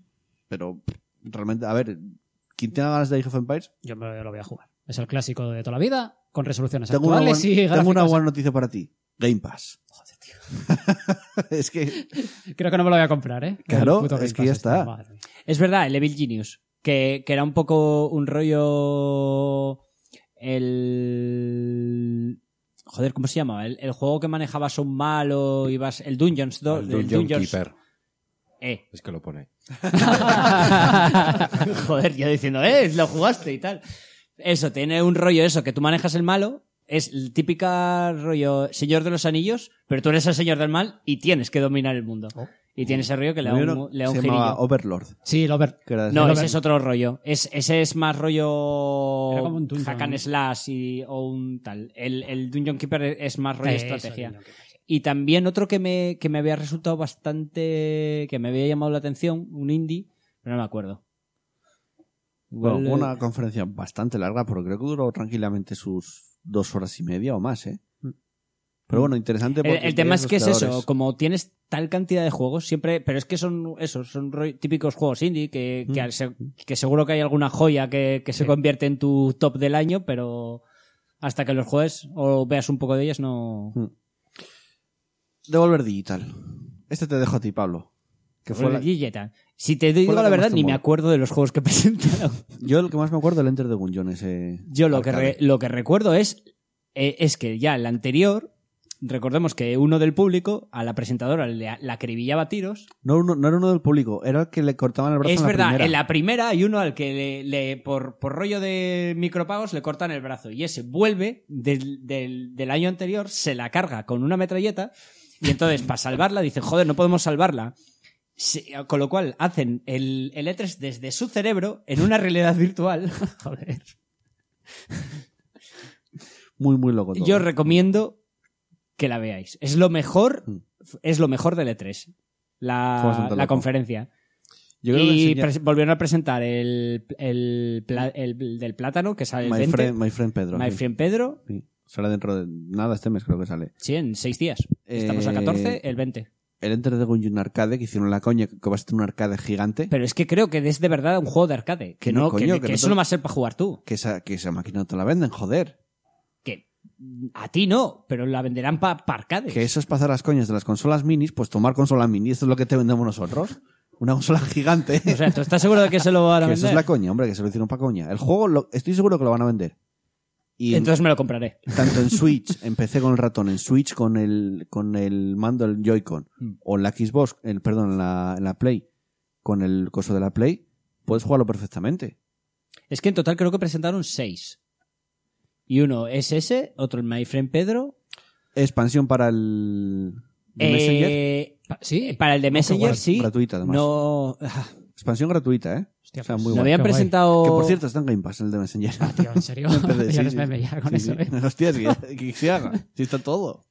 A: Pero realmente, a ver, quien tenga ganas de Age of Empires,
D: Yo me lo voy a jugar. Es el clásico de toda la vida, con resoluciones
A: tengo una,
D: actuales
A: buen-
D: y
A: tengo una
D: gráficas.
A: buena noticia para ti. Game Pass.
D: Joder, tío.
A: es que
D: Creo que no me lo voy a comprar, ¿eh?
A: Claro,
D: El puto
A: es que
D: Game
A: ya
D: Pass este,
A: está.
D: madre mía.
C: Es verdad, el Evil Genius, que, que era un poco un rollo. El. Joder, ¿cómo se llamaba? El, el juego que manejabas un malo, ibas. El Dungeons 2.
B: El Dungeon Keeper.
C: Eh.
B: Es que lo pone.
C: Joder, yo diciendo, eh, lo jugaste y tal. Eso, tiene un rollo eso, que tú manejas el malo, es el típica rollo Señor de los Anillos, pero tú eres el Señor del Mal y tienes que dominar el mundo. Y tiene ese rollo que le da
A: primero
C: un, le da un
A: se
C: girillo.
A: llamaba Overlord.
D: Sí, lo ver.
A: que era de-
C: No,
D: Lo
C: ese
D: ver-
C: es otro rollo. Es, ese es más
D: Era como
C: rollo
D: un dungeon.
C: hack and slash y, o un tal. El, el Dungeon Keeper es más rollo
D: Eso,
C: estrategia.
D: niño, que-
C: Y también otro que me, que me había resultado bastante... que me había llamado la atención, un indie, pero no me acuerdo.
A: Bueno,
C: Igual,
A: fue
C: eh,
A: una conferencia bastante larga, pero creo que duró tranquilamente sus dos horas y media o más, ¿eh? Pero bueno, interesante
C: Mm. El,
A: porque...
C: el tema
A: tienes
C: es que es
A: los
C: eso,
A: creadores.
C: como tienes tal cantidad de juegos, siempre, pero es que son esos, son ro- típicos juegos indie, que, que,
A: Mm.
C: al se- que seguro que hay alguna joya que, que se
D: Sí.
C: convierte en tu top del año, pero hasta que los juegues o veas un poco de ellas no...
A: Devolver Digital. Este te dejo a ti, Pablo. Que fue la-
C: Oye, Jetta, Si te digo
A: la
C: la,
A: que más
C: verdad,
A: te
C: ni me
A: mola.
C: acuerdo de los juegos que presentaron.
A: Yo el que más me acuerdo, el Enter the Gungeon, ese...
C: Yo lo que,
A: arcade.
C: re- lo que recuerdo es, eh, es que ya el anterior, recordemos que uno del público a la presentadora le- la acribillaba a tiros
A: No, uno- no era uno del público, era el que le cortaban el brazo
C: Es
A: en la
C: verdad,
A: primera.
C: en la primera hay uno al que le, le- por, por rollo de micropagos le cortan el brazo y ese vuelve del, del- del año anterior, se la carga con una metralleta y entonces para salvarla dicen, joder, no podemos salvarla. Se- con lo cual hacen el, el E3 desde su cerebro en una realidad virtual.
D: Joder.
A: Muy, muy loco todo.
C: Yo recomiendo que la veáis. Es lo mejor,
A: Mm.
C: es lo mejor del E3,
A: Fue
C: la,
A: bastante
C: la
A: loco.
C: conferencia.
A: Yo creo que
C: y
A: enseña-
C: pres- volvieron a presentar el, el, pla- el del plátano, que sale el
A: My
C: 20.
A: friend, my friend Pedro.
C: My
A: sí.
C: Friend Pedro.
A: Sí. Sale dentro de nada este mes, creo que sale.
C: Sí, en seis días. Estamos a
A: Eh,
C: 14, el 20.
A: El Enter the Gungeon Arcade, que hicieron la coña que va a ser un arcade gigante.
C: Pero es que creo que es de verdad un juego de arcade. Que,
A: Que
C: no,
A: no,
C: que-
A: coño,
C: que
A: que no
C: eso
A: te-
C: no va a ser para jugar tú.
A: Que esa, que esa máquina no te la venden, joder.
C: Que a ti no, pero la venderán para arcades.
A: Que eso es pasar las coñas de las consolas minis, pues tomar consola mini, esto es lo que te vendemos nosotros. Una consola gigante.
C: O sea, ¿tú estás seguro de que se lo van a
A: que eso es la
C: vender?
A: coña, hombre, que se lo hicieron para coña. El juego, lo- estoy seguro que lo van a vender. Y en-
C: Entonces me lo compraré.
A: tanto en Switch, empecé con el ratón, en Switch con el, con el mando, el Joy-Con,
C: Mm.
A: o en la Xbox, el, perdón, en la, en la Play, con el coso de la Play, puedes jugarlo perfectamente.
C: Es que en total creo que presentaron seis. Y uno es ese, otro el My Friend Pedro.
A: Expansión para el de Messenger.
C: Eh,
D: Pa- Sí,
C: para el de Messenger
A: guay.
C: sí.
A: Gratuita, además.
C: No,
A: Expansión gratuita, ¿eh?
D: Hostia,
A: o sea,
D: pues,
A: muy
C: lo
D: no
A: guay.
D: había-
C: habían
D: qué guay.
C: presentado.
A: Que por cierto está en Game Pass, el de Messenger.
D: Ah, tío, en serio.
A: En PC,
D: ya
A: sí,
D: les
A: sí.
D: me veía con
A: Sí,
D: eso,
A: sí.
D: ¿eh?
A: Hostias, que, que se haga. Sí está todo.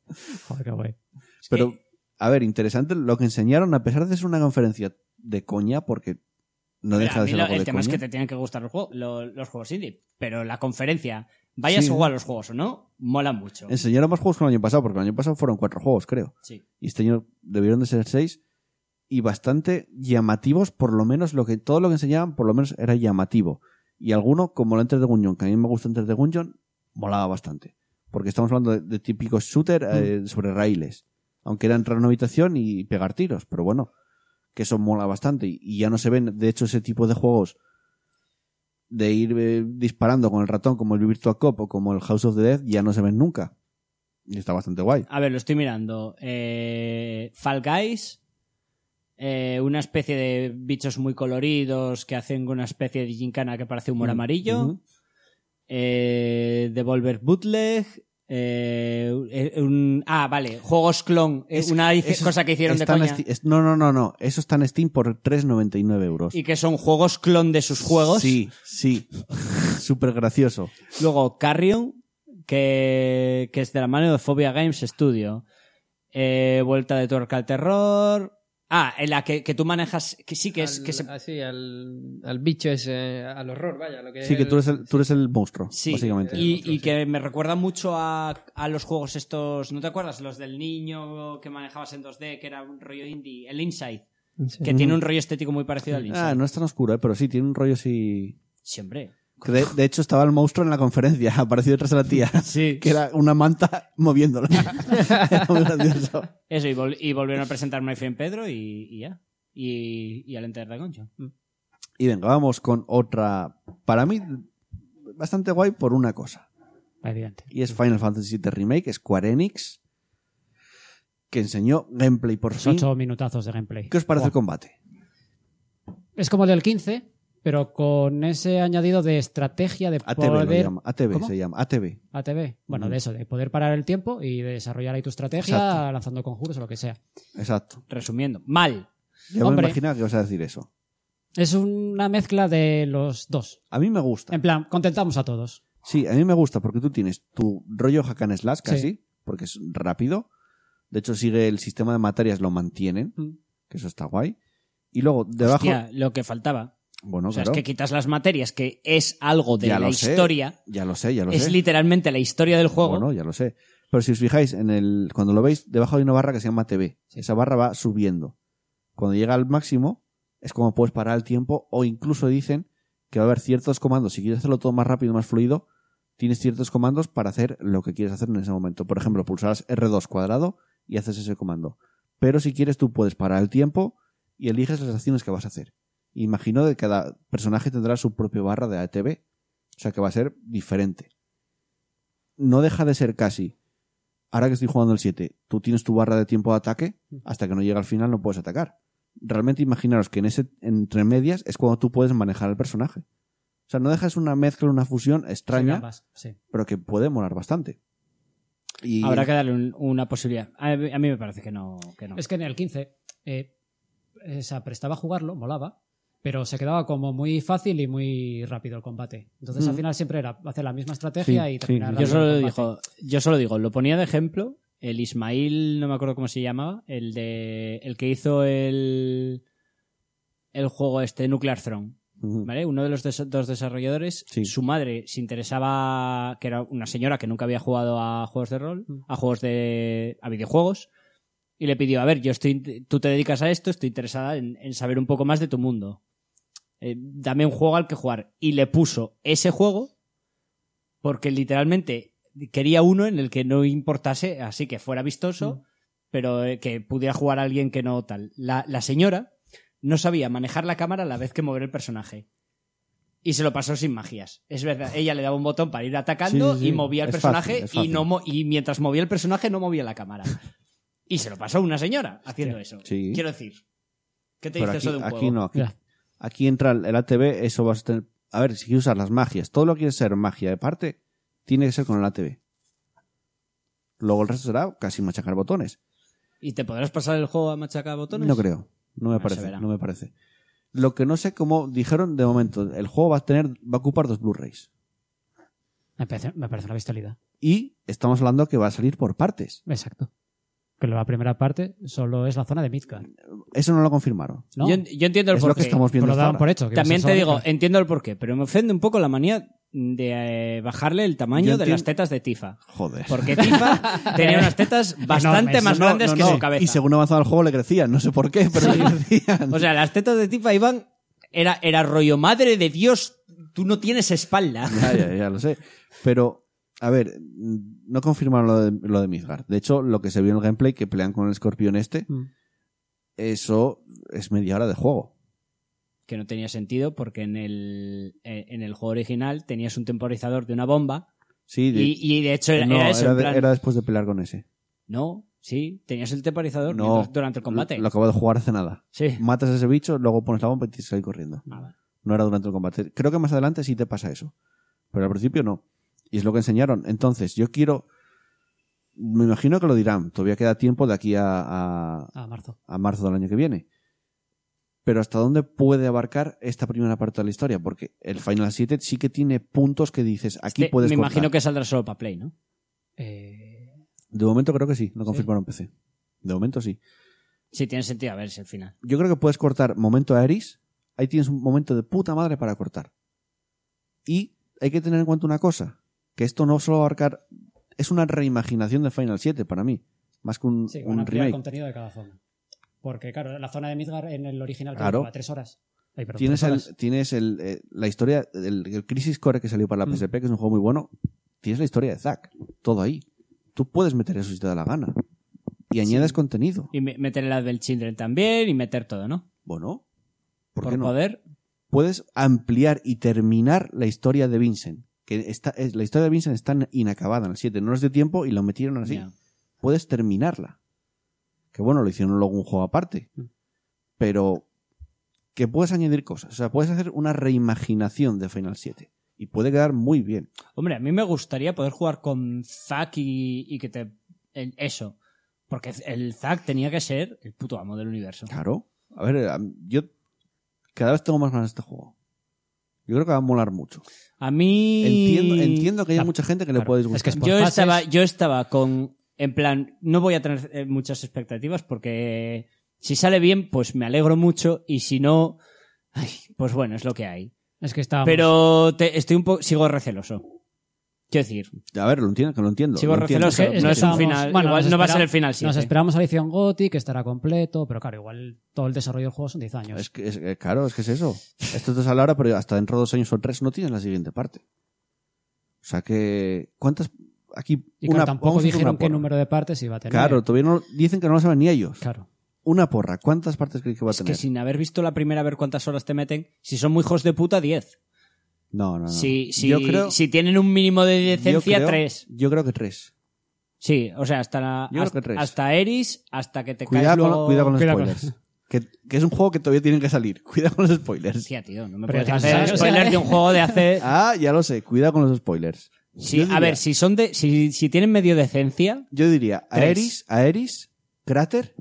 D: Joder, qué guay.
A: Pero, a ver, interesante lo que enseñaron, a pesar de ser una conferencia de coña, porque no
C: Mira,
A: deja
C: a
A: de
C: mí
A: ser
C: lo-
A: algo
C: el
A: de
C: tema
A: coña.
C: es que te tienen que gustar los juegos, lo- los, juegos indie. Pero la conferencia, vayas
A: Sí.
C: a jugar los juegos o no, mola mucho.
A: Enseñaron más juegos que el año pasado, porque el año pasado fueron cuatro juegos, creo.
C: Sí.
A: Y este año debieron de ser seis. Y bastante llamativos, por lo menos lo que todo lo que enseñaban, por lo menos era llamativo. Y alguno, como el Enter the Gungeon, que a mí me gusta Enter the Gungeon, molaba bastante. Porque estamos hablando de, de típicos shooter
C: Mm.
A: eh, sobre raíles. Aunque era entrar en una habitación y pegar tiros, pero bueno, que eso mola bastante. Y, y ya no se ven, de hecho, ese tipo de juegos de ir eh, disparando con el ratón, como el Virtua Cop o como el House of the Dead, ya no se ven nunca. Y está bastante guay.
C: A ver, lo estoy mirando. Eh, Fall Guys, eh, una especie de bichos muy coloridos que hacen una especie de gincana que parece humor
A: Mm,
C: amarillo.
A: ujú.
C: eh, Devolver Bootleg. eh, eh, un- ah, vale, juegos clon, eh,
A: Es-
C: una dice-
A: eso
C: cosa que hicieron de
A: está en
C: coña.
A: Steam- es- no, no, no, no. Eso está en Steam por 3,99 euros.
C: Y que son juegos clon de sus juegos.
A: Sí, sí. Súper gracioso.
C: Luego Carrion, que, que es de la mano de Phobia Games Studio. Eh, vuelta de tuerca al terror. Ah, en la que, que tú manejas. Que sí, que es.
E: Al-
C: Que se-
E: así, al, al bicho ese, al horror, vaya. Lo que
A: Sí,
E: es
A: que
E: el-
A: tú eres el, tú eres el monstruo,
C: sí,
A: básicamente.
C: Y, y que me recuerda mucho a, a los juegos estos. ¿No te acuerdas? Los del niño que manejabas en 2D, que era un rollo indie. El Inside.
E: Sí.
C: Que tiene un rollo estético muy parecido al Inside.
A: Ah, no es tan oscuro, ¿eh? pero sí, tiene un rollo así...
C: Siempre.
A: que de, de hecho, estaba el monstruo en la conferencia, apareció detrás de la tía,
C: Sí.
A: que era una manta moviéndola. Era muy gracioso.
C: Eso, y, vol- y volvieron a presentar My Friend Pedro y, y ya. Y, y al Enter the Gungeon.
A: Y venga, vamos con otra, para mí, bastante guay por una cosa.
D: Evidente.
A: y es Final Fantasy VII Remake, Square Enix, que enseñó gameplay por fin.
D: Pues Ocho minutazos de gameplay.
A: ¿Qué os parece el combate?
D: Es como el del 15, pero con ese añadido de estrategia de
A: ATV lo
D: poder...
A: llama, ATV
D: ¿Cómo?
A: se llama, ATV.
D: ATV. Bueno,
A: Ujú.
D: de eso, de poder parar el tiempo y de desarrollar ahí tu estrategia
A: Exacto.
D: lanzando conjuros o lo que sea.
A: Exacto.
C: Resumiendo, mal.
A: Ya
D: Hombre.
A: me imaginaba que ibas a decir eso.
D: Es una mezcla de los dos.
A: A mí me gusta.
D: En plan, contentamos a todos.
A: Sí, a mí me gusta porque tú tienes tu rollo hack and slash casi,
D: Sí.
A: porque es rápido. De hecho, sigue el sistema de materias, lo mantienen,
D: Mm.
A: que eso está guay. Y luego, debajo...
C: Hostia, lo que faltaba.
A: bueno,
C: O sea,
A: claro.
C: es que quitas las materias, que es algo de
A: Ya
C: la
A: lo sé,
C: historia.
A: Ya lo sé, ya lo
C: Es
A: sé.
C: literalmente la historia del juego.
A: Bueno, ya lo sé. Pero si os fijáis, en el, cuando lo veis, debajo hay una barra que se llama TV. Esa barra va subiendo. Cuando llega al máximo, es como puedes parar el tiempo, o incluso dicen que va a haber ciertos comandos. Si quieres hacerlo todo más rápido, más fluido, tienes ciertos comandos para hacer lo que quieres hacer en ese momento. Por ejemplo, pulsarás R2 cuadrado y haces ese comando. Pero si quieres, tú puedes parar el tiempo y eliges las acciones que vas a hacer. Imagino que cada personaje tendrá su propia barra de ATV. O sea que va a ser diferente. No deja de ser casi. Ahora que estoy jugando el 7, tú tienes tu barra de tiempo de ataque. Hasta que no llega al final no puedes atacar. Realmente imaginaros que en ese entre medias es cuando tú puedes manejar al personaje. O sea, no dejas una mezcla, una fusión
D: Sí,
A: extraña
D: ambas, sí.
A: pero que puede molar bastante. Y
C: Habrá que darle un- una posibilidad. A, a mí me parece que no. Que no.
D: Es que en el 15 eh, eh, se prestaba a jugarlo, molaba, pero se quedaba como muy fácil y muy rápido el combate. Entonces al
A: Mm.
D: final siempre era hacer la misma estrategia
A: Sí,
D: y terminar
A: sí,
D: rápido
C: yo,
D: el
C: solo
D: combate.
C: digo, yo solo digo, lo ponía de ejemplo el Ismail, no me acuerdo cómo se llamaba, el de el que hizo el el juego este, Nuclear Throne.
A: Ujú.
C: ¿vale? Uno de los des- dos desarrolladores,
A: Sí.
C: su madre se interesaba, que era una señora que nunca había jugado a juegos de rol, a juegos de. a videojuegos, y le pidió: A ver, yo estoy, tú te dedicas a esto, estoy interesada en, en saber un poco más de tu mundo. Eh, dame un juego al que jugar. Y le puso ese juego, porque literalmente quería uno en el que no importase, así que fuera
A: Mm.
C: vistoso, pero eh, que pudiera jugar a alguien que no tal. La, la señora no sabía manejar la cámara a la vez que mover el personaje. Y se lo pasó sin magias. Es verdad, ella le daba un botón para ir atacando
A: Sí, sí, sí.
C: y movía el
A: Es
C: personaje
A: fácil, es fácil.
C: Y, no mo- y mientras movía el personaje no movía la cámara. y se lo pasó una señora haciendo eso.
A: Sí.
C: Quiero decir, ¿qué te
A: Pero aquí,
C: dice eso de un
A: aquí
C: juego?
A: no, aquí,
D: Ya.
A: aquí entra el el ATB, eso vas a tener... A ver, si quieres usar las magias, todo lo que quiere ser magia de parte, tiene que ser con el ATB. Luego el resto será casi machacar botones.
C: ¿Y te podrás pasar el juego a machacabotones?
A: No creo, no me
C: Bueno, se
A: parece,
C: verá.
A: no me parece. Lo que no sé cómo dijeron de momento, el juego va a tener, va a ocupar dos Blu-rays.
D: Me parece, me parece una bestialidad.
A: Y estamos hablando que va a salir por partes.
D: Exacto. Que la primera parte solo es la zona de Midgard.
A: Eso no lo confirmaron.
D: ¿no?
C: Yo, yo entiendo el
A: Es lo que
C: porqué.
A: estamos
D: Pero
A: viendo.
D: lo
A: hasta
D: daban
A: ahora.
D: por hecho. que iba a ser
C: También
D: solo
C: te digo,
D: Midgard.
C: entiendo el porqué, pero me ofende un poco la manía de eh, bajarle el tamaño
A: Yo
C: de
A: enti-
C: las tetas de Tifa.
A: Joder.
C: Porque Tifa tenía unas tetas bastante
D: Enormes.
C: más
A: No,
C: grandes
A: no,
C: que
A: no.
C: su cabeza.
A: Y según avanzaba el juego le crecían, no sé por qué, pero le crecían.
C: O sea, las tetas de Tifa iban. Era, era rollo, madre de Dios, tú no tienes espalda.
A: Ya, ya, ya lo sé. Pero, a ver, mm, no confirmaron lo de, lo de Midgard. De hecho, lo que se vio en el gameplay, que pelean con el escorpión este,
D: Mm.
A: eso es media hora de juego.
C: Que no tenía sentido porque en el, eh, en el juego original tenías un temporizador de una bomba
A: Sí, de-
C: y, y de hecho era,
A: no,
C: era eso. en
A: de-
C: plan,
A: era después de pelear con ese.
C: No, sí, tenías el temporizador
A: No,
C: mientras- durante el combate.
A: Lo, lo acabo de jugar hace nada.
C: Sí.
A: Matas a ese bicho, luego pones la bomba y te sales corriendo.
C: Ah, vale.
A: No era durante el combate. Creo que más adelante sí te pasa eso. Pero al principio no. Y es lo que enseñaron. Entonces, yo quiero. Me imagino que lo dirán. Todavía queda tiempo de aquí a- a,
D: Ah, marzo.
A: a marzo del año que viene. Pero ¿hasta dónde puede abarcar esta primera parte de la historia? Porque el Final 7 sí que tiene puntos que dices, aquí
C: Este,
A: puedes
C: me
A: cortar.
C: imagino que saldrá solo para Play, ¿no?
D: Eh,
A: De momento creo que sí, no confirmaron PC. De momento sí.
C: Sí, tiene sentido. A ver, si al final.
A: Yo creo que puedes cortar momento Aeris, ahí tienes un momento de puta madre para cortar. Y hay que tener en cuenta una cosa, que esto no solo va a abarcar, es una reimaginación de Final 7 para mí, más que un,
D: sí, van a
A: un
D: ampliar el
A: remake.
D: contenido de cada zona. Porque, claro, la zona de Midgar en el original que
A: Claro.
D: llevaba tres horas. Ay, perdón,
A: Tienes,
D: tres
A: el,
D: horas.
A: tienes el, eh, la historia, el, el Crisis Core que salió para
C: Mm.
A: la PSP, que es un juego muy bueno. Tienes la historia de Zack, todo ahí. Tú puedes meter eso si te da la gana. Y añades contenido.
C: Y me- meter el Advent Children también y meter todo, ¿no?
A: Bueno, ¿por,
C: Por,
A: qué no?
C: poder.
A: Puedes ampliar y terminar la historia de Vincent. Que está, es- la historia de Vincent está inacabada en el 7. No nos dio tiempo y lo metieron así.
C: Ya.
A: Puedes terminarla. Que bueno, lo hicieron luego un juego aparte. Pero que puedes añadir cosas. O sea, puedes hacer una reimaginación de Final 7. Y puede quedar muy bien.
C: Hombre, a mí me gustaría poder jugar con Zack y, y que te. el- eso. Porque el Zack tenía que ser el puto amo del universo.
A: Claro. A ver, a- yo cada vez tengo más ganas de este juego. Yo creo que va a molar mucho.
C: A mí.
A: Entiendo, entiendo que hay mucha gente que le
D: Claro.
A: puede
D: Es
A: disgustar.
D: que es por
C: Yo
D: fases.
C: estaba, yo estaba con. En plan, no voy a tener eh, muchas expectativas porque si sale bien, pues me alegro mucho y si no. ay, pues bueno, es lo que hay.
D: Es que estábamos...
C: Pero te- estoy un poco. Sigo receloso. Quiero decir,
A: A ver, lo entiendo, que lo entiendo.
C: Sigo
A: lo entiendo.
C: receloso,
D: Es que-
C: no
D: que
C: es un
D: estábamos-
C: final.
D: bueno,
C: igual
D: nos
C: no va a ser
D: espera-
C: el final, sí.
D: Nos esperamos a edición Gothic, que estará completo, pero claro, igual todo el desarrollo del juego son 10 años.
A: Es que, es que- claro, es que es eso. Esto te sale ahora, pero hasta dentro de dos años o tres no tienes la siguiente parte. O sea que. ¿Cuántas? Aquí.
D: y claro,
A: una,
D: tampoco
A: vamos a hacer
D: dijeron
A: una
D: qué
A: porra.
D: número de partes iba a tener.
A: Claro, todavía no, dicen que no lo saben ni ellos.
D: Claro.
A: Una porra. ¿Cuántas partes crees que va a
C: Es
A: tener?
C: que sin haber visto la primera, a ver cuántas horas te meten. Si son muy hijos de puta, 10.
A: No, no, no.
C: Si, si,
A: Ah. yo creo,
C: si tienen un mínimo de
A: yo
C: decencia,
A: creo-
C: 3.
A: Yo creo que tres.
C: Sí, o sea, hasta, la-
A: Yo creo que
C: hasta,
A: tres.
C: hasta Eris, hasta que te
A: Cuidado
C: caes
A: con,
C: luego...
A: cuidado con los
D: Cuidado con-
A: spoilers. Que, que es un juego que todavía tienen que salir. Cuidado con los spoilers.
C: Hostia, tío, no me
D: Pero
C: puedes
D: ya
C: hacer
D: sabes, o sea,
C: spoilers de un juego de hace...
A: Ah, ya lo sé. Cuidado con los spoilers.
C: Sí,
A: Yo
C: a
A: diría-
C: ver, si son de, si, si tienen medio decencia...
A: Yo diría
C: Tres.
A: Aeris, Aeris, Cráter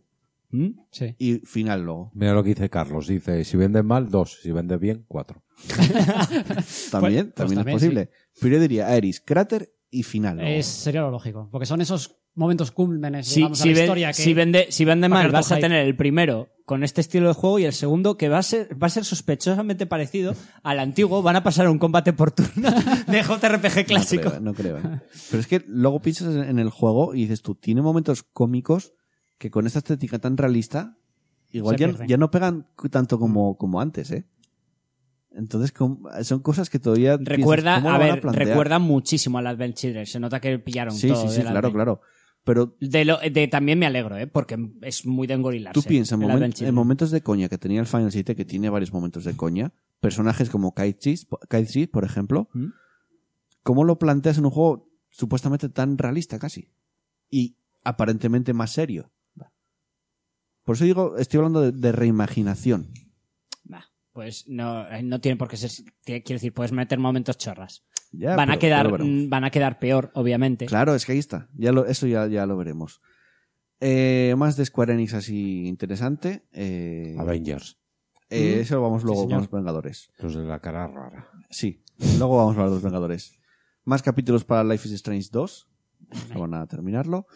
C: ¿hmm?
D: Sí.
A: y final luego.
B: Mira lo que dice Carlos. Dice, si venden mal, dos. Si venden bien, cuatro.
A: También,
D: Pues- pues
A: también es
D: también,
A: posible. Pero yo diría Aeris, Cráter "Ah, y final luego.
D: Es, sería lo lógico. Porque son esos momentos cúlmenes,
C: Si,
D: digamos,
C: si
D: a la
C: ven-
D: historia que...
C: si vende, si vende
D: para
C: mal,
D: crear tu
C: vas a
D: hype.
C: tener el primero con este estilo de juego y el segundo que va a ser, va a ser sospechosamente parecido al antiguo. Van a pasar a un combate por turno de JRPG clásico.
A: No creo, no creo. Pero es que luego piensas en en el juego y dices tú, tiene momentos cómicos que con esta estética tan realista, igual
D: Se
A: ya,
D: pierden.
A: ya no pegan cu-
C: Mm.
A: tanto como, como antes, ¿eh? Entonces com- son cosas que todavía... piensas,
C: Recuerda,
A: ¿cómo lo
C: a
A: van
C: ver,
A: plantear?
C: recuerda muchísimo al Advent Children. Se nota que pillaron
A: Sí,
C: todo.
A: sí, sí,
C: del
A: claro,
C: Advent.
A: claro. Pero
C: De lo- de- también me alegro, ¿eh? porque es muy de engorilarse.
A: tú piensas en,
C: el
A: momen-
C: Advent Children.
A: en momentos de coña que tenía el Final 7, que tiene varios momentos de coña, personajes como Kaichis, po- Kaichis, por ejemplo,
C: ¿Mm?
A: ¿cómo lo planteas en un juego supuestamente tan realista casi? Y aparentemente más serio. Por eso digo, estoy hablando de, de reimaginación.
C: Bah, pues no, no tiene por qué ser. tiene- Quiero decir, puedes meter momentos chorras.
A: Ya,
C: van, a
A: pero-
C: quedar, eh.
A: pero veremos.
C: mm, van a quedar peor, obviamente.
A: Claro, es que ahí está. Ya lo, eso ya, ya lo veremos. Eh, más de Square Enix así interesante. Eh,
B: Avengers.
A: eh, eso lo vamos luego con
D: señor.
A: los Vengadores.
B: Los de la cara rara.
A: Sí. Luego vamos a hablar de los Vengadores. Más capítulos para Life is Strange 2. No van a terminarlo.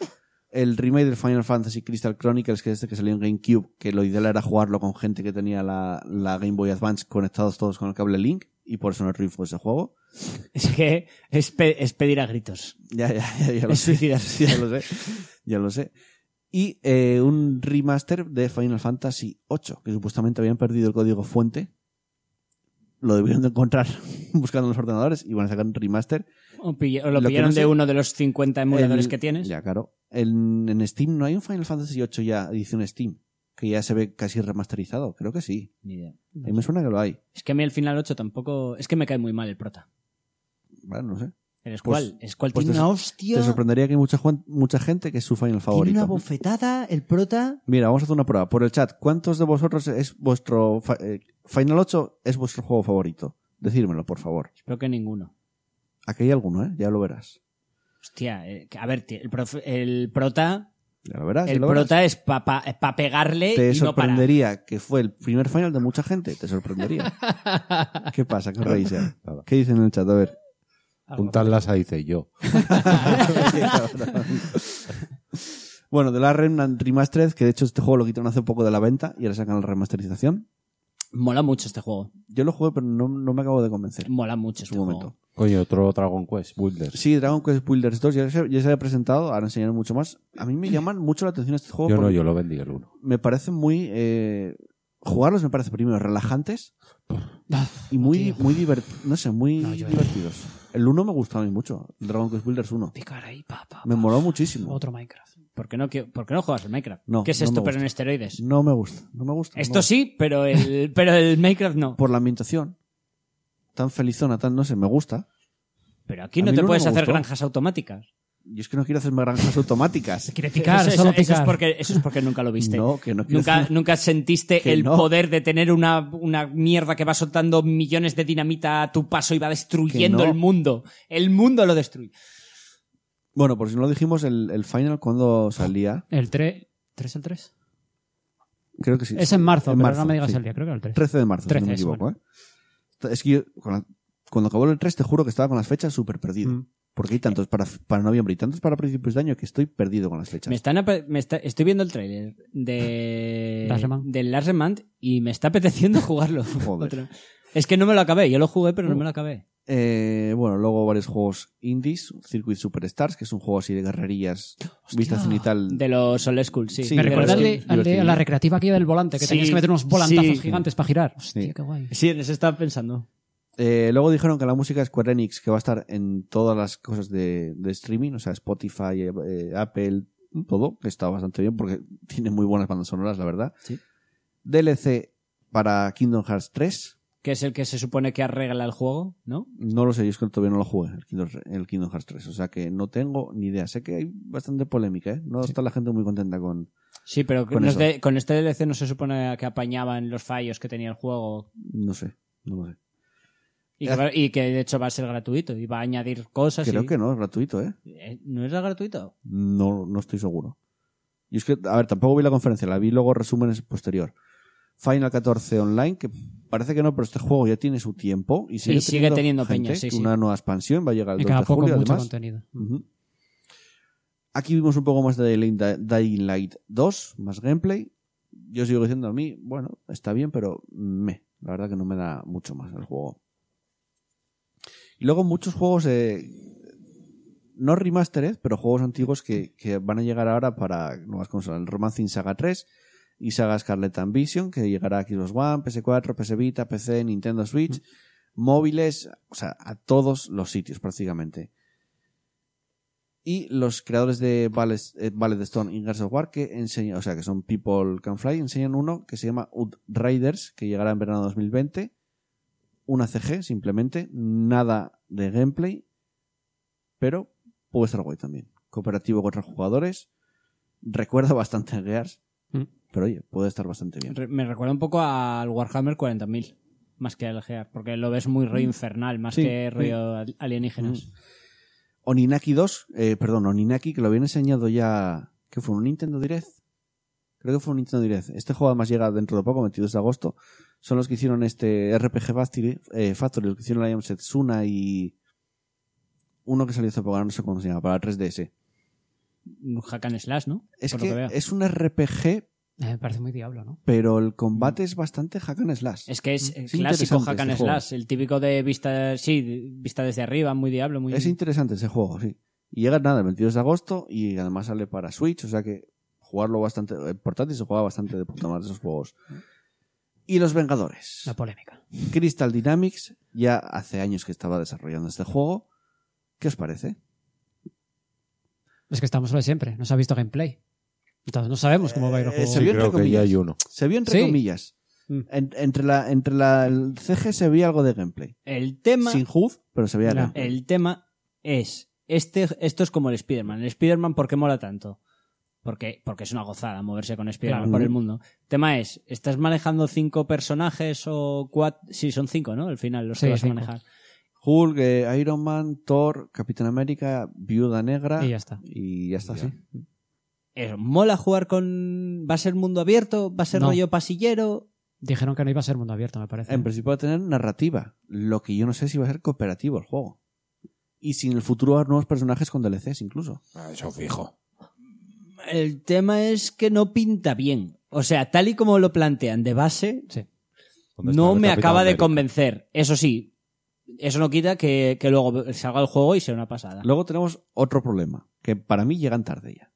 A: El remake del Final Fantasy Crystal Chronicles, que es este que salió en GameCube, que lo ideal era jugarlo con gente que tenía la, la Game Boy Advance conectados todos con el cable Link, y por eso no triunfó ese juego.
C: Es que es, pe- es pedir a gritos.
A: Ya, ya, ya, ya lo
C: Es
A: sé.
C: suicidarse.
A: Ya lo sé. Ya lo sé. Y eh, un remaster de Final Fantasy VIII, que supuestamente habían perdido el código fuente. Lo debieron de encontrar buscando en los ordenadores y van a sacar un remaster.
C: O, pille- o
A: Lo
C: lo,
A: que
C: pillaron
A: no sé-
C: de uno de los 50 emuladores
A: El-
C: que tienes.
A: Ya, claro. En, en Steam no hay un Final Fantasy VIII ya, edición Steam, que ya se ve casi remasterizado. Creo que sí.
C: Ni idea.
A: A mí me suena que lo hay.
C: Es que a mí el final 8 tampoco. Es que me cae muy mal el prota.
A: Bueno, no sé.
C: El
A: Pues-
C: Squall. El Squall
A: pues
C: tiene
A: te-
C: una hostia.
A: Te sorprendería que hay mucha, juan- mucha gente que es su Final
C: Tiene una
A: favorito.
C: bofetada. El prota.
A: Mira, vamos a hacer una prueba. Por el chat, ¿cuántos de vosotros es vuestro... fa- eh, Final 8 es vuestro juego favorito? Decírmelo, por favor.
C: Creo que ninguno.
A: Aquí hay alguno, ¿eh? Ya lo verás.
C: Hostia. eh, que- a ver, tío, el, profe- el prota.
A: Ya lo verás. ya
C: El
A: Ah, lo verás.
C: prota es para pegarle
A: Te
C: y no para.
A: sorprendería que fue el primer final de mucha gente. Te sorprendería. ¿Qué pasa? ¿Qué os reís ya?
B: Nada.
A: ¿Qué dicen en el chat? A ver.
B: Puntarlas a dice yo.
A: bueno, de la Remnant Remastered, que de hecho este juego lo quitaron hace poco de la venta y ahora sacan la remasterización.
C: Mola mucho este juego.
A: Yo lo jugué, pero no, no me acabo de convencer.
C: Mola mucho
A: En
C: este
A: su momento.
C: juego.
B: Coño, otro Dragon Quest, Builders.
A: Sí, Dragon Quest Builders 2 ya se, ya se había presentado, ahora enseñaron mucho más. A mí me llaman mucho la atención este juego
B: Yo no,
A: porque
B: yo lo vendí el uno.
A: me parecen muy... eh, jugarlos me parece primero relajantes
D: Ah,
A: y muy,
D: tío.
A: muy divertidos. No sé, muy
D: No, yo-
A: divertidos. El 1 me gustó a mí mucho, el Dragon Quest Builders 1.
D: Picar ahí, pa, pa,
A: Me
D: pa.
A: moló muchísimo.
D: Otro Minecraft.
C: ¿Por qué no, qui- por qué no juegas al Minecraft?
A: No,
C: ¿Qué es
A: no me
C: esto, pero
A: gusta.
C: en esteroides?
A: No me gusta, no me gusta. no me
C: Esto
A: gusta.
C: sí, pero el, pero el Minecraft no.
A: por la ambientación. Tan felizona, tan, no sé, me gusta.
C: Pero aquí
A: A
C: no
A: mí
C: te
A: no me
C: puedes hacer
A: gustó.
C: granjas automáticas.
A: Y es que no quiero hacerme granjas automáticas.
D: Quiere picar,
C: eso, eso-
D: solo
C: eso
D: picar.
C: es porque, eso es porque nunca lo viste.
A: No, que no quiero
C: Nunca,
A: hacer-
C: nunca sentiste
A: Que
C: el
A: no.
C: poder de tener una, una mierda que va soltando millones de dinamita a tu paso y va destruyendo
A: Que no.
C: el mundo. El mundo lo destruye.
A: Bueno, por si no lo dijimos, el, el final cuando salía,
D: El 3... ¿3 el 3?
A: creo que sí.
D: Es en marzo, pero no me digas
A: sí.
D: el día, creo que era el 3.
A: 13 de marzo, si
D: 13,
A: no me
D: eso,
A: equivoco. ¿eh? Es que yo, con la- cuando acabó el 3, te juro que estaba con las fechas súper perdido.
C: Mm.
A: Porque hay tantos para, para noviembre y tantos para principios de año que estoy perdido con las fechas.
C: Me están apa- me está- estoy viendo el tráiler de
D: Last Remand.
C: del Last Remand y me está apeteciendo jugarlo.
A: Joder. Uh.
C: Otro. Es que no me lo acabé, yo lo jugué pero no me lo acabé.
A: Eh, bueno, luego varios juegos indies. Circuit Superstars, que es un juego así de guerrerías, vista cenital.
C: De los Old School, sí.
A: Sí,
D: Me
C: De los
D: recuerda al
C: que-
D: de, al de- a la recreativa aquella del volante, que
C: Sí,
D: tenías que meter unos volantazos
C: sí.
D: gigantes para girar.
A: Sí.
D: Hostia, qué guay.
C: Sí, en eso estaba pensando.
A: Eh, luego dijeron que la música de Square Enix, que va a estar en todas las cosas de, de streaming, o sea, Spotify, eh, Apple, todo, que está bastante bien porque tiene muy buenas bandas sonoras, la verdad.
C: Sí.
A: DLC para Kingdom Hearts 3.
C: Que es el que se supone que arregla el juego, ¿no?
A: No lo sé, yo es que todavía no lo jugué, el Kingdom, el Kingdom Hearts 3. O sea que no tengo ni idea. Sé que hay bastante polémica, ¿eh? No está la gente muy contenta con...
C: Sí, pero que
A: Con
C: no
A: eso.
C: es de- con este DLC no se supone que apañaban los fallos que tenía el juego
A: No sé, no lo sé.
C: y
A: Ya.
C: que, va- y que, de hecho va a ser gratuito y va a añadir cosas.
A: Creo
C: y-
A: que no, es gratuito, ¿eh?
C: Eh, ¿No era gratuito?
A: No, no estoy seguro. Y es que, a ver, tampoco vi la conferencia, la vi luego resúmenes posterior. Final 14 Online, que parece que no, pero este juego ya tiene su tiempo y sigue,
C: Y sigue teniendo peña, sí, sí.
A: Una nueva expansión va a llegar el
D: Y
A: 2
D: cada
A: de
D: poco
A: julio,
D: mucho
A: además.
D: contenido.
A: Ujú. Aquí vimos un poco más de Dying Light- Dying Light 2, más gameplay. Yo sigo diciendo a mí, bueno, está bien, pero me. La verdad que no me da mucho más el juego. Y luego muchos juegos, eh, no remastered, pero juegos antiguos que, que van a llegar ahora para nuevas consolas. El Romancing Saga 3 y Saga Scarlet and Vision, que llegará a Xbox One, PS4, PS Vita, PC, Nintendo Switch, móviles, o sea, a todos los sitios prácticamente. Y los creadores de Ballet, eh, Ballet Stone y Gears of War, que enseñan, o sea, que son People Can Fly, enseñan uno que se llama Outriders, que llegará en verano de 2020. Una CG, simplemente, nada de gameplay, pero puede estar guay también. Cooperativo contra jugadores, recuerda bastante a Gears,
D: Mm.
A: pero oye, puede estar bastante bien.
C: Re- me recuerda un poco al Warhammer 40.000, más que al Gear, porque lo ves muy rollo infernal, más
A: Mm. Sí, mm.
C: que rollo al- alienígenas.
A: Oninaki 2, eh, perdón, Oninaki, que lo habían enseñado ya. ¿Qué fue? ¿Un Nintendo Direct? Creo que fue un Nintendo Direct. Este juego además llega dentro de poco, 22 de agosto. Son los que hicieron este RPG Factory, eh, Factory los que hicieron la Yam Setsuna y. Uno que salió hace poco, ahora no sé cómo se llama, para 3DS.
C: Un hack and slash, ¿no?
A: Mm. Es
C: Por
A: que,
C: lo que veo.
A: es un RPG,
D: Eh, me parece muy diablo, ¿no?
A: pero el combate es bastante hack and slash.
C: Es que es eh,
A: Mm. Es
C: clásico
A: interesante
C: hack and
A: este juego.
C: slash, el típico de vista, sí, de- vista desde arriba, muy diablo, muy...
A: Es interesante ese juego, sí. Y llega nada, el 22 de agosto y además sale para Switch, o sea que jugarlo bastante. El portátil se juega bastante de puta madre esos juegos. Y Los Vengadores.
D: La polémica.
A: Crystal Dynamics ya hace años que estaba desarrollando este juego. ¿Qué os parece?
D: Es que estamos lo de siempre, no se ha visto gameplay. Entonces no sabemos cómo va a ir el
A: Eh,
D: juego.
A: se vio entre
B: creo que ya
A: comillas.
B: hay uno.
A: Se vio entre
D: Sí.
A: comillas.
D: Mm.
A: En- entre la, entre la, el CG se veía algo de gameplay.
C: El tema...
A: Sin HUD, pero se veía
D: Ya.
A: gameplay.
C: El tema es, este, esto es como el Spider-Man. El Spider-Man, ¿por qué mola tanto? Porque, porque es una gozada moverse con Spider-Man
D: Claro.
C: por el mundo. tema es, estás manejando cinco personajes o cuatro... Sí, son cinco, ¿no? Al final, los
D: Sí,
C: que vas
D: cinco.
C: a manejar.
A: Hulk, eh, Iron Man, Thor, Capitán América, Viuda Negra.
D: Y ya está.
A: Y ya está,
B: Ya.
A: sí.
C: Eso, Eh, ¿Mola jugar con... ¿Va a ser mundo abierto? ¿Va a ser
D: No.
C: rollo pasillero?
D: Dijeron que no iba a ser mundo abierto, me parece.
A: En principio va a tener narrativa. Lo que yo no sé si va a ser cooperativo el juego. Y si en el futuro va a haber nuevos personajes con DLCs incluso.
G: Ah, Eso fijo.
C: El tema es que no pinta bien. O sea, tal y como lo plantean de base,
D: Sí.
B: ¿Dónde
C: no
B: está
C: me
B: Capitán
C: acaba de
B: América?
C: convencer. Eso sí, eso no quita que, que luego salga el juego y sea una pasada.
A: Luego tenemos otro problema, que para mí llegan tarde ya.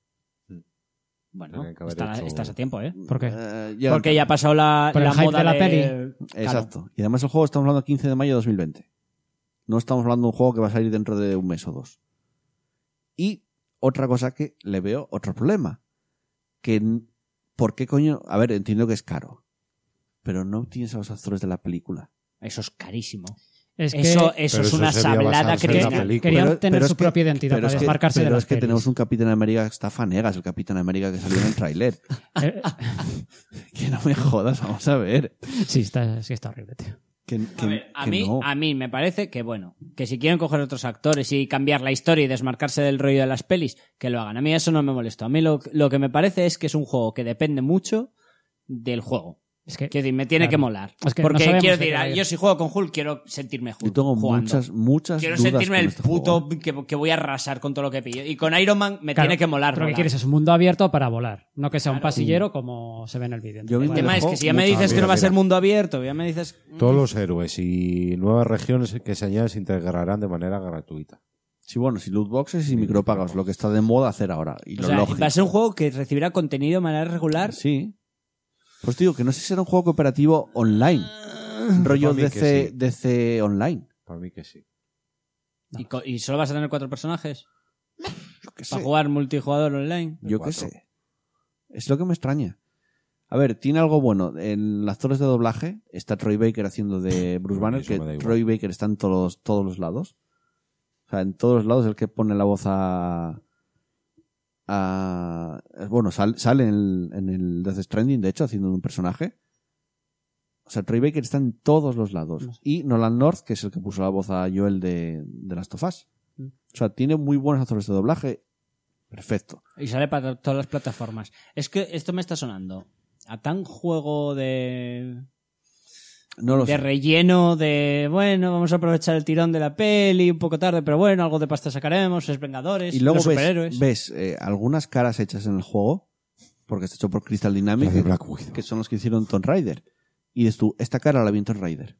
C: Bueno,
B: Tenían que haber
C: está-
B: hecho-
C: estás a tiempo, ¿eh?
D: ¿Por qué?
A: Eh, llegan
C: Porque ya ha pasado la,
D: Por el
C: la
D: hype
C: moda
D: de la
C: de-
D: peli.
A: tarde. Exacto. Y además el juego estamos hablando 15 de mayo de 2020. No estamos hablando de un juego que va a salir dentro de un mes o dos. Y otra cosa que le veo otro problema. Que n- ¿por qué coño? A ver, entiendo que es caro. Pero no tienes a los actores de la película.
C: Eso es carísimo.
D: Es que
C: eso eso
B: Pero
C: es
B: eso
C: una
B: sería
C: sablada
B: basarse en
D: quería-
B: la
C: criminal.
B: película.
D: querían tener
A: pero
D: su
A: es que-
D: propia identidad
A: pero
D: para
A: es que-
D: desmarcarse de
A: pero
D: las
A: es que
D: pelis.
A: tenemos un Capitán América que está fanegas, el Capitán América que salió en el tráiler.
D: Eh,
A: que no me jodas, vamos a ver.
D: sí, está, sí, está horrible, tío.
A: Que, que-
C: A, ver, a
A: que
C: mí,
A: no.
C: a mí me parece que, bueno, que si quieren coger otros actores y cambiar la historia y desmarcarse del rollo de las pelis, que lo hagan. A mí eso no me molesta. A mí lo, lo que me parece es que es un juego que depende mucho del juego.
D: Es que
C: Quiero decir, me tiene
D: Claro.
C: que molar.
D: Es que no
C: Porque
D: sabemos
C: quiero
D: de qué
C: decir,
D: va a ir.
C: yo si juego con Hulk, quiero sentirme Hulk.
A: Yo tengo
C: jugando.
A: muchas, muchas
C: Quiero
A: dudas
C: sentirme
A: con
C: el
A: este
C: puto
A: juego.
C: que, que voy a arrasar con todo lo que pillo. Y con Iron Man me
D: Claro,
C: tiene que molar.
D: lo que
C: molar.
D: quieres es un mundo abierto para volar, no que sea un pasillero como se ve en el vídeo.
A: Yo vi
C: El
A: Vale,
C: tema es
A: ojo,
C: que si ya me dices
B: mucho.
C: que no va a
B: Mira,
C: ser
B: mira.
C: mundo abierto, ya me dices.
A: Mm.
B: Todos los héroes y nuevas regiones que se añaden se integrarán de manera gratuita.
A: Sí, bueno, si loot boxes y micropagos, lo que está de moda hacer ahora. Y
C: O
A: lo
C: sea,
A: lógico.
C: va a ser un juego que recibirá contenido de manera regular.
A: Sí. Pues digo, que no sé si será un juego cooperativo online. rollo
B: Para mí que
A: DC,
B: sí.
A: DC online.
B: Para mí que sí.
C: Y, co- y solo vas a tener cuatro personajes
A: Yo qué
C: para
A: sé.
C: jugar multijugador online.
A: Yo qué
B: Cuatro.
A: sé. Es lo que me extraña. A ver, tiene algo bueno. En las torres de doblaje está Troy Baker haciendo de Bruce
B: Eso
A: Banner,
B: me
A: que
B: da igual.
A: Troy Baker está en todos, todos los lados. O sea, en todos los lados el que pone la voz a... a- bueno, sal- sale en el, en el Death Stranding, de hecho, haciendo de un personaje. O sea, Troy Baker está en todos los lados.
B: Mm.
D: No sé.
A: Y Nolan North, que es el que puso la voz a Joel de, de Last of Us.
D: Mm.
A: O sea, tiene muy buenos actores de doblaje. Perfecto.
C: Y sale para todas las plataformas. Es que esto me está sonando a tan juego de.
A: No lo
C: de
A: sé.
C: relleno, de bueno, vamos a aprovechar el tirón de la peli un poco tarde, pero bueno, algo de pasta sacaremos, es Vengadores,
A: Y luego
C: los
A: ves,
C: superhéroes.
A: ves eh, algunas caras hechas en el juego, porque está hecho por Crystal
B: La de
A: Dynamics,
B: Black Widow.
A: que son los que hicieron Tomb Raider. Y dices tú, esta cara la vi en Tomb Raider.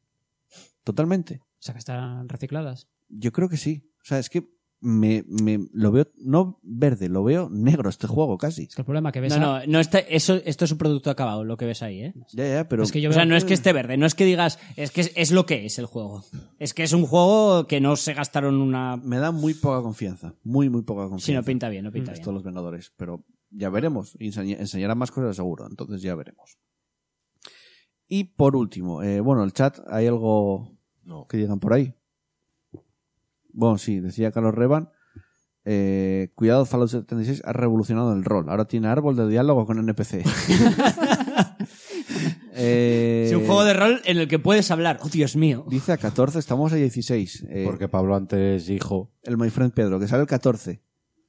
A: Totalmente.
D: O sea, que están recicladas.
A: Yo creo que sí. O sea, es que me, me- lo veo, no verde, lo veo negro este juego casi.
D: Es que el problema que ves...
C: No,
D: a-
C: no, no está, eso, esto es un producto acabado, lo que ves ahí, ¿eh?
A: Ya, ya, pero.
D: Es que yo
C: o sea,
D: veo-
C: no es que esté verde, no es que digas, es que es, es lo que es el juego. Es que es un juego que no se gastaron una...
A: Me da muy poca confianza. Muy, muy poca confianza.
C: Si no pinta bien, no pinta
A: Esto de
C: bien.
A: los Vengadores. Pero ya veremos. Enseña- enseñará más cosas seguro. Entonces ya veremos. Y por último, eh, bueno, el chat, ¿hay algo que digan por ahí? Bueno, sí, decía Carlos Revan. eh, cuidado, Fallout 76 ha revolucionado el rol. Ahora tiene árbol de diálogo con NPC. Eh,
C: Es un juego de rol en el que puedes hablar. Oh, Dios mío.
A: Dice a 14, estamos a 16. eh,
B: Porque Pablo antes dijo.
A: el My Friend Pedro, que sale el 14.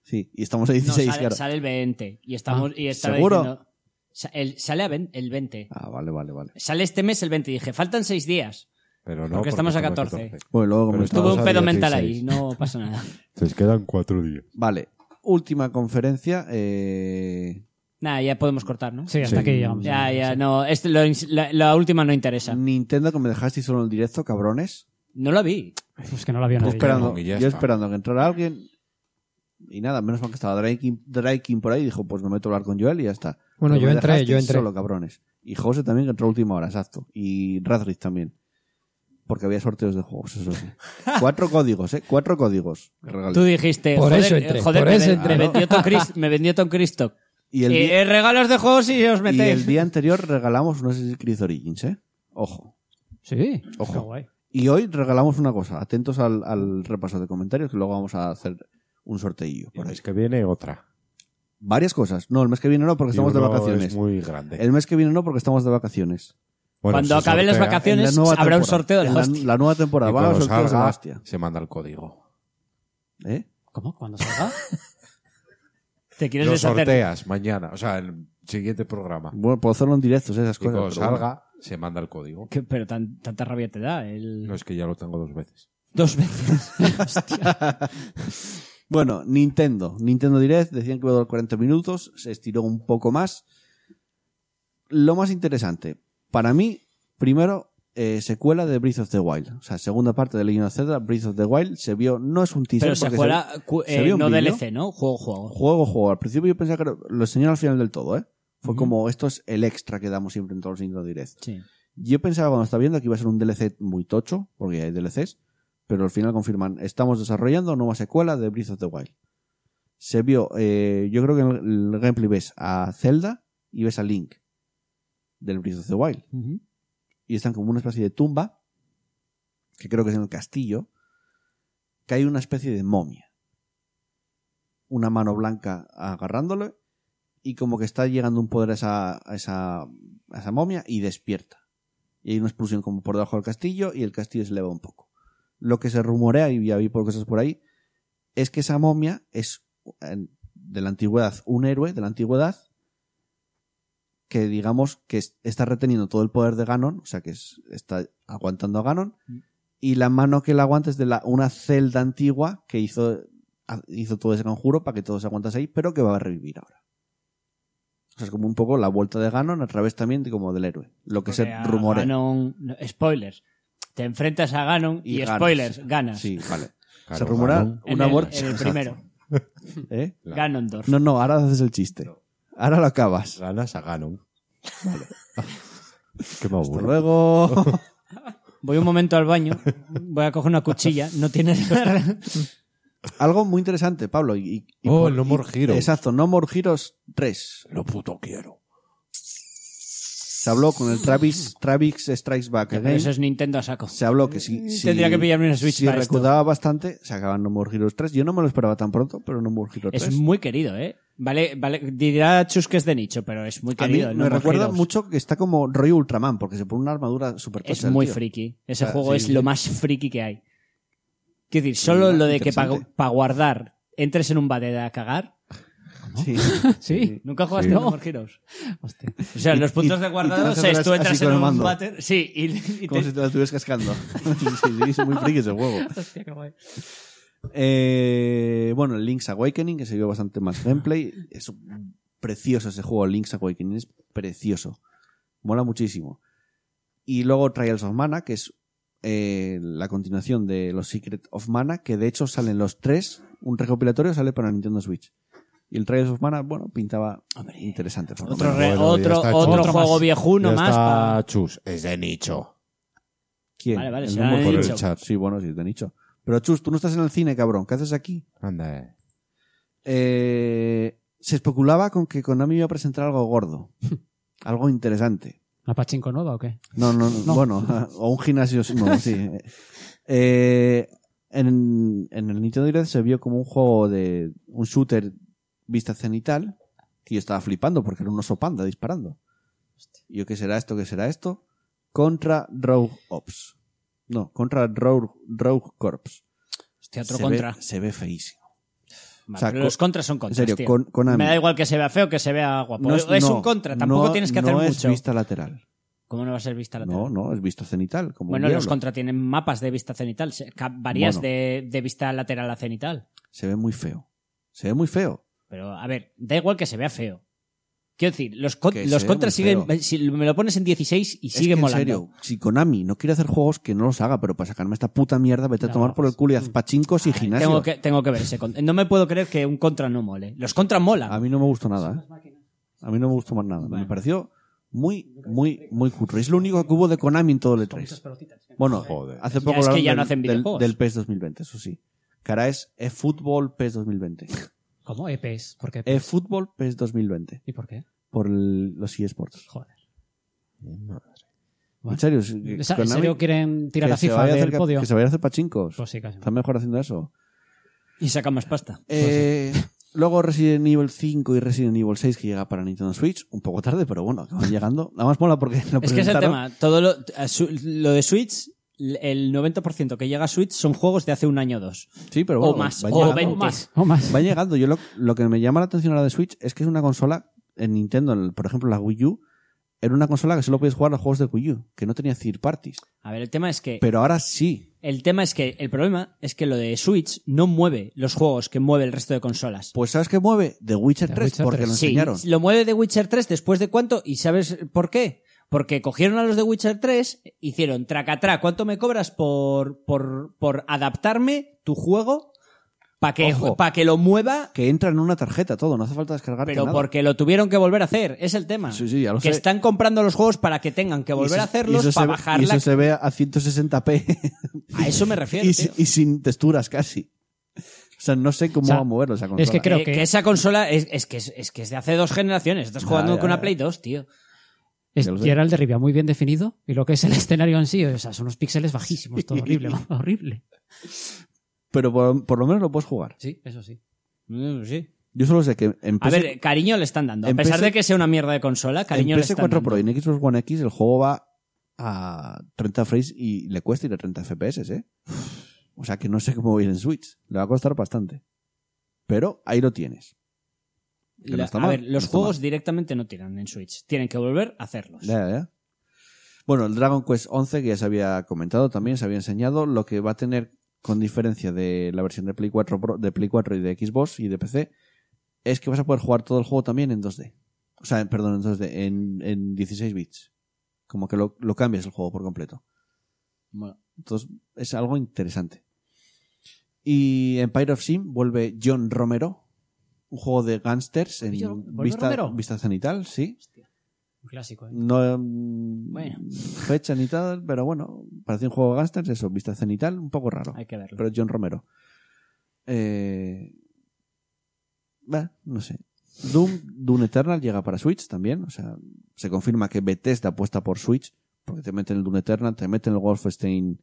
A: Sí, y estamos a
C: No,
A: 16,
C: sale,
A: claro.
C: sale el 20. Y estamos... y estaba
A: ¿seguro?
C: diciendo- sa- el- sale a ven- el 20.
A: Ah, vale, vale, vale.
C: Sale este mes el 20. Dije, faltan seis días.
B: Pero no.
C: Porque estamos a 14.
A: Bueno, luego como
B: Pero
A: estamos-
C: Tuve
B: Estamos
C: un
B: a
C: pedo
B: 16.
C: mental ahí, no pasa nada.
B: Entonces quedan cuatro días.
A: Vale, última conferencia. eh,
C: Nada, ya podemos cortar, ¿no?
D: Sí, hasta
B: Sí.
D: aquí llegamos.
C: Ya, ya, no. este- lo ins- la, la última no
A: Mm.
C: interesa.
A: Nintendo, que me dejasteis solo en el directo, cabrones.
C: No la vi.
D: Pues que no la vio
A: Yo
D: nadie.
A: esperando,
B: no, y ya
A: yo
B: está.
A: esperando que entrara alguien. Y nada, menos mal que estaba Draikin por ahí. Dijo, pues me meto a hablar con Joel y ya está.
E: Bueno,
A: Pero
E: yo
A: me
E: entré,
A: dejasteis
E: yo entré.
A: Solo, cabrones. Y Jose también, que entró a última hora, exacto. Y Radrick también. Porque había sorteos de juegos, eso sí. Cuatro códigos, ¿eh? Cuatro códigos. que regalé.
C: Tú dijiste,
E: Por
C: joder,
E: eso
C: eh,
E: entré,
C: joder,
E: por
C: me,
E: eso
C: ven-
E: entré.
C: me vendió Tom Cris- me vendió Tom Cristo.
A: Y el, día,
C: Eh, regalos de juegos y os
A: y
C: metéis.
A: el día anterior regalamos unos Creed Origins, ¿eh? Ojo.
D: Sí,
A: Ojo.
D: qué guay.
A: Y hoy regalamos una cosa. Atentos al, al repaso de comentarios, que luego vamos a hacer un sorteillo
B: Y el
A: por ahí.
B: mes que viene otra.
A: Varias cosas. No, el mes que viene no, porque estamos
B: Y
A: de
B: uno
A: vacaciones.
B: Es muy grande.
A: El mes que viene no, porque estamos de vacaciones.
B: Bueno,
C: Cuando
B: se
C: acaben las
B: sortea.
C: vacaciones,
A: En la nueva
C: habrá un
A: temporada.
C: sorteo de
A: En
C: la
A: la,
C: hostia.
A: la nueva temporada.
B: Y
A: Va a haber
B: cuando
A: sorteos de la
B: salga,
A: hostia.
B: se manda el código.
A: ¿Eh?
D: ¿Cómo? ¿Cuándo salga?
C: Te quieres
B: Lo
C: deshacer.
B: sorteas mañana, o sea, el siguiente programa.
A: Bueno, puedo hacerlo en directos, esas
B: Y cuando
A: cosas. pero bueno.
B: salga, se manda el código.
C: Que- pero tan- tanta rabia te da. el-
B: No es que ya lo tengo dos veces.
C: Dos veces.
A: Bueno, Nintendo. Nintendo Direct, decían que iba a durar 40 minutos, se estiró un poco más. Lo más interesante, para mí, primero, eh, secuela de Breath of the Wild. O sea, segunda parte de Legend of Zelda, Breath of the Wild, se vio, no es un teaser.
C: pero se
A: porque
C: juega, cu-
A: se
C: eh,
A: vio un
C: no
A: vídeo.
C: DLC, ¿no? Juego, juego.
A: Juego, juego. Al principio yo pensaba que lo- lo enseñaron al final del todo, ¿eh? Fue como, esto es el extra que damos siempre en todos los Nintendo Direct.
C: Sí.
A: Yo pensaba cuando estaba viendo que iba a ser un DLC muy tocho, porque hay DLCs, pero al final confirman, estamos desarrollando nueva secuela de Breath of the Wild. Se vio, eh, yo creo que en el el gameplay ves a Zelda y ves a Link del Breath of the Wild. Y están como una especie de tumba, que creo que es en el castillo, que hay una especie de momia. Una mano blanca agarrándole y como que está llegando un poder a esa, a esa, a esa momia y despierta. Y hay una explosión como por debajo del castillo y el castillo se eleva un poco. Lo que se rumorea, y ya vi por cosas por ahí, es que esa momia es eh, de la antigüedad, un héroe de la antigüedad que digamos que es- está reteniendo todo el poder de Ganon, o sea que es- está aguantando a Ganon, y la mano que la aguanta es de la, una celda antigua que hizo, ha- hizo todo ese conjuro para que todos aguantase ahí, pero que va a revivir ahora. O sea, es como un poco la vuelta de Ganon a través también de, como del héroe, lo que
C: Porque a
A: se rumorea.
C: Ganon- no, spoilers. Te enfrentas a Ganon y,
A: Y ganas.
C: spoilers, ganas.
A: Sí, vale.
B: Claro,
A: se rumora
B: Ganon.
C: En
A: una
C: el-
A: muerte.
C: en el
A: Exacto.
C: primero.
A: ¿Eh?
C: Ganondorf.
A: No, no, ahora haces el chiste. Ahora lo acabas.
B: Ganas a Ganon. Qué me
A: Hasta
B: aburro.
A: luego.
C: Voy un momento al baño, voy a coger una cuchilla, no tienes nada.
A: Algo muy interesante, Pablo. Y, y-
B: Oh,
A: por-
B: el No More
A: y-
B: Heroes.
A: Exacto, No More Heroes 3.
B: Lo puto quiero.
A: Se habló con el Travis, Travis Strikes Back
C: Pero
A: Again.
C: eso es Nintendo a saco.
A: Se habló que si, si-
C: Tendría que pillarme una Switch
A: Si
C: para esto.
A: recordaba bastante, sacaban No More Heroes 3. Yo no me lo esperaba tan pronto, pero No More Heroes 3.
C: Es muy querido, ¿eh? Vale, vale, dirá Chus que es de nicho, pero es muy
A: A mí
C: querido. el No
A: me
C: More
A: recuerda
C: Heroes.
A: mucho que está como rollo Ultraman, porque se pone una armadura super
C: Es muy friki. Ese
A: Ah,
C: juego
A: sí,
C: es
A: sí.
C: lo más friki que hay. Quiero decir, solo
A: Mm,
C: lo de que para
A: interesante.
C: guardar entres en un bate a cagar,
D: ¿no?
A: Sí.
D: Sí.
C: Nunca jugaste
B: Sí.
C: a No More Heroes.
D: Hostia.
C: O sea, los puntos de
A: y te
C: guardado
A: las
C: es tú
A: haces
C: entras
A: así
C: en
A: con el
C: un
A: mando.
C: váter. Sí, y, y
A: Como
C: te-
A: si te la estuvieras cascando. sí, sí, sí, es muy friki ese juego.
D: Hostia, qué guay.
A: Eh, bueno, Link's Awakening, que se vio bastante más gameplay. Es un- precioso ese juego, Link's Awakening, es precioso. Mola muchísimo. Y luego Trials of Mana, que es eh, la continuación de los Secret of Mana, que de hecho salen los tres. Un recopilatorio sale para Nintendo Switch. Y el Trials of Mana, bueno, pintaba interesante. por lo
C: Otro,
A: menos.
C: re-
B: Bueno, ya
C: otro,
B: está hecho.
C: otro
B: Otro
C: juego
B: más.
C: viejuno
B: Ya
C: más.
B: está
C: pa-
B: Chus, es de nicho.
A: ¿Quién?
C: Vale, vale,
A: El
C: será
A: mismo
C: de
A: por el
C: nicho.
A: chat. Sí, bueno, sí, de nicho. Pero Chus, tú no estás en el cine, cabrón. ¿Qué haces aquí?
B: Anda, eh.
A: Eh, se especulaba con que Konami iba a presentar algo gordo. algo interesante.
D: ¿Una pachinko nueva o qué?
A: No, no, no,
D: No.
A: Bueno, o un gimnasio. No, sí. Eh, en, en el Nintendo Direct se vio como un juego de un shooter vista cenital que yo estaba flipando porque era un oso panda disparando. Y Yo, ¿qué será esto? ¿Qué será esto? Contra Rogue Ops. No, contra Rogue, Rogue Corps.
C: Hostia, otro
A: se
C: contra.
A: Ve, se ve feísimo.
C: Vale,
A: o sea,
C: pero
A: co-
C: los contras son
A: En
C: contras.
A: serio,
C: tío.
A: con, Konami.
C: Me da igual que se vea feo que se vea guapo. es un
A: no,
C: contra, tampoco
A: no-
C: tienes que hacer
A: no es
C: mucho.
A: vista lateral.
C: ¿Cómo no va a ser vista lateral?
A: No, no, es vista cenital. Como
C: Bueno,
A: un
C: los
A: diablo.
C: contra tienen mapas de vista cenital. se- ca- Varías
A: Bueno.
C: de, de vista lateral a cenital.
A: Se ve muy feo. Se ve muy feo.
C: Pero, a ver, da igual que se vea feo. Quiero decir, los, con-
A: Que se
C: los
A: vea
C: contras
A: muy
C: siguen.
A: feo.
C: Si me lo pones en 16 y
A: Es
C: sigue
A: que,
C: molando.
A: En serio, si Konami no quiere hacer juegos, que no los haga, pero para sacarme esta puta mierda, vete a
D: No,
A: tomar por el culo y haz
D: mm.
A: pachincos y
C: Ay,
A: gimnasio.
C: Tengo que, tengo que ver ese contra. No me puedo creer que un contra no mole. Los contras mola.
A: A mí no me gustó nada. ¿eh? A mí no me gustó más nada. Me pareció muy, muy, muy cutre. Es lo único que hubo de Konami en todo el E3. Bueno,
B: Joder.
A: hace poco
C: Ya es que
A: hablaron
C: ya
A: del,
C: no hacen
A: del-
C: videojuegos.
A: del PES 2020, eso sí. Que ahora es eFootball PES 2020.
D: ¿Cómo? EPS. ¿Por qué? EPS?
A: eFootball PES 2020.
D: ¿Y por qué?
A: Por el- los eSports.
D: Joder.
A: En
D: Bueno.
A: serio,
D: ¿En
A: es- eh, Konami-
D: serio quieren tirar
A: que
D: a
A: se
D: FIFA
A: vaya a hacer
D: del
A: ca-
D: podio?
A: Que se vaya a hacer pachincos.
D: Pues sí, casi.
A: Está mejor haciendo eso.
C: Y saca más pasta.
D: Pues
A: Eh, luego Resident Evil 5 y Resident Evil 6 que llega para Nintendo Switch. Un poco tarde, pero bueno, acaban llegando. Nada más mola porque lo
C: Es que es el
A: presentaron.
C: tema. Todo lo, a su- lo de Switch, el 90% que llega a Switch son juegos de hace un año o dos.
A: Sí, pero bueno,
C: o más,
A: van
C: o
A: llegando.
C: 20.
D: O más.
A: Van llegando. Yo lo, lo que me llama la atención ahora de Switch es que es una consola en Nintendo, en el- por ejemplo la Wii U, era una consola que solo podías jugar los juegos de Wii U, que no tenía third parties.
C: A ver, el tema es que
A: Pero ahora sí.
C: el tema es que el problema es que lo de Switch no mueve los juegos que mueve el resto de consolas.
A: Pues ¿sabes qué mueve? The Witcher
D: The
A: 3,
D: Witcher
A: porque
D: 3.
A: lo
C: Sí,
A: enseñaron.
C: lo mueve The Witcher 3 después de cuánto y ¿sabes por qué? Porque cogieron a los de Witcher 3, hicieron tracatrá, ¿cuánto me cobras por por por adaptarme tu juego para que
A: Ojo.
C: para que lo mueva?
A: Que entra en una tarjeta todo, no hace falta descargarte
C: Pero
A: nada.
C: porque lo tuvieron que volver a hacer, es el tema.
A: Sí, sí, ya lo
C: que
A: sé.
C: están comprando los juegos para que tengan que
A: Y
C: volver
A: eso- y
C: a hacerlos
A: eso se
C: para
A: ve-
C: bajar
A: Y eso
C: la-
A: se ve a 160p.
C: A eso me refiero.
A: y,
C: tío.
A: sin- y sin texturas casi. O sea, no sé cómo
D: O sea,
A: va a moverlo esa consola.
D: es que creo
C: que, que esa consola es, es que es, es que es de hace dos generaciones. Estás
A: Ya,
C: jugando
A: ya,
C: con una
A: ya.
C: Play 2, tío.
D: Es
A: Ya lo sé.
D: Geralt de Rivia muy bien definido y lo que es el escenario en sí, o sea, son unos píxeles bajísimos, todo horrible, horrible.
A: Pero por, por lo menos lo puedes jugar.
D: Sí, eso sí.
C: Mm, sí.
A: Yo solo sé que en
C: A
A: PS,
C: ver, cariño le están dando. A
A: en
C: pesar
A: PS
C: de que sea una mierda de consola,
A: en
C: cariño le están
A: PS4
C: dando.
A: Pro y en Xbox One X el juego va a 30 frames y le cuesta ir a 30 FPS, ¿eh? O sea que no sé cómo va a ir en Switch. Le va a costar bastante. Pero ahí lo tienes. Que no
C: La-
A: está
C: a
A: mal,
C: ver,
A: no
C: los
A: está
C: juegos
A: mal.
C: directamente no tiran en Switch. Tienen que volver a hacerlos.
A: Ya, ya, ya. Bueno, el Dragon Quest 11, que ya se había comentado también, se había enseñado, lo que va a tener con diferencia de la versión de Play 4, Pro- de Play 4 y de Xbox y de PC, es que vas a poder jugar todo el juego también en 2D. O sea, en- perdón, en 2D, en, en 16 bits. Como que lo, lo cambias el juego por completo.
C: Mola.
A: Entonces, es algo interesante. Y Empire of Sim vuelve John Romero, un juego de gangsters en
D: Yo- ¿vuelve
A: vista,
D: Romero?
A: vista cenital, sí.
D: Un clásico, ¿eh?
A: No bueno. fecha ni tal, pero bueno, parecía un juego de gangsters, eso, vista cenital, un poco raro.
C: Hay que verlo.
A: Pero es John Romero. Eh, bah, no sé. Doom, Doom Eternal llega para Switch también, o sea, se confirma que Bethesda apuesta por Switch, porque te meten el Doom Eternal, te meten el Wolfenstein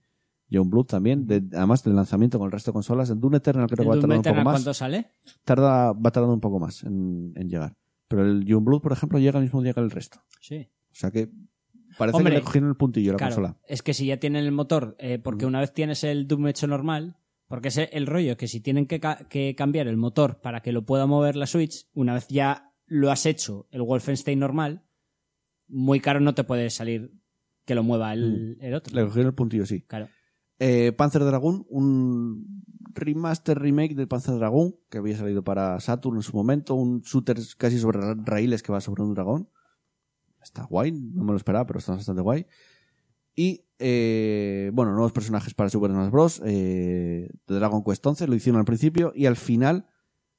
A: John Blood también, de- además del lanzamiento con el resto de consolas, el Doom Eternal creo
C: ¿El
A: que va a
C: Doom
A: tardar un
C: Eternal
A: poco más
C: cuánto sale?
A: tarda, va tardando un poco más en, en llegar. Pero el Youngblood, por ejemplo, llega el mismo día que el resto.
C: Sí.
A: O sea que parece
C: Hombre,
A: que le cogieron el puntillo a la
C: Claro,
A: consola.
C: es que si ya tienen el motor, eh, porque una vez tienes el Doom hecho normal, Porque es el rollo que si tienen que, ca- que cambiar el motor para que lo pueda mover la Switch, una vez ya lo has hecho el Wolfenstein normal, muy caro no te puede salir que lo mueva el,
A: Mm.
C: el otro.
A: Le cogieron el puntillo, sí.
C: Claro.
A: Eh, Panzer Dragoon, un remaster remake de Panzer Dragoon que había salido para Saturn en su momento, un shooter casi sobre ra- raíles que va sobre un dragón. Está guay, no me lo esperaba, pero está bastante guay. Y, eh, bueno, nuevos personajes para Super Smash Bros. Eh, de Dragon Quest 11, lo hicieron al principio y al final,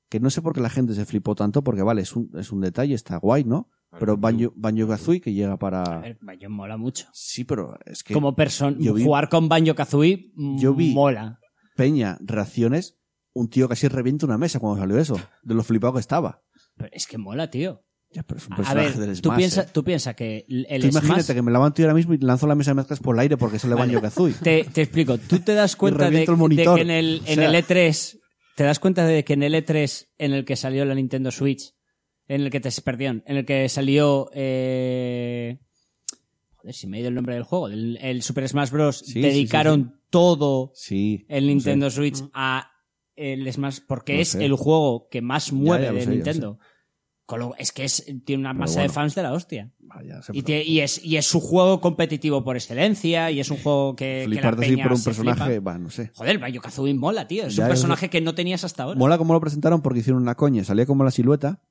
A: que no sé por qué la gente se flipó tanto, porque vale, es un, es un detalle, está guay, ¿no? Eh. Pero Banjo, Banjo Kazooie que llega
C: A
A: para...
C: ver, Banjo mola mucho.
A: Sí, pero es Ah. que...
C: Como persona,
A: yo vi-
C: jugar con Banjo Kazooie mm,
A: Yo vi-
C: mola.
A: Peña, reacciones, un tío casi revienta una mesa cuando salió eso, de lo flipado que estaba.
C: Pero es que mola, tío.
A: Ya, pero es un
C: A
A: personaje
C: ver,
A: del Smash.
C: tú
A: ¿eh?
C: piensas tú piensa que el el
A: Tú imagínate
C: Smash-
A: que me levanto yo ahora mismo y lanzo la mesa de mezclas por el aire porque se le
C: Vale.
A: Banjo Kazooie.
C: Te, te explico, tú te das cuenta de,
A: reviento el
C: de
A: monitor.
C: que en el,
A: O
C: en
A: sea.
C: el E3, te das cuenta de que en el E3 en el que salió la Nintendo Switch, en el que te, perdón, en el que salió, eh, joder, si me he ido el nombre del juego, el, el Super Smash Bros.
A: Sí, sí,
C: dedicaron
A: sí,
C: todo
A: Sí.
C: el Nintendo Switch a el Smash porque
A: Lo
C: es
A: sé.
C: el juego que más mueve
A: ya lo
C: de
A: sé, ya lo
C: Nintendo. Con lo- es que es, tiene una
A: Pero
C: masa
A: bueno.
C: de fans de la hostia.
A: Vaya, se-
C: Y, tie- y es, y es su juego competitivo por excelencia, y es un juego que. que la
A: Fliparte así
C: peña
A: por un
C: se
A: personaje,
C: flipa.
A: va, no sé.
C: Joder, Banjo Kazooie mola, tío. Es
A: Ya,
C: un
A: ya
C: personaje que no tenías hasta ahora.
A: Mola como lo presentaron porque hicieron una coña, salía como la silueta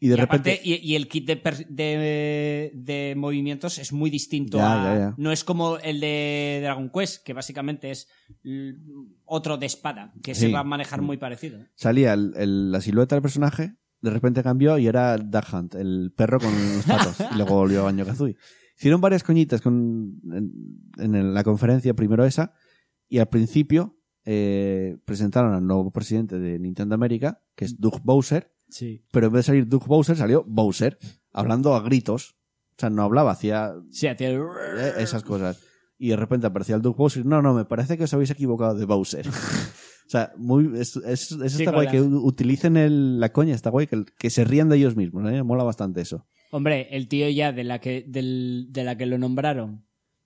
A: y de
C: y,
A: repente...
C: aparte, y, y el kit de, per- de, de movimientos es muy distinto.
A: Ya,
C: a-
A: ya, ya.
C: No es como el de Dragon Quest, que básicamente es l- otro de espada, que se
A: Sí.
C: va a manejar muy parecido.
A: salía el- el- la silueta del personaje, de repente cambió y era Duck Hunt, el perro con los patos. y luego volvió a Banjo Kazooie. Hicieron varias coñitas con, en, en la conferencia, primero esa, y al principio eh, presentaron al nuevo presidente de Nintendo América, que es Doug Bowser,
C: Sí.
A: pero en vez de salir Doug Bowser, salió Bowser, hablando a gritos. O sea, no hablaba, hacía
C: Sí, a ti el-
A: eh, esas cosas. Y de repente aparecía el Doug Bowser. No, no, me parece que os habéis equivocado de Bowser. o sea, muy, es, es, es
C: Sí,
A: está guay
C: con
A: que
C: la-
A: u- utilicen el- la coña, está guay que, el- que se rían de ellos mismos. A mí me mola bastante eso.
C: Hombre, el tío ya de la que, del- de la que lo nombraron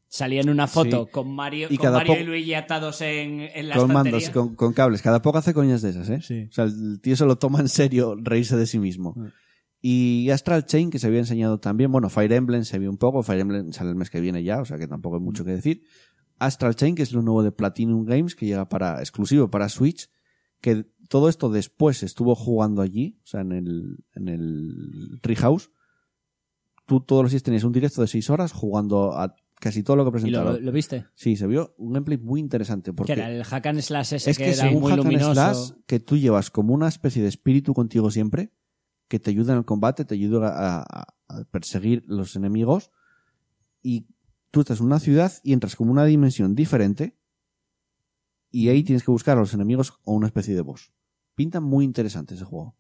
C: salía en una foto
A: Sí.
C: con Mario,
A: Y
C: y,
A: cada
C: con Mario
A: po-
C: y Luigi atados en, en la
A: Con
C: estantería.
A: mandos, con, con cables. Cada poco hace coñas de esas, ¿eh?
C: Sí.
A: O sea, el tío se lo toma en serio reírse de sí mismo. Y Astral Chain, que se había enseñado también. Bueno, Fire Emblem se vio un poco. Fire Emblem sale el mes que viene ya, o sea que tampoco hay mucho que decir. Astral Chain, que es lo nuevo de Platinum Games, que llega para exclusivo para Switch. Que todo esto después estuvo jugando allí, o sea, en el, en el Treehouse. Tú todos los días tenías un directo de 6 horas jugando a casi todo lo que
C: ¿Y
A: presentaron.
C: lo, lo viste?
A: Sí, se vio un gameplay muy interesante.
C: Que
A: Porque
C: era el hack and slash ese
A: es
C: que,
A: que es
C: era
A: un
C: muy
A: hack and
C: luminoso.
A: slash que tú llevas como una especie de espíritu contigo siempre, que te ayuda en el combate, te ayuda a, a- a perseguir los enemigos, y tú estás en una ciudad y entras como una dimensión diferente, y ahí tienes que buscar a los enemigos o una especie de boss. Pinta muy interesante ese juego.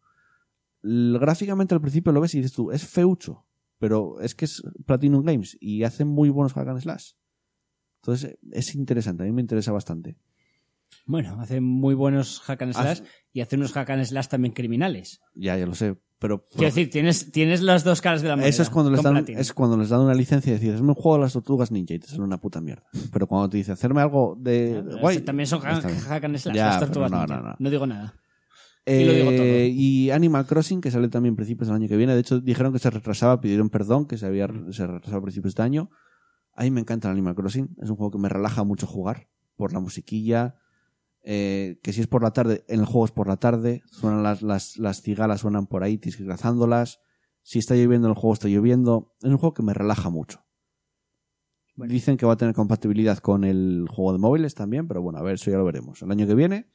A: L- Gráficamente al principio lo ves y dices tú, es feucho, pero es que es Platinum Games y hacen muy buenos hack and slash. Entonces eh, es interesante, a mí me interesa bastante.
C: Bueno, hacen muy buenos hack and slash
A: Hace-
C: y hacen unos hack and slash también criminales.
A: Ya, ya lo sé. Pero,
C: Quiero decir, tienes, tienes las dos caras de la moneda.
A: eso es cuando, les
C: con
A: dan,
C: Platinum.
A: es cuando les dan una licencia y decir, es un juego de las tortugas ninja y te sale una puta mierda. Pero cuando te dice, hacerme algo de
C: Ah, pero
A: guay.
C: este También son
A: está
C: hack,
A: bien.
C: hack and slash,
A: Ya,
C: las
A: pero
C: tortugas
A: no,
C: ninja.
A: no, no.
C: digo nada.
A: Eh,
C: Y lo digo todo.
A: y Animal Crossing, que sale también a principios del año que viene. De hecho, dijeron que se retrasaba, pidieron perdón, que se había
C: Mm.
A: se retrasado a principios de año. A mí me encanta el Animal Crossing. Es un juego que me relaja mucho jugar. Por la musiquilla. eh, que si es por la tarde, en el juego es por la tarde. Suenan las, las, las cigalas, suenan por ahí, tienes que ir cazándolas. Si está lloviendo, en el juego está lloviendo. Es un juego que me relaja mucho. Dicen que va a tener compatibilidad con el juego de móviles también, pero bueno, a ver, eso ya lo veremos. El año que viene.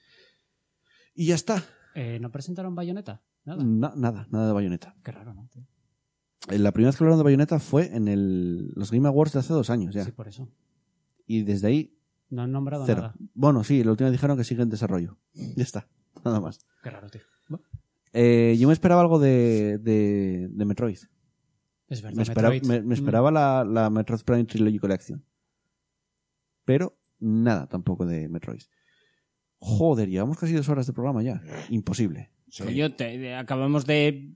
A: Y ya está.
D: Eh, ¿No presentaron bayoneta? Nada.
A: Na- nada, nada de bayoneta. Eh,
D: Qué raro, ¿no?
A: La primera vez que hablaron de bayoneta fue en el, los Game Awards de hace dos años ya.
D: Sí, por eso.
A: Y desde ahí,
D: No han nombrado
A: cero.
D: nada. Mm.
A: Bueno, sí, la última dijeron que sigue en desarrollo. Ya está, nada más.
D: Qué raro, tío.
A: Eh, yo me esperaba algo de, de, de Metroid.
D: Es verdad,
A: Me, espera-
D: Metroid. Mm.
A: me- me esperaba la, la Metroid Prime Trilogy Collection. Pero nada tampoco de Metroid. Joder, llevamos casi dos horas de programa ya. Imposible.
C: Coño, te- acabamos de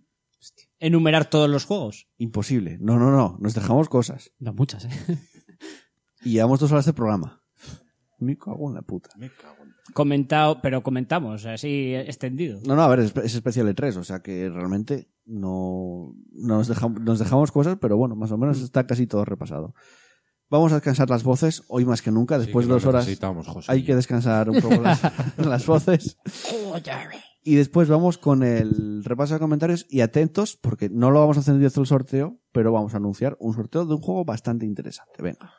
C: enumerar todos los juegos.
A: Imposible. No, no, no. Nos dejamos cosas.
D: No, muchas, ¿eh?
A: Y llevamos dos horas de programa. Me cago en la puta.
C: Comentado, pero comentamos, así extendido.
A: No, no, a ver, es, es especial E3, o sea que realmente no no nos dejamos, nos dejamos cosas, pero bueno, más o
B: Mm.
A: menos está casi todo repasado. Vamos a descansar las voces, hoy más que nunca, después de dos horas
B: Necesitamos, José.
A: hay que descansar un poco las, las voces. Y después vamos con el repaso de comentarios y atentos, porque no lo vamos a hacer en directo el sorteo, pero vamos a anunciar un sorteo de un juego bastante interesante. Venga.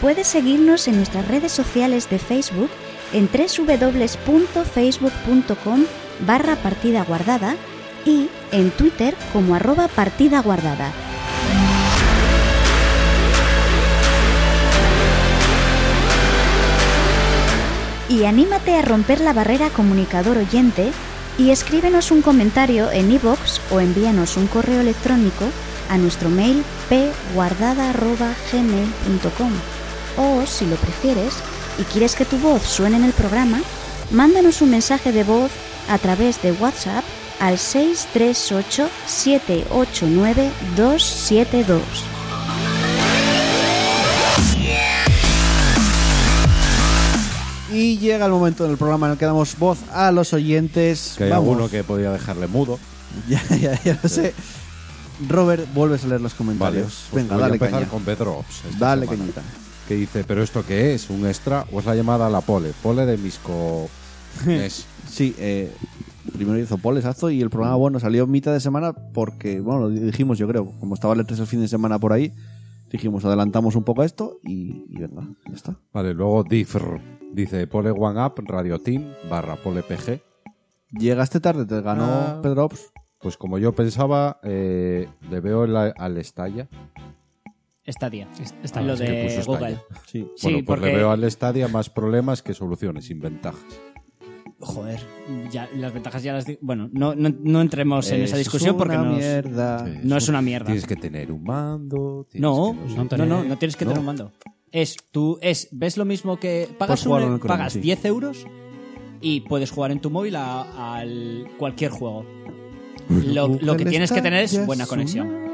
H: Puedes seguirnos en nuestras redes sociales de Facebook en www.facebook.com barra partida guardada y en Twitter como arroba partida guardada. Y anímate a romper la barrera comunicador oyente y escríbenos un comentario en iVoox o envíanos un correo electrónico a nuestro mail pguardada.gmail.com o, si lo prefieres y quieres que tu voz suene en el programa, mándanos un mensaje de voz a través de WhatsApp al 638-789-272.
A: Y llega el momento del programa en el que damos voz a los oyentes.
B: Que hay
A: Vamos.
B: alguno que podía dejarle mudo.
A: Ya, ya, ya lo sé. Robert, vuelves a leer los
B: Vale,
A: comentarios.
B: pues
A: Venga,
B: voy a
A: dale
B: empezar
A: caña.
B: con este Pedro Ops. esta
A: Dale
B: semana,
A: cañita.
B: Que dice, ¿pero esto qué es? ¿Un extra o es la llamada a la pole? Pole de Misco... Es-
A: Sí, eh, primero hizo Paul, exacto, y el programa, bueno, salió mitad de semana porque, bueno, lo dijimos yo creo, como estaba el 3 el fin de semana por ahí, dijimos, adelantamos un poco a esto y, y venga, ya está.
B: Vale, luego Diffr. Dice, pole one up, radio team, barra pole pg.
A: Llegaste tarde, te ganó
B: Ah.
A: Pedro Ops.
B: Pues como yo pensaba, eh, le veo la- al Estalla.
C: Stadia.
D: Está
C: lo
D: bien.
B: que
C: de
B: puso
C: Google.
B: Stadia.
A: Sí.
C: Sí,
B: bueno, pues
C: porque-
B: le veo al Stadia más problemas que soluciones, sin ventajas.
C: Joder, ya, las ventajas ya las... di- Bueno, no, no, no entremos en esa
A: Eso es
C: discusión porque
A: una
C: nos-
A: mierda.
B: Sí.
C: Ah, no es una mierda.
B: Tienes que tener un mando. tienes
C: No,
B: que
D: no
C: no,
D: tener-
C: no, no, tienes que tener
B: no.
C: un mando. Es, tú, es, ves lo mismo que pagas,
A: Puedes jugar
C: un- e-,
A: en el Chrome,
C: pagas
A: sí.
C: 10 euros y puedes jugar en tu móvil a, al cualquier juego. Lo, lo
A: Google
C: que tienes que
A: está
C: tener
A: ya
C: es buena conexión.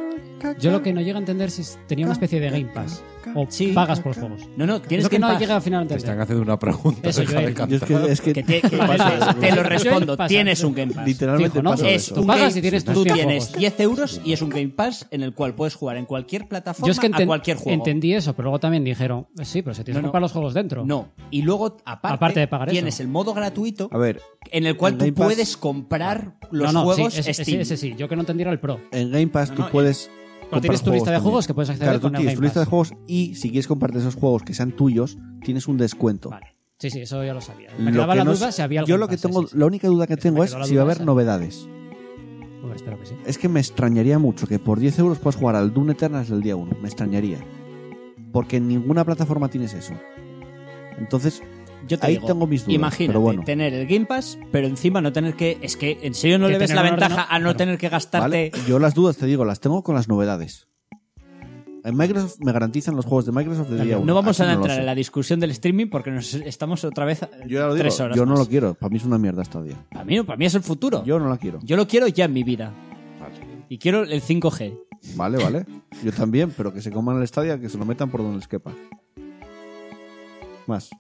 D: Yo lo que no llego a entender es si tenía una especie de Game Pass o
C: Sí.
D: pagas por los juegos.
C: No, no,
D: Es
C: tienes
D: lo que
C: Game
D: no
C: Pass.
D: llega al final a
B: Te están
D: entender.
B: haciendo una pregunta.
D: Eso,
B: deja de
D: Joel.
A: Yo
B: cantar.
A: es que, es que,
C: Que te, que
D: Pasa.
C: te lo respondo,
D: Pasa.
C: tienes un Game Pass.
A: literalmente
D: Fijo, ¿no?
A: pasa
C: Es
A: eso.
D: Tú
C: un
D: pagas
C: Game-
D: y tienes tus
C: tú
D: 100
C: tienes
D: juegos.
C: 10 euros y es un Game Pass en el cual puedes jugar en cualquier plataforma
D: Yo es que
C: a
D: enten-
C: cualquier juego.
D: entendí eso, pero luego también dijeron, "Eh, sí, pero se tienes
C: No,
D: que
C: no.
D: comprar los juegos dentro.
C: No, y luego aparte,
D: Aparte de pagar
C: tienes
D: eso.
C: el modo gratuito
A: A ver,
C: en el cual
A: el
C: tú
A: Game Pass-
C: puedes comprar los
D: No, no,
C: juegos
D: sí, ese, ese-
C: Steam.
D: ese sí. Yo que no entendía era el Pro.
A: en Game Pass
C: No,
A: tú
C: no,
A: puedes. comprar
D: tienes tu lista de
A: también.
D: juegos que puedes acceder
A: Claro, tú
D: con el
A: tienes
D: Game
A: tu lista de
D: Pass.
A: juegos y si quieres compartir esos juegos que sean tuyos, tienes un descuento.
D: Vale. Sí, sí, eso ya lo sabía.
A: Lo
D: Me quedaba
A: que
D: la
A: no
D: duda
A: sé-
D: si había
A: yo
D: algún
A: lo que
D: pase,
A: tengo,
D: sí, sí.
A: la única duda que
D: Pero me
A: tengo es
D: quedó la
A: si va a
D: duda
A: haber
D: esa.
A: novedades.
D: Hombre, espero que sí.
A: Es que me extrañaría mucho que por 10 euros puedas jugar al Dune Eternal del día 1. Me extrañaría. Porque en ninguna plataforma tienes eso. Entonces,
C: Yo te
A: Ahí
C: digo,
A: tengo mis dudas,
C: Imagínate
A: pero bueno.
C: tener el Game Pass, pero encima no tener que. Es que en serio no
D: Que
C: le ves
D: tener
C: la
D: un
C: ventaja
D: ordenador,
C: a no
D: claro.
C: tener que
A: ¿vale?
C: gastarte.
A: yo las dudas, te digo, las tengo con las novedades. En Microsoft me garantizan los juegos de Microsoft del día 1.
C: No vamos a entrar en
A: en
C: la discusión del streaming porque nos estamos otra vez
A: Yo ya lo digo,
C: tres horas.
A: yo no
C: más.
A: lo quiero. Para mí es una mierda esta día.
C: Para mí, no, para mí es el futuro. Yo,
A: Yo no la quiero.
C: lo quiero ya en mi vida. Y quiero el 5G.
A: Vale, vale. Yo también, pero que se coman el estadio, que se lo metan por donde les quepa. Más.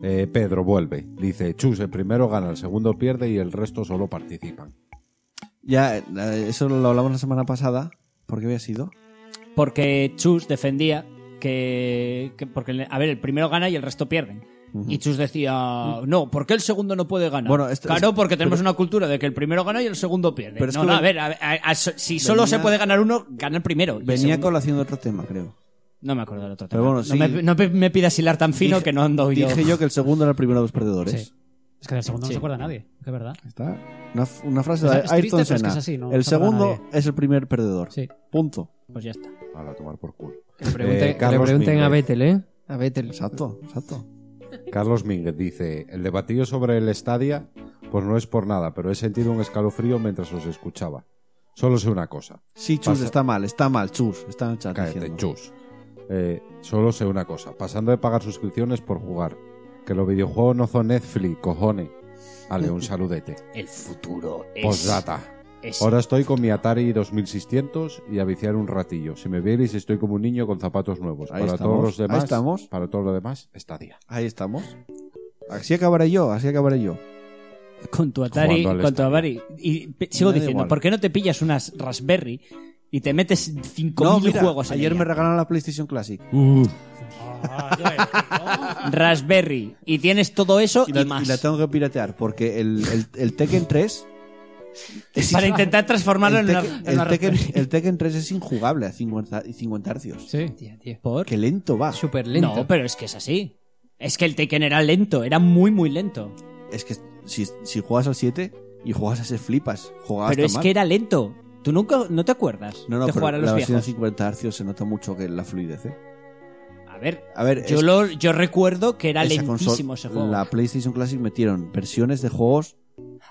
B: Eh, Pedro vuelve. Dice, Chus, el primero gana, el segundo pierde y el resto solo participan.
A: Ya, eh, eso lo hablamos la semana pasada. ¿Por qué había sido?
C: Porque Chus defendía que. que- porque, a ver, el primero gana y el resto pierden.
A: Ujú.
C: Y Chus decía, no, ¿por qué el segundo no puede ganar?
A: Bueno, esto-
C: claro,
A: es-
C: porque tenemos
A: pero-
C: una cultura de que el primero gana y el segundo pierde.
A: Pero es
C: no,
A: que
C: no, a
A: ven-
C: ver, a ver, a- a- si solo
A: venía-
C: se puede ganar uno, gana el primero. y el
A: Venía
C: segundo-
A: colación de otro tema, creo.
C: No me acuerdo del otro
A: Pero
C: tema.
A: bueno,
C: no,
A: sí.
C: me, no me- me pidas hilar tan fino
A: Dije-
C: que no ando yo.
A: Dije yo que el segundo era el primero de los perdedores.
D: Sí. Es que del segundo
C: Sí.
D: no se acuerda nadie, que es verdad.
A: Está. Una, f- una frase
D: Es-
A: de
D: es triste,
A: Ayrton
D: pero es que
A: Senna.
D: es así, no
A: el
D: sabrá
A: segundo
D: nadie.
A: es el primer perdedor.
D: Sí.
A: Punto.
C: Pues ya está.
B: Ahora a tomar por culo.
E: Que le pregunten,
B: Eh,
E: que le
B: Carlos
E: pregunten
B: Miguel.
E: a Vettel, ¿eh? A Vettel.
A: Exacto, exacto.
B: Carlos Mínguez dice, el debatillo sobre el Stadia, pues no es por nada, pero he sentido un escalofrío mientras os escuchaba. Solo sé una cosa.
A: Sí, Chus,
B: Pasa.
A: está mal, está mal, Chus. Está en el chat
B: Cállate,
A: diciendo.
B: chus. Eh, solo sé una cosa. Pasando de pagar suscripciones por jugar. Que los videojuegos no son Netflix, cojones. Ale, un saludete.
C: El futuro es.
B: Postdata.
C: es-
B: Ahora estoy con mi Atari 2600 y a viciar un ratillo. Si me vierais, estoy como un niño con zapatos nuevos.
A: Ahí
B: para
A: estamos,
B: todos los
A: ahí
B: demás,
A: estamos.
B: para todo lo demás, Stadia.
A: Ahí estamos. Así acabaré yo, así acabaré yo.
C: Con tu Atari.
B: Jugando al
C: Con tu
B: Stadia.
C: Atari. Y pe- sigo
A: Me da
C: diciendo,
A: igual.
C: ¿por qué no te pillas unas Raspberry y te metes 5.000
A: No, mira,
C: juegos en
A: ayer
C: ella?
A: me regalaron la PlayStation Classic.
C: Raspberry. Y tienes todo eso
A: Y
C: y,
A: la,
C: más.
A: y la tengo que piratear porque el, el, el Tekken 3 Es
F: Para
A: injugable.
F: intentar transformarlo
A: el
F: en una-
A: Tekken-
F: en una
A: el Tekken, el Tekken 3 es injugable a 50, y 50 hercios.
D: Sí.
E: Tía, tío.
C: ¿Por?
A: Qué lento va.
E: Súper lento.
C: No, pero es que es así. Es que el Tekken era lento, era muy, muy lento.
A: Es que si, si juegas al 7 y juegas a ese flipas, juegas
C: pero
A: tan
C: es
A: Ah, mal.
C: que era lento. ¿Tú nunca, no te acuerdas
A: No, no,
C: de
A: pero
C: jugar a
A: la
C: los
A: versión
C: viejos?
A: de 50 hercios se nota mucho que la fluidez. ¿eh?
C: A ver,
A: A ver,
C: yo,
A: es-
C: lo, yo recuerdo que era
A: esa consola-
C: lentísimo ese juego.
A: La PlayStation Classic metieron versiones de juegos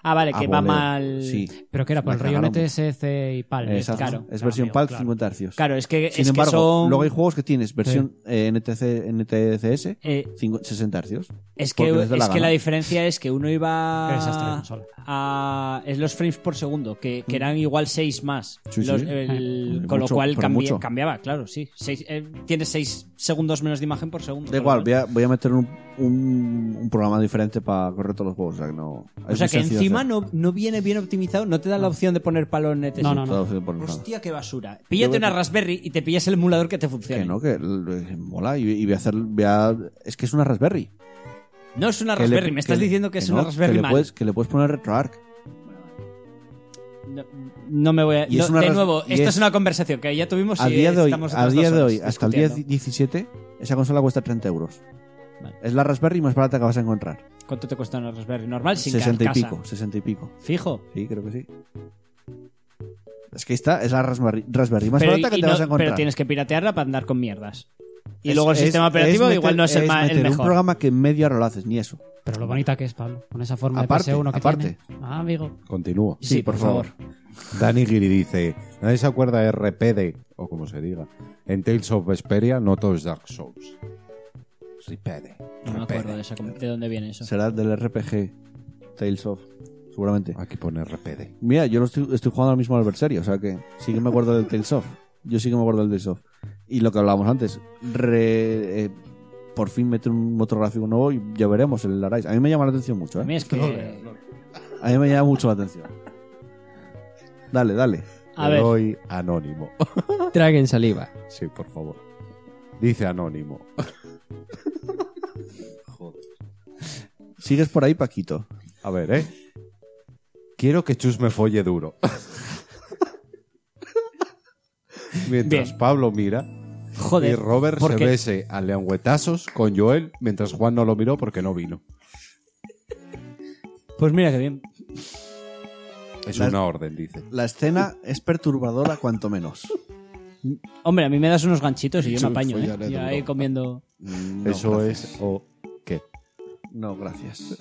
C: Ah, vale,
A: a
C: que va
A: voleo.
C: mal.
A: Sí.
D: Pero que era por
A: La
D: el rollo
A: cagaron.
D: NTSC y PAL.
A: Exacto.
C: claro,
A: es versión
D: amigo,
A: PAL
D: claro.
A: 50 hercios.
C: Claro, es que,
A: Sin
C: es
A: embargo,
C: que son.
A: luego hay juegos que tienes versión eh, NTC, NTCS
C: eh,
A: 50 60 hercios.
C: es
A: porque
C: que,
A: les da la
C: es que
A: gana.
C: la diferencia es que uno iba.
D: Qué desastre de consola.
C: a- es los frames por segundo, que, que eran igual 6 más.
A: Mm. Sí, sí.
C: Los- el-
A: Ah.
C: con
A: Mucho,
C: lo cual
A: pero
C: cambi-
A: mucho.
C: cambiaba, claro, sí. Seis- eh, tienes 6 segundos menos de imagen por
A: Da
C: segundo. con lo
A: igual,
C: cual-
A: voy a, voy a meter un, un- un programa diferente para correr todos los juegos. O sea que, no,
C: O sea que encima no, no viene bien optimizado, no te da la opción de poner palo en NTSC.
D: No, no, no.
A: Hostia,
C: Hostia, qué basura.
A: Yo
C: Píllate
A: creo
C: una
A: que-
C: Raspberry y te pillas el emulador que te funcione.
A: que no, que eh, mola. Y, y voy a hacer. voy a- es que es una Raspberry.
C: No es una
A: Que le-
C: Raspberry, me estás
A: le-
C: diciendo que es
A: no,
C: una Raspberry
A: que le,
C: mal.
A: puedes, que le puedes poner RetroArch.
C: No, no me voy a.
A: Y es
C: no,
A: una
C: de
A: Ras-
C: nuevo,
A: y
C: esto es...
A: es-
C: una conversación que ya tuvimos
A: a
C: y
A: día de hoy,
C: Oh, estamos
A: a
C: otras
A: día
C: dos
A: de
C: horas
A: hoy hasta el día
C: discutiendo.
A: 17, esa consola cuesta 30 euros.
C: Vale.
A: Es la Raspberry más barata que vas a encontrar.
C: ¿Cuánto te cuesta una Raspberry normal? Sin
A: 60 y
C: carcasa?
A: pico, 60 y pico.
C: Fijo.
A: Sí, creo que sí. Es que esta es la Raspberry, Raspberry más
C: pero,
A: barata que
C: y
A: te
C: no-
A: vas a encontrar.
C: pero tienes que piratearla para andar con mierdas. Y
A: Es-
C: luego el
A: es-
C: sistema operativo
A: es meter-
C: igual no es, el, ma- el
A: meter un
C: mejor.
A: programa que en media hora lo haces, ni eso.
D: Pero lo bonita que es, Pablo. Con esa forma
A: Aparte,
D: de PS1 que
A: aparte.
D: tiene. Ah, amigo.
B: Continúo.
A: Sí, por favor.
B: Dani Giri dice, nadie se acuerda de RPD, o como se diga, en Tales of Vesperia, no todo es Dark Souls. RPD.
C: No me acuerdo de, esa, de dónde viene eso.
A: Será del RPG Tales of, seguramente.
B: Aquí pone RPD.
A: Mira, yo lo estoy, estoy jugando ahora mismo al adversario, o sea que sí que me acuerdo del Tales of. Yo sí que me acuerdo del Tales of. Y lo que hablábamos antes, re- eh, por fin meter un motor gráfico nuevo y ya veremos el Arise. A mí me llama la atención mucho,
C: A mí
A: ¿eh?
C: es que.
A: A mí me llama mucho la atención. Dale, dale.
C: A
B: Le
C: ver.
B: doy anónimo.
E: Traguen saliva.
B: Sí, por favor. Dice anónimo. Joder.
A: Sigues por ahí, Paquito.
B: A ver, ¿eh? Quiero que Chus me folle duro. Mientras
C: Bien.
B: Pablo mira y
C: Joder.
B: Robert se
C: porque-
B: bese a leangüetazos con Joel mientras Juan no lo miró porque no vino.
C: Pues mira que bien.
B: Es
A: Las-
B: una orden, dice.
A: La escena es perturbadora, cuanto menos.
C: Hombre, a mí me das unos ganchitos y yo
B: Sí,
C: me apaño,
B: follaré
C: ¿eh? Y
B: duro.
C: ahí comiendo.
A: No,
B: Eso
A: gracias.
B: es o qué.
A: No, gracias.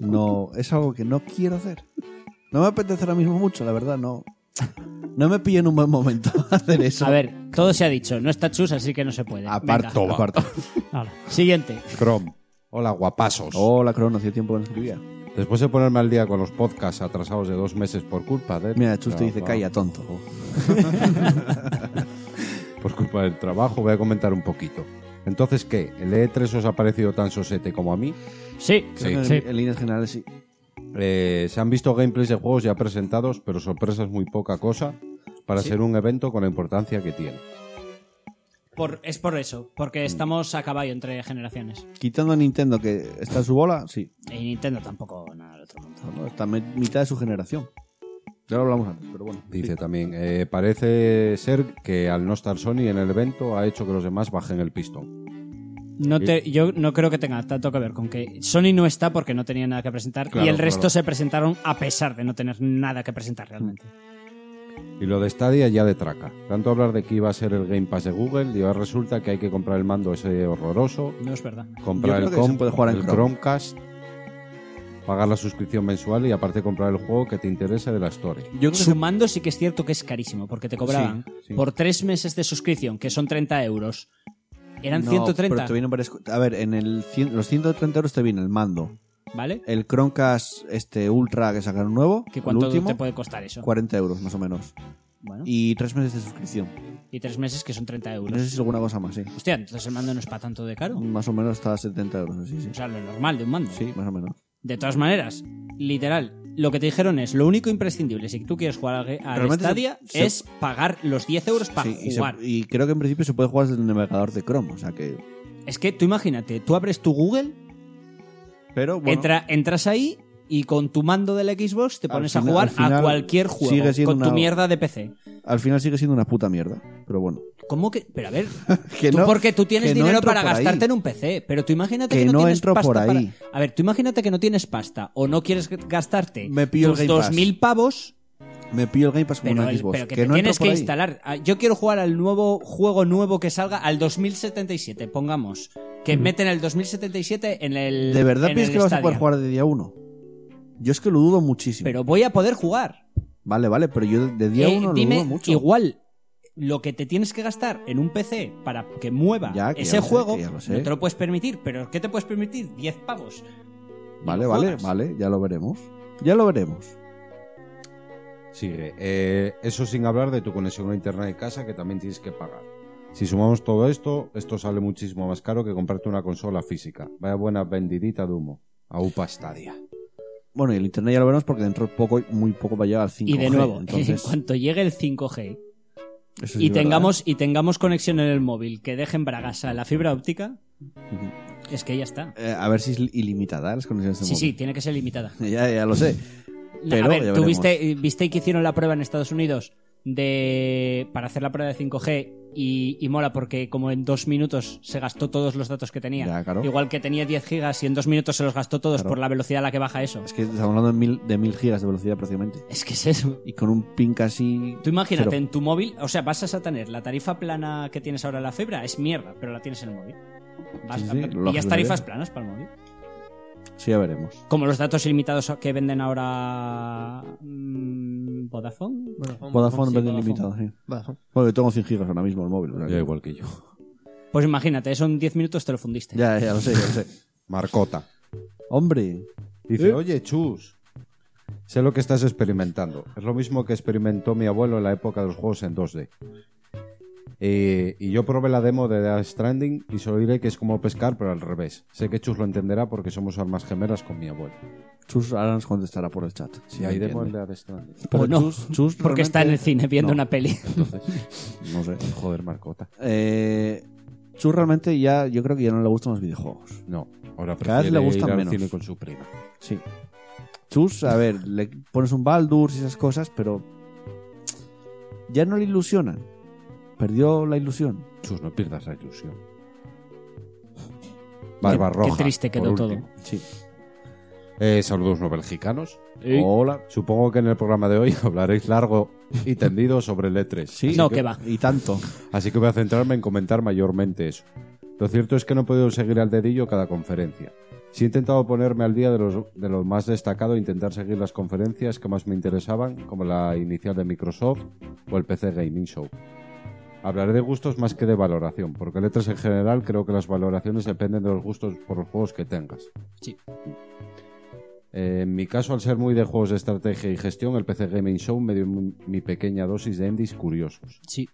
A: No, es algo que no quiero hacer. No me apetece ahora mismo mucho, la verdad, no. No me pillo en un buen momento hacer eso.
C: A ver, todo se ha dicho. No está chus, así que no se puede.
A: aparto,
C: Venga.
A: aparto.
D: Hala.
C: Siguiente.
B: Chrome. Hola, guapasos.
A: Hola, Crono, hacía tiempo que no escribía.
B: Después de ponerme al día con los podcasts atrasados de dos meses por culpa de...
A: Mira, Chus te dice,
B: trabajo-
A: calla, tonto.
B: Oh, Por culpa del trabajo, voy a comentar un poquito. Entonces, ¿qué? ¿El E3 os ha parecido tan sosete como a mí?
C: Sí.
B: Sí.
A: En,
D: Sí.
A: en líneas generales, sí.
B: Eh, se han visto gameplays de juegos ya presentados, pero sorpresa es muy poca cosa para ser un evento con la importancia que tiene.
C: Por, es por eso, porque estamos a caballo entre generaciones.
A: Quitando a Nintendo, que está en su bola, sí.
C: Y Nintendo tampoco, nada del otro mundo.
A: No, Está me- mitad de su generación. Ya lo hablamos antes, pero bueno.
B: Dice también, eh, parece ser que al no estar Sony en el evento ha hecho que los demás bajen el pistón.
C: No te, yo no creo que tenga tanto que ver con que Sony no está porque no tenía nada que presentar
B: Claro,
C: y el
B: claro.
C: resto se presentaron a pesar de no tener nada que presentar realmente.
B: Y lo de Stadia ya de traca. Tanto hablar de que iba a ser el Game Pass de Google y ahora resulta que hay que comprar el mando ese horroroso,
C: No es verdad.
B: comprar
A: Yo creo
B: el,
A: que se
B: com-
A: puede jugar en
B: el
A: Chrome.
B: Chromecast, pagar la suscripción mensual y aparte comprar el juego que te interesa de la Store.
A: Yo creo que
C: Sumando sí que es cierto que es carísimo porque te cobraban
B: sí.
C: por tres meses de suscripción, que son 30 euros. Eran
A: No,
C: 130,
A: Pero te vienen varias co- a ver, en el cien- los 130 euros te viene el mando,
C: ¿vale?
A: el Chromecast este Ultra que sacaron nuevo,
C: ¿Que
A: el
C: ¿Cuánto
A: último,
C: te puede costar eso?
A: 40 euros más o menos.
C: Bueno, y,
A: Y tres meses de suscripción.
C: tres meses que son 30 euros.
A: No sé si alguna cosa más, sí.
C: Hostia, entonces el mando no es para tanto de caro.
A: Más o menos está a 70 euros, sí, sí.
C: O sea, lo normal de un mando.
A: Sí, más o menos.
C: De todas maneras, literal, lo que te dijeron es, lo único imprescindible si tú quieres jugar al- al
A: Realmente se-
C: Stadia
A: se-
C: es pagar los 10 euros para
A: Sí, y, se-
C: jugar.
A: y creo que en principio se puede jugar desde el navegador de Chrome, o sea que...
C: Es que tú imagínate, tú abres tu Google,
A: Pero bueno,
C: entra- entras ahí y con tu mando del Xbox te
A: Al
C: pones
A: final-
C: a jugar
A: al final
C: a cualquier juego
A: sigue siendo
C: con tu
A: una-
C: mierda de PC.
A: Al final sigue siendo una puta mierda, pero bueno.
C: ¿Cómo que? Pero a ver,
A: Que
C: tú
A: no-
C: porque tú tienes
A: que no
C: dinero
A: entro
C: para
A: por ahí.
C: gastarte en un PC, pero tú imagínate
A: Que
C: que,
A: no
C: tienes
A: entro
C: pasta
A: por
C: para-
A: ahí.
C: A ver, tú imagínate que no tienes pasta o no quieres gastarte
A: Me pillo el
C: tus
A: Game Pass.
C: 2000 pavos,
A: Me pillo el Game Pass como
C: pero,
A: una
C: el-
A: Xbox.
C: pero que,
A: que
C: te
A: no entro
C: tienes
A: por
C: que
A: ahí.
C: instalar. Ah, Yo quiero jugar al nuevo juego nuevo que salga al 2077, pongamos, que meten el 2077 en el
A: ¿De verdad
C: en
A: piensas
C: el
A: que lo vas a
C: Stadia.
A: poder jugar de día uno? Yo es que lo dudo muchísimo.
C: Pero voy a poder jugar.
A: Vale, vale, pero yo de- de día
C: Eh,
A: uno
C: dime,
A: lo dudo mucho.
C: igual lo que te tienes que gastar en un PC para que mueva
A: Ya, que ya
C: ese
A: lo sé,
C: juego,
A: que ya lo sé.
C: no te lo puedes permitir. Pero ¿qué te puedes permitir? 10 pavos.
A: Vale,
C: lo
A: vale,
C: juegas.
A: vale, ya lo veremos. Ya lo veremos.
B: Sigue. Eh, eso sin hablar de tu conexión a internet de casa que también tienes que pagar. Si sumamos todo esto, esto sale muchísimo más caro que comprarte una consola física. Vaya buena vendidita de humo. A UPA Stadia.
A: Bueno, y el internet ya lo veremos porque dentro de poco, muy poco va a llegar al 5G.
C: y de nuevo, en
A: entonces,
C: cuanto llegue el 5G
A: eso sí
C: y
A: es verdad, ¿eh?
C: tengamos, y tengamos conexión en el móvil que dejen Bragasa la fibra óptica,
A: Ujú.
C: es que ya está.
A: ¿eh? Eh, a ver si es ilimitada las conexiones de
C: Sí, sí,
A: móvil.
C: tiene que ser limitada.
A: Ya, ya lo sé. Pero ya
C: a ver, ¿tú
A: veremos.
C: viste, viste que hicieron la prueba en Estados Unidos de para hacer la prueba de 5G y, y mola porque como en dos minutos se gastó todos los datos que tenía.
A: Ya, claro.
C: Igual que tenía 10 gigas y en dos minutos se los gastó todos
A: Claro.
C: por la velocidad a la que baja eso.
A: Es que estamos hablando de mil, de mil gigas de velocidad prácticamente.
C: Es que es eso.
A: Y con un ping casi...
C: Tú imagínate
A: Cero.
C: en tu móvil, o sea, vas a tener la tarifa plana que tienes ahora en la fibra, es mierda, pero la tienes en el móvil. Vas
A: Sí,
C: a-
A: sí, lo
C: pillas
A: haces
C: tarifas
A: bien.
C: planas para el móvil.
A: Sí, ya veremos.
C: Como los datos ilimitados que venden ahora mm, Vodafone.
E: Vodafone,
A: Vodafone
C: sí,
A: vende
C: Vodafone.
A: ilimitado, sí.
E: Vodafone.
A: Bueno, yo tengo 100 gigas ahora mismo el móvil. o sea que-
B: Ya igual que yo.
C: Pues imagínate, eso en 10 minutos te lo fundiste.
A: Ya, ya lo sé, ya lo sé.
B: Marcota.
A: Hombre,
B: Dice,
A: ¿Eh?
B: oye, chus, sé lo que estás experimentando. Es lo mismo que experimentó mi abuelo en la época de los juegos en 2D. Eh, y yo probé la demo de Death Stranding y solo diré que es como pescar, pero al revés. Sé que Chus lo entenderá porque somos almas gemelas con mi abuelo.
A: Chus ahora nos contestará por el chat.
B: Si hay demo de
A: entiende.
B: Death Stranding.
C: O no,
A: Chus
C: porque está en el
A: realmente-
C: cine viendo
A: no.
C: una peli.
B: Entonces,
A: No sé.
B: joder, Marcota.
A: Eh, Chus realmente ya, yo creo que ya no le gustan los videojuegos.
B: No,
A: Cada
B: ahora
A: vez
B: prefiere
A: le gustan
B: ir al
A: menos.
B: cine con su prima.
A: Sí. Chus, a ver, le pones un Baldur y esas cosas, pero ya no le ilusionan. Perdió la ilusión.
B: Chus, no pierdas la ilusión. Barbarroja.
C: qué triste
B: por
C: quedó todo.
B: último.
A: Sí.
B: Eh, saludos no belgicanos.
C: Sí.
B: Hola. Supongo que en el programa de hoy hablaréis largo y tendido sobre el E E3.
A: Sí.
C: No, que va.
A: Y tanto.
B: Así que voy a centrarme en comentar mayormente eso. Lo cierto es que no he podido seguir al dedillo cada conferencia. Sí he intentado ponerme al día de, los- de lo más destacado e intentar seguir las conferencias que más me interesaban, como la inicial de Microsoft o el PC Gaming Show. Hablaré de gustos más que de valoración, porque letras en general creo que las valoraciones dependen de los gustos por los juegos que tengas.
C: Sí.
B: Eh, En mi caso, al ser muy de juegos de estrategia y gestión, el PC Gaming Show me dio mi mi pequeña dosis de indies curiosos.
C: Sí.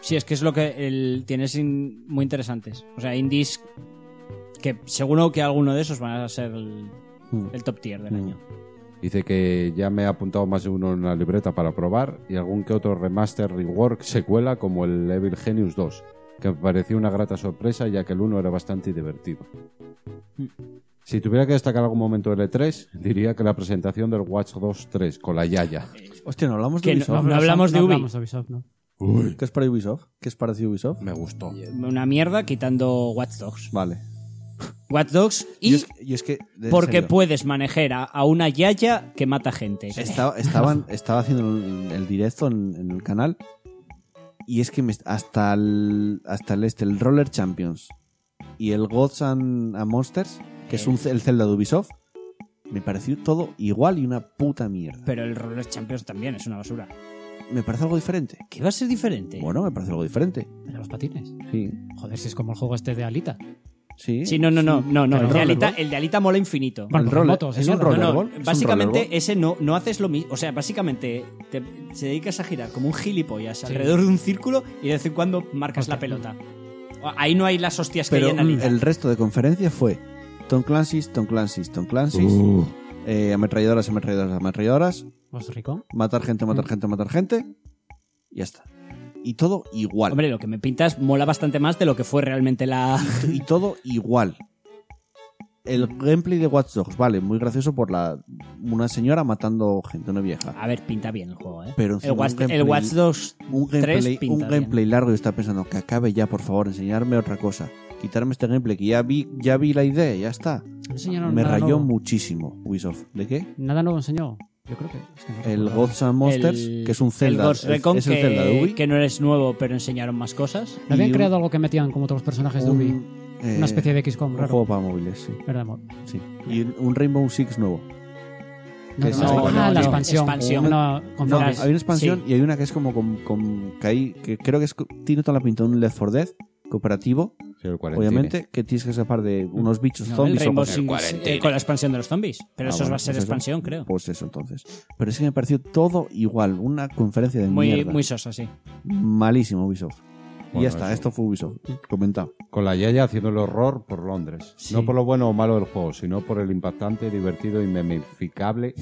C: Sí, es que es lo que el, tienes in- muy interesantes. O sea, indies que seguro que alguno de esos van a ser el, el top tier del
A: Mm.
C: año.
B: Dice que ya me ha apuntado más de uno en la libreta para probar y algún que otro remaster, rework, secuela como el Evil Genius 2, que me pareció una grata sorpresa ya que el 1 era bastante divertido. Si tuviera que destacar algún momento del E3, diría que la presentación del Watch 2 3 con la Yaya.
A: Hostia, no hablamos de
C: Que no-
A: Ubisoft.
C: no hablamos de
D: no
C: Ubi.
D: hablamos de Ubisoft, no.
A: ¿Qué es para Ubisoft? ¿Qué es para Ubisoft?
B: Me gustó.
C: Una mierda quitando Watch Dogs.
A: Vale.
C: Watch Dogs y
A: Yo es, que- yo es que. en
C: porque
A: serio,
C: puedes manejar a, a una yaya que mata gente.
A: Estaba, estaban, estaba haciendo el, el directo en, en el canal. Y es que me- hasta, el, hasta el este, el Roller Champions y el Gods and, and Monsters, que es un, ce- el Zelda de Ubisoft, me pareció todo igual y una puta mierda.
C: Pero el Roller Champions también es una basura.
A: me parece algo diferente.
C: ¿Qué va a ser diferente?
A: Bueno, me parece algo diferente.
D: Pero los patines.
A: Sí.
D: Joder, si es como el juego este de Alita.
A: Sí.
C: Sí, no, no, no, no, no.
D: Pero
C: El de,
D: rollerball.
C: Alita, el de Alita mola infinito.
D: Bueno,
A: el
D: los
A: roller,
D: remotos,
A: es
D: sí,
A: un
D: no,
C: No,
D: no,
A: rollerball.
C: no,
A: es un
C: básicamente
A: rollerball.
C: ese no, no haces lo mismo. O sea, básicamente te, se dedicas a girar como un gilipollas alrededor de un círculo y de vez en cuando marcas
D: Hostia.
C: la pelota. Ahí no hay las hostias
A: Pero
C: que hay en Alita.
A: el resto de conferencia fue Tom Clancy's, Tom Clancy's, Tom Clancy's,
C: Uh.
A: eh, ametralladoras, ametralladoras, ametralladoras,
D: Ghost Recon.
A: matar gente, matar gente, matar gente, y ya está. Y todo igual.
C: Hombre, lo que me pintas mola bastante más de lo que fue realmente la.
A: Y todo igual. el gameplay de Watch Dogs, vale, muy gracioso por la una señora matando gente, una vieja.
C: A ver, pinta bien el juego, ¿eh?
A: Pero
C: el,
A: encima
C: Watch,
A: un gameplay-
C: el Watch Dogs
A: Un
C: 3
A: gameplay,
C: pinta
A: un
C: bien.
A: gameplay largo y está pensando que acabe ya, por favor, enseñarme otra cosa. Quitarme este gameplay que ya vi, ya vi la idea, ya está.
D: No enseñaron
A: Me
D: nada
A: rayó
D: nuevo.
A: muchísimo Ubisoft. ¿De qué?
D: Nada nuevo enseñó. Yo creo que. es que no
A: El
D: recuerdo.
A: Gods and Monsters,
C: el-
A: que es un Zelda.
C: El Ghost
A: es-
C: Recon,
A: es el
C: que,
A: Zelda de Ubi.
C: que no es nuevo, pero enseñaron más cosas.
D: ¿No habían
A: y un-
D: creado algo que metían como otros personajes de
A: Un,
D: Ubi?
A: eh,
D: Una especie de XCOM,
A: un
D: raro.
A: juego para móviles, sí.
D: Era de mod.
A: sí. Y un- un Rainbow Six nuevo.
D: No,
A: Que
D: no,
A: sí.
D: no,
A: No,
D: ah,
A: no,
D: la
A: no.
D: expansión.
C: Expansión.
D: Una
A: No,
D: conferencia.
C: Flash.
A: hay una expansión
C: Sí.
A: y hay una que es como con, con- que, hay- que creo que es, co- tiene toda la pinta de un Left 4 Dead cooperativo,
B: Sí, el cuarentine.
A: obviamente, que tienes que escapar de
B: Mm.
A: unos bichos
C: No, el
A: zombies o
C: Rainbow
A: cosas.
C: Six, eh, con la expansión de los zombies. Pero
A: Ah,
C: eso
A: bueno,
C: va a ser
A: pues eso.
C: expansión, creo.
A: Pues eso entonces. Pero sí que me pareció todo igual, una conferencia de
C: Muy,
A: pues mierda.
C: muy sosa, sí.
A: Malísimo Ubisoft. y
B: Bueno,
A: ya está,
B: eso.
A: esto fue Ubisoft. Comentado.
B: Con la Yaya haciendo el horror por Londres.
C: Sí.
B: No por lo bueno o malo del juego, sino por el impactante, divertido y memificable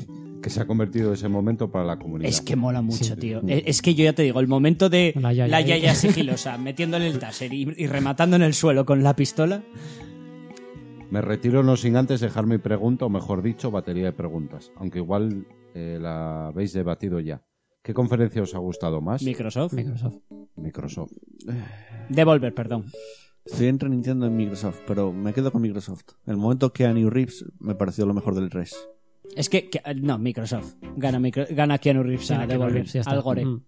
B: que se ha convertido ese momento para la comunidad.
C: Es que mola mucho, tío. E- Es que yo ya te digo, el momento de
D: La
C: la
D: yaya
C: yaya,
D: ahí.
C: sigilosa, metiéndole el taser y, y rematando en el suelo con la pistola.
B: Me retiro no sin antes dejar mi pregunta, o mejor dicho, batería de preguntas. Aunque igual eh, la habéis debatido ya. ¿Qué conferencia os ha gustado más?
C: Microsoft.
D: Microsoft.
B: Microsoft.
C: Devolver, perdón.
A: Estoy entre Nintendo y Microsoft, pero me quedo con Microsoft. El momento que a New Reeves me pareció lo mejor del 3.
C: Es que, que- no, Microsoft. Gana, micro, gana Keanu Reeves a
D: Tiene que
C: Devolver.
D: volver, sí, ya está.
C: Al Gore.
D: Mm.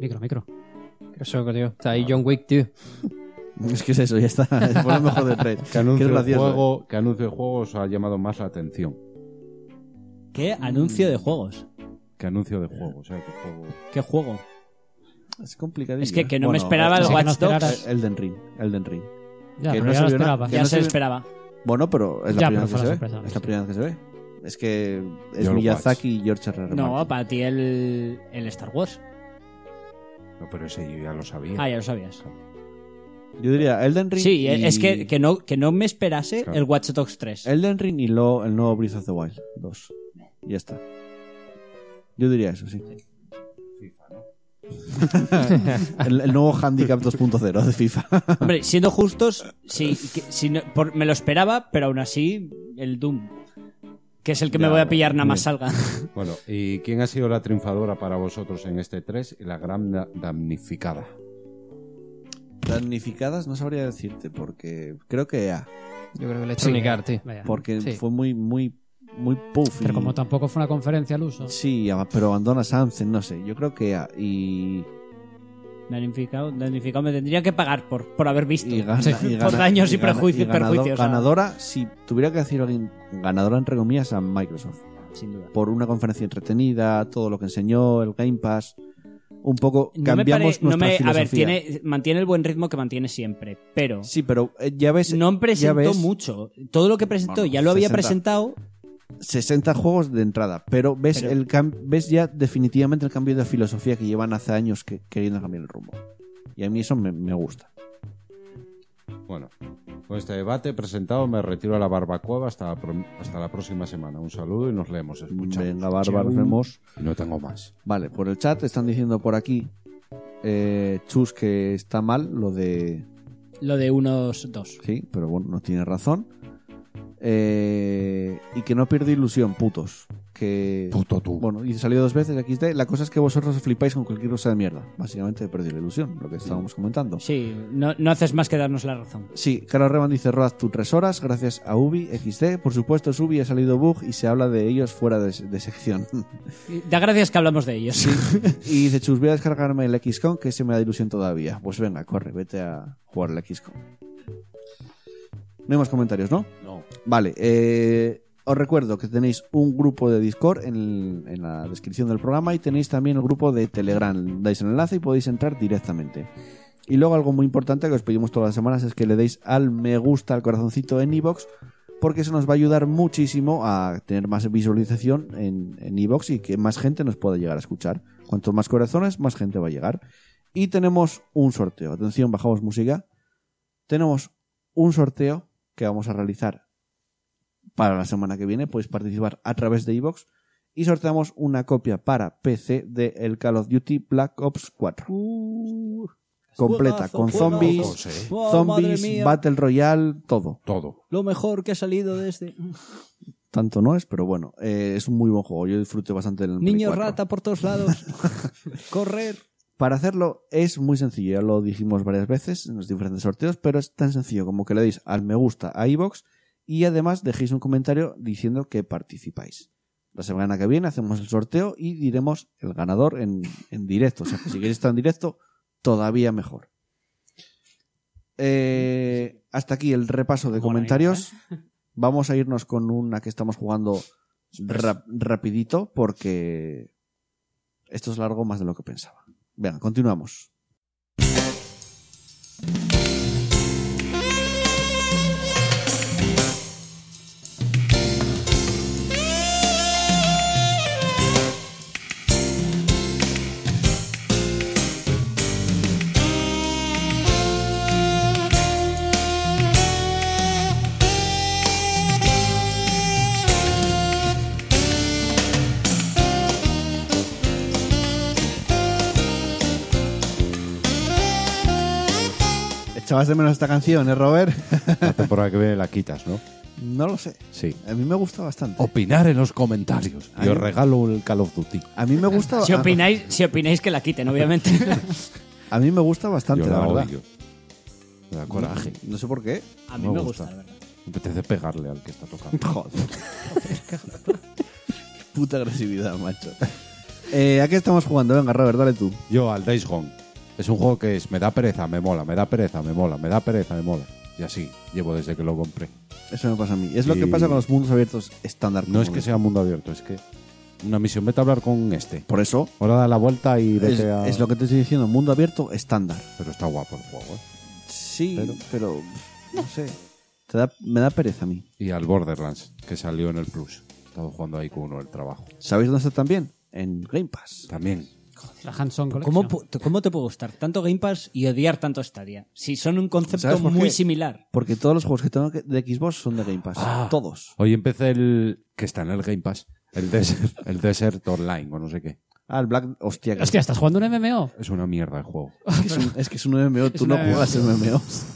D: Micro, micro.
E: Eso, tío. Está ahí John Wick, tío.
A: Es que es eso, ya está. Fue lo mejor del 3.
B: ¿Qué anuncio,
A: Qué
B: de
A: gracioso,
B: juego, qué anuncio de juego os ha llamado más la atención?
C: ¿Qué anuncio de juegos?
B: ¿Qué anuncio de juego? O sea, ¿qué juego?
C: ¿Qué juego?
A: Es complicadillo. ¿eh?
C: Es que, que no me
A: Bueno,
C: esperaba el
D: sí, que
C: Watch
D: no
C: Dogs.
D: esperaras.
A: Elden Ring, Elden Ring.
D: Ya,
A: Que
D: pero
A: no
D: ya lo
A: salió nada.
D: esperabas.
A: que
C: Ya
A: no
C: se
A: se
C: lo
A: ve-
C: esperaba.
A: Bueno, pero es la
D: Ya,
A: primera
D: pero
A: vez que
D: fue
A: se
D: la
A: ve.
D: sorpresa,
A: Es la
D: sí.
A: primera vez que se ve. Es que es
B: George
A: Miyazaki y George R. R.
C: No,
A: Martin.
C: para ti el, el Star Wars.
B: No, pero ese yo ya lo sabía.
C: Ah, ya lo sabías.
A: Yo diría Elden Ring.
C: Sí, eh, e-
A: y- Eh.
C: es que, que, no, que no me esperase
B: Claro.
C: el Watch Dogs 3.
A: Elden Ring y luego el nuevo Breath of the Wild 2. Ya está. Yo diría eso, sí. el, el nuevo Handicap 2.0 de FIFA.
C: Hombre, siendo justos, sí, que- si no- por- me lo esperaba, pero aún así, el Doom. Que es el que
B: Ya,
C: me voy a pillar nada más
B: bien.
C: salga.
B: Bueno, ¿y quién ha sido la triunfadora para vosotros en este 3 y la gran da- damnificada?
A: Planificadas no sabría decirte porque creo que EA.
E: Yo creo que Electronic
D: Sí.
E: Arts, tío.
D: Vaya.
A: Porque
E: Sí.
A: fue muy, muy, muy puff. y-
D: Pero como tampoco fue una conferencia al uso.
A: Sí, ab- pero abandona Samsung, no sé. Yo creo que EA. Y,
C: Danificado, danificado, me tendría que pagar por, por haber visto.
A: y gana-
D: Sí.
A: y
C: Por
A: gana-
C: daños y
A: gana-
C: prejuicios-
A: ganado-
C: perjuicios, ah.
A: Ganadora, si tuviera que decir a alguien, ganadora entre comillas a Microsoft.
C: Sin duda.
A: por una conferencia entretenida, todo lo que enseñó, el Game Pass. Un poco
C: No me
A: cambiamos
C: pare- no
A: nuestra
C: me- a
A: filosofía.
C: ver, tiene, mantiene el buen ritmo que mantiene siempre, pero
A: Sí, pero eh, ya ves,
C: no
A: ya
C: presentó
A: ves
C: mucho. Todo lo que presentó
A: Bueno,
C: ya lo había
A: 60.
C: presentado.
A: 60 juegos de entrada, pero ves
C: Pero-
A: el cam- ves ya definitivamente el cambio de filosofía que llevan hace años que queriendo cambiar el rumbo. Y a mí eso me, me gusta.
B: Bueno, con este debate presentado me retiro a la barbacoa hasta la, pro- hasta la próxima semana. Un saludo y nos leemos, escuchamos.
A: Venga, Bárbara, nos vemos.
B: Y no tengo más.
A: Vale, por el chat están diciendo por aquí, eh, Chus, que está mal lo de
C: Lo de unos dos.
A: Sí, pero bueno, no tiene razón. Eh, y que no pierdo ilusión, putos. Que.
B: Puto tú.
A: Bueno, y salió dos veces XD. La cosa es que vosotros os flipáis con cualquier cosa de mierda. Básicamente he perdido la ilusión, lo que estábamos comentando.
C: Sí, no, no haces más que darnos la razón.
A: Sí, Carlos Revan dice Road tú tres horas, gracias a Ubi XD. Por supuesto, es Ubi ha salido bug y se habla de ellos fuera de, de sección.
C: Da gracias que hablamos de ellos.
A: y dice, chus, voy a descargarme el XCOM que se me da ilusión todavía. Pues venga, corre, vete a jugar el XCOM. No hay más comentarios, ¿no?
B: No.
A: Vale, eh, os recuerdo que tenéis un grupo de Discord en, el- en la descripción del programa y tenéis también el grupo de Telegram. Dais el enlace y podéis entrar directamente. Y luego algo muy importante que os pedimos todas las semanas es que le deis al me gusta, al corazoncito en iBox, porque eso nos va a ayudar muchísimo a tener más visualización en en iBox y que más gente nos pueda llegar a escuchar. Cuanto más corazones, más gente va a llegar. Y tenemos un sorteo. Atención, bajamos música. Tenemos un sorteo que vamos a realizar para la semana que viene. Podéis participar a través de iBox y sorteamos una copia para PC de el Call of Duty Black Ops 4. completa,
C: Uh, Juegazo,
A: con
C: juegazo.
A: zombies,
C: Oh, madre
A: zombies,
C: mía.
A: Battle Royale, todo.
B: Todo.
C: Lo mejor que ha salido de este.
A: Tanto no es, pero bueno, eh, es un muy buen juego. Yo disfruté bastante del Play
C: Niño
A: 4.
C: rata por todos lados. Correr.
A: Para hacerlo es muy sencillo, ya lo dijimos varias veces en los diferentes sorteos, pero es tan sencillo como que le deis al me gusta a iBox y además dejéis un comentario diciendo que participáis. La semana que viene hacemos el sorteo y diremos el ganador en, en directo. O sea que si queréis estar en directo, todavía mejor. Eh, hasta aquí el repaso de
D: Bueno, ahí, ¿eh?
A: comentarios. Vamos a irnos con una que estamos jugando
D: Pues
A: rap- rapidito porque esto es largo más de lo que pensaba. Venga, continuamos. ¿Echabas de menos esta canción, eh, Robert?
B: La temporada que viene la quitas, ¿no?
A: No lo sé. Oh.
B: Sí.
A: A mí me gusta bastante.
B: Opinar en los comentarios.
A: A
B: Y os
A: mí-
B: regalo el Call of Duty.
A: A mí me gusta.
C: Si
A: a-
C: opináis, si opináis que la quiten, obviamente.
A: A, mí me gusta bastante,
B: Yo
A: la
B: la
A: verdad. Mm.
B: odio. Me da coraje.
A: No sé por qué.
C: A mí
B: Me
C: me
B: gusta.
C: gusta, la verdad.
B: Me apetece pegarle al que está tocando.
A: Joder. Puta agresividad, macho. Eh, ¿A qué estamos jugando? Venga, Robert, dale tú.
B: Yo al Days Gone. Es un juego que es me da pereza, me mola, me da pereza, me mola, me da pereza, me mola. Y así llevo desde que lo compré.
A: Eso me pasa a mí. Es lo
B: Y-
A: que pasa con los mundos abiertos estándar.
B: Eh, No
A: como
B: es que
A: ves.
B: sea mundo abierto, es que una misión. Vete a hablar con este.
A: Por eso
B: Ahora da la vuelta y
A: es,
B: vete a...
A: es lo que te estoy diciendo. Mundo abierto estándar.
B: Pero está guapo el juego. ¿eh?
A: Sí, pero, no sé. Te da- me da pereza a mí.
B: Y al Borderlands, que salió en el Plus. He estado jugando ahí con uno del trabajo.
A: ¿Sabéis dónde está también? En Game Pass.
B: También.
D: La Hanson Collection.
C: ¿Cómo, pu- ¿Cómo te puede gustar tanto Game Pass y odiar tanto Stadia? Si son un concepto
A: ¿Sabes por
C: muy
A: qué?
C: similar.
A: Porque todos los juegos que tengo que- de Xbox son de Game Pass. Todos.
B: Hoy empecé el... que está en el Game Pass. El Desert, el Desert Online o no sé qué.
A: Ah, el Black. Hostia, que
D: Hostia, ¿estás jugando un MMO?
B: Es una mierda el juego.
A: es, que es un, es que es un MMO. Tú
D: un
A: no
D: MMO.
A: juegas MMOs.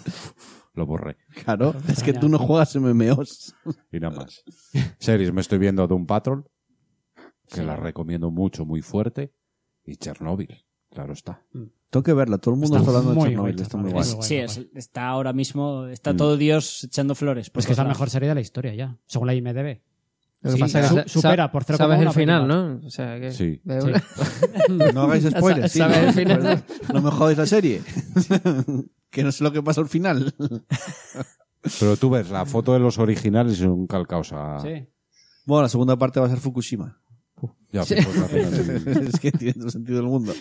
B: Lo borré.
A: Claro, es que tú no juegas MMOs.
B: Y nada más. Series, me estoy viendo Doom Patrol, que la recomiendo mucho, muy fuerte. Y Chernobyl, claro está.
A: Tengo que verla. Todo el mundo está,
D: Está
A: hablando de
D: muy
A: Chernobyl.
D: guay,
A: Está muy
D: Chernobyl.
A: guay.
C: Es-
D: bueno,
C: sí,
D: bueno.
C: es- está ahora mismo,
A: Mm.
C: está todo Dios echando flores. por
D: Pues que es la
C: todos
D: mejor serie de la historia ya, según la IMDB. Lo que
E: Sí,
D: pasa es
E: sa-
D: que su- supera
E: sa-
D: por 0,1
E: Sabes el
D: la película.
E: final, ¿no? O sea, que
B: Sí.
E: de
D: Sí.
E: una-
A: No hagáis spoilers. sí,
E: ¿Sabes
A: no,
E: el final?
A: perdón. No me jodáis la serie. que no sé lo que pasa al final.
B: Pero tú ves, la foto de los originales es un calcaos a...
D: Sí.
A: Bueno, la segunda parte va a ser Fukushima.
B: Ya, pues, al final,
A: es que tiene todo el sentido del mundo.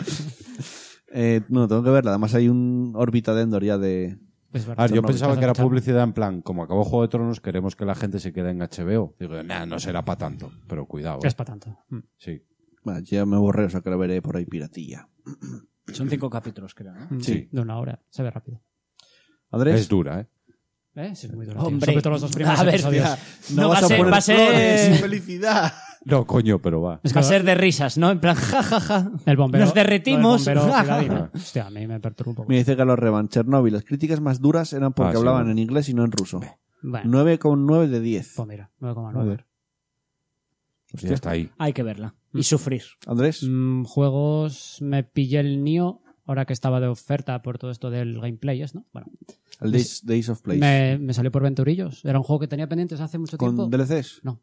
A: Eh, no, tengo que verla. Además, hay un órbita de Endor ya de.
D: Es verdad.
B: Ah, yo
A: Chernobyl.
B: pensaba que era
D: Chernobyl.
B: publicidad en plan, como acabó Juego de Tronos, queremos que la gente se quede en HBO. Digo, nah, no será para tanto, pero cuidado.
D: Que
B: eh.
D: es para tanto. Mm.
B: Sí,
A: Bueno, ya me borré, o sea que la veré por ahí piratilla.
C: lados. Son cinco capítulos, creo. ¿no?
B: sí.
D: De una hora. Se ve rápido.
A: Andrés.
B: Es dura, ¿eh?
D: ¿Eh? Sí, es muy duro. tío.
C: Hombre,
D: Sobre todo los dos primeros
C: a ver,
D: episodios.
C: tía, no, va, a ser, va a ser-
A: felicidad.
B: No, coño, pero va.
D: Es que
C: va a ser de risas, ¿no? En plan, jajaja.
D: el bombero.
C: nos derretimos.
D: el bombero
C: Ajá.
D: Filadina. Hostia, a mí me perturba un poco.
A: Me dice Carlos Revan, Chernóbil, las críticas más duras eran porque
B: Ah, sí,
A: hablaban
B: bueno.
A: en inglés y no en ruso.
D: Bueno,
A: 9,9 de 10.
D: pues mira, 9,9.
A: Joder.
B: Ya está ahí.
C: Hay que verla y sufrir.
A: Andrés,
D: Mm, juegos. Me pillé el Nio ahora que estaba de oferta por todo esto del gameplay, ¿es, ¿no? Bueno,
A: el Days, Days of Play.
D: me, me salió por venturillos. Era un juego que tenía pendientes hace mucho
A: ¿Con
D: tiempo.
A: DLCs?
D: No.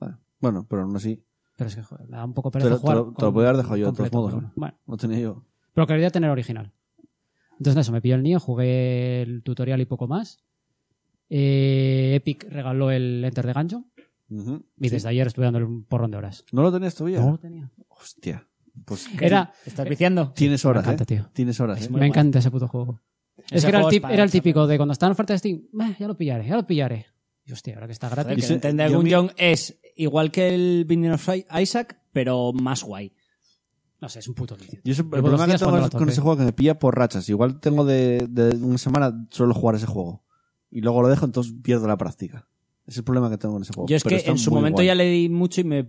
A: Vale. Ah, Bueno, pero aún así,
D: Pero es que joder, me da un poco
A: Te
D: pereza
A: lo- te
D: jugar.
A: lo- te lo
D: con-
A: podía haber dejado yo, de todos
D: completo,
A: modos,
D: pero
A: ¿no?
D: Bueno,
A: no tenía yo.
D: pero quería tener original. Entonces eso, me pilló el niño, jugué el tutorial y poco más. Eh, Epic regaló el Enter the Gungeon
A: Ujú.
D: y desde ayer estuve dándole un porrón de horas.
A: ¿No lo tenías todavía?
D: No lo tenía.
A: Hostia. Pues
D: Era,
C: ¿Estás viciando?
A: tienes horas,
D: Me encanta,
A: ¿eh?
D: tío.
A: Tienes horas, ¿eh?
C: muy
D: me
C: guay.
D: encanta ese puto juego. es
C: Ese
D: que era el,
C: juego ¿eh?
D: tip-
C: para
D: era el
C: esa-
D: típico de cuando está en oferta de Steam, "Meh, ya lo pillaré, ya lo pillaré. Y hostia, ahora que está
C: Joder,
D: gratis.
C: que
A: Ese-
C: Nintendo
A: yo mi-
C: Gungeon es igual que el Binding of Isaac, pero más guay.
D: No sé, es un puto vicio.
A: Yo
D: tío.
A: ese- el
D: Llevo dos
A: problema que
D: días
A: tengo
D: cuando
A: es
D: lo
A: con
D: toqué.
A: ese juego que me pilla por rachas. Igual tengo de, de una semana solo jugar ese juego. Y luego lo dejo, entonces pierdo la práctica. Ese es el problema que tengo con ese juego.
C: Yo es
A: Pero
C: que
A: está
C: en su
A: muy
C: momento
A: guay.
C: ya le di mucho y me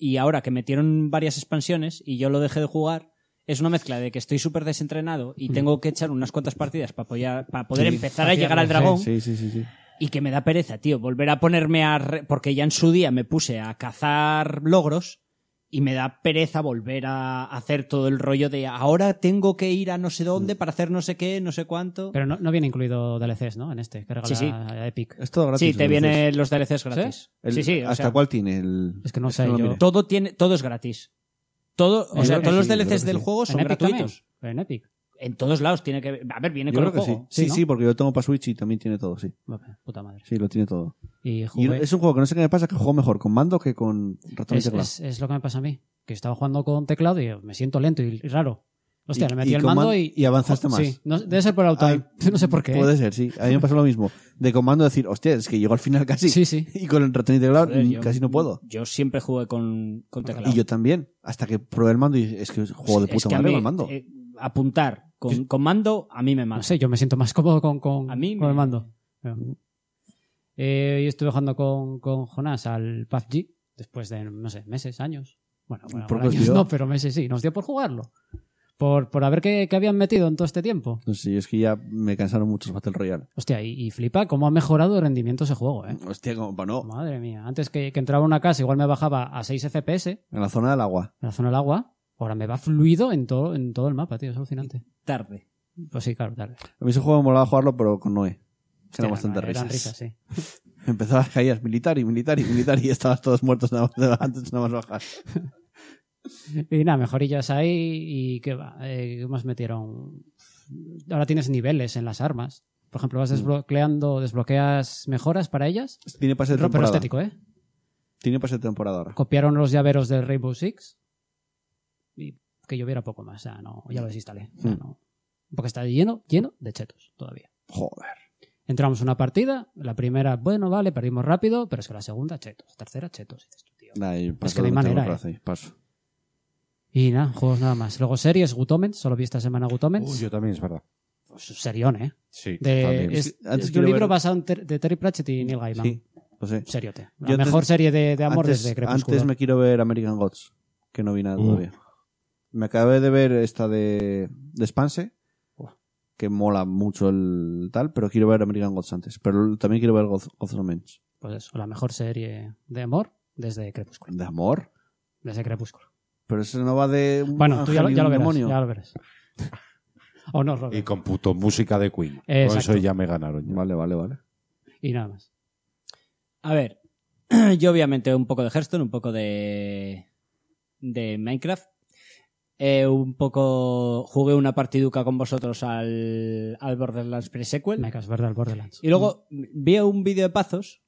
C: y ahora que metieron varias expansiones y yo lo dejé de jugar, es una mezcla de que estoy súper desentrenado y tengo que echar unas cuantas partidas para poder empezar a llegar al dragón
A: Sí, sí, sí, sí.
C: y que me da pereza, tío, volver a ponerme a... re- porque ya en su día me puse a cazar logros y me da pereza volver a hacer todo el rollo de ahora tengo que ir a no sé
A: Mm.
C: dónde para hacer no sé qué, no sé cuánto.
D: Pero no, no viene incluido DLCs, ¿no? En este, que regala
C: Sí, sí.
D: Epic.
A: Es todo gratis.
C: sí, te
A: entonces.
C: vienen los DLCs gratis.
A: El-
C: sí, sí, o
A: ¿Hasta
C: sea,
A: cuál tiene el...?
D: Es que no sé,
A: lo
D: yo-
A: miré.
C: todo tiene todo es gratis. Todo,
D: Yo
C: o sea,
D: creo que
C: todos los
D: sí, yo
C: DLCs
A: creo que
C: del
A: sí.
C: juego son
D: en Epic también.
C: gratuitos.
D: En Epic.
C: En todos lados tiene que a ver, viene
A: Yo
C: con
A: creo
C: el
A: que sí.
C: juego.
A: Sí, sí,
D: ¿no?
A: porque yo tengo para Switch y también tiene todo, sí.
D: Vale, Puta madre.
A: Sí, lo tiene todo.
D: Y
A: Y
D: jugué-
A: es un juego que no sé qué me pasa, que juego mejor con mando que con ratón y
D: es,
A: teclado.
D: es- es lo que me pasa a mí. Que estaba jugando con teclado y me siento lento y raro. Hostia,
A: Y-
D: le metí
A: y
D: el
A: con
D: mando
A: man-
D: y...
A: y avanzaste más.
D: Sí, no- debe ser por el auto.
A: Ay,
D: no sé por qué. ¿eh?
A: Puede ser, sí. A mí me pasó lo mismo. De comando decir, hostia, es que llego al final casi.
D: Sí, sí.
A: Y con el ratón y teclado
C: Joder,
A: mm,
C: yo-
A: casi no puedo.
C: Yo siempre jugué con, con teclado.
A: Y yo también. Hasta que probé el mando y es que juego de
C: Es
A: puta
C: que a
A: madre
C: mí,
A: con el mando.
C: eh, apuntar con, con mando a mí me mata.
D: No sé, yo me siento más cómodo con, con,
C: A mí
D: con
C: me-
D: el mando. Eh, yo estuve jugando con, con Jonas al PUBG después de, no sé, meses, años. Bueno, bueno
A: ¿Por qué
D: años
A: os dio?
D: no, pero meses sí. Nos dio por jugarlo. Por, por haber que, habían metido en todo este tiempo.
A: No sé, yo es que ya me cansaron muchos Battle Royale.
D: Hostia, y, y flipa cómo ha mejorado el rendimiento ese juego, ¿eh?
A: Hostia, como para no.
D: Madre mía. Antes que, que entraba a una casa igual me bajaba a 6 FPS en
A: En la zona del agua.
D: la zona del agua. Ahora me va fluido en todo, en todo el mapa, tío. Es alucinante.
C: Tarde.
D: Pues sí, claro, dale.
A: A mí ese juego me molaba jugarlo, pero con Noé. Que
D: Hostia,
A: eran bastante
D: eran
A: risas.
D: risas, sí.
A: Empezaban las caídas militar y militar y militar y estabas todos muertos nada más, antes nada más bajar.
D: Y nada, mejorillas ahí y qué va. Eh, ¿qué más metieron? Ahora tienes niveles en las armas. Por ejemplo,
A: Mm.
D: vas desbloqueando, desbloqueas mejoras para ellas.
A: Tiene pase de
D: Pero, pero
A: temporada.
D: estético, ¿eh?
A: Tiene pase de temporada ahora.
D: Copiaron los llaveros del Rainbow Six. Y que lloviera poco más. O sea, no, ya lo desinstalé. O sea,
A: Mm.
D: no. Porque está lleno, lleno de chetos todavía.
A: Joder.
D: Entramos una partida. La primera, bueno, vale, perdimos rápido. Pero es que la segunda, chetos. La tercera, chetos. Y dices tú, tío.
A: Nah, yo paso
D: que no hay
A: lo tengo
D: manera,
A: para
D: eh.
A: hacer, paso.
D: Y nada, juegos nada más. Luego series, Gutomens. Solo vi esta semana Gutomens.
B: Uy, yo también, es verdad.
D: Pues, serión, ¿eh?
B: Sí,
D: de,
B: también.
D: es,
A: Sí, antes
D: es de
A: quiero
D: un libro
A: ver-
D: basado en Ter- de Terry Pratchett y Neil Gaiman.
A: Sí, lo sé.
D: Seriote. La
A: Yo antes-
D: mejor serie de, de amor
A: antes,
D: desde Crepúsculo.
A: antes me quiero ver American Gods, que no vi nada
B: Uh.
A: todavía. Me acabé de ver esta de, de Spanse, que mola mucho el tal, pero quiero ver American Gods antes. Pero también quiero ver Gods, Gods and Men.
D: Pues eso, la mejor serie de amor desde Crepúsculo.
A: ¿De amor?
D: Desde Crepúsculo.
A: Pero eso no va de un
D: Bueno, tú ya lo,
A: ángel y
D: ya lo
A: un
D: verás.
A: demonio.
D: Ya lo verás. o no,
B: Y
D: Robert.
B: con puto música de Queen. Con
D: Exacto.
B: eso ya me ganaron. ya.
A: Vale, vale, vale.
D: Y, nada más.
C: A ver, yo obviamente un poco de Hearthstone, un poco de de Minecraft. Eh, un poco jugué una partiduca con vosotros al, al Borderlands pre-sequel.
D: Me caes verde al Borderlands.
C: Y luego vi un vídeo de Pazos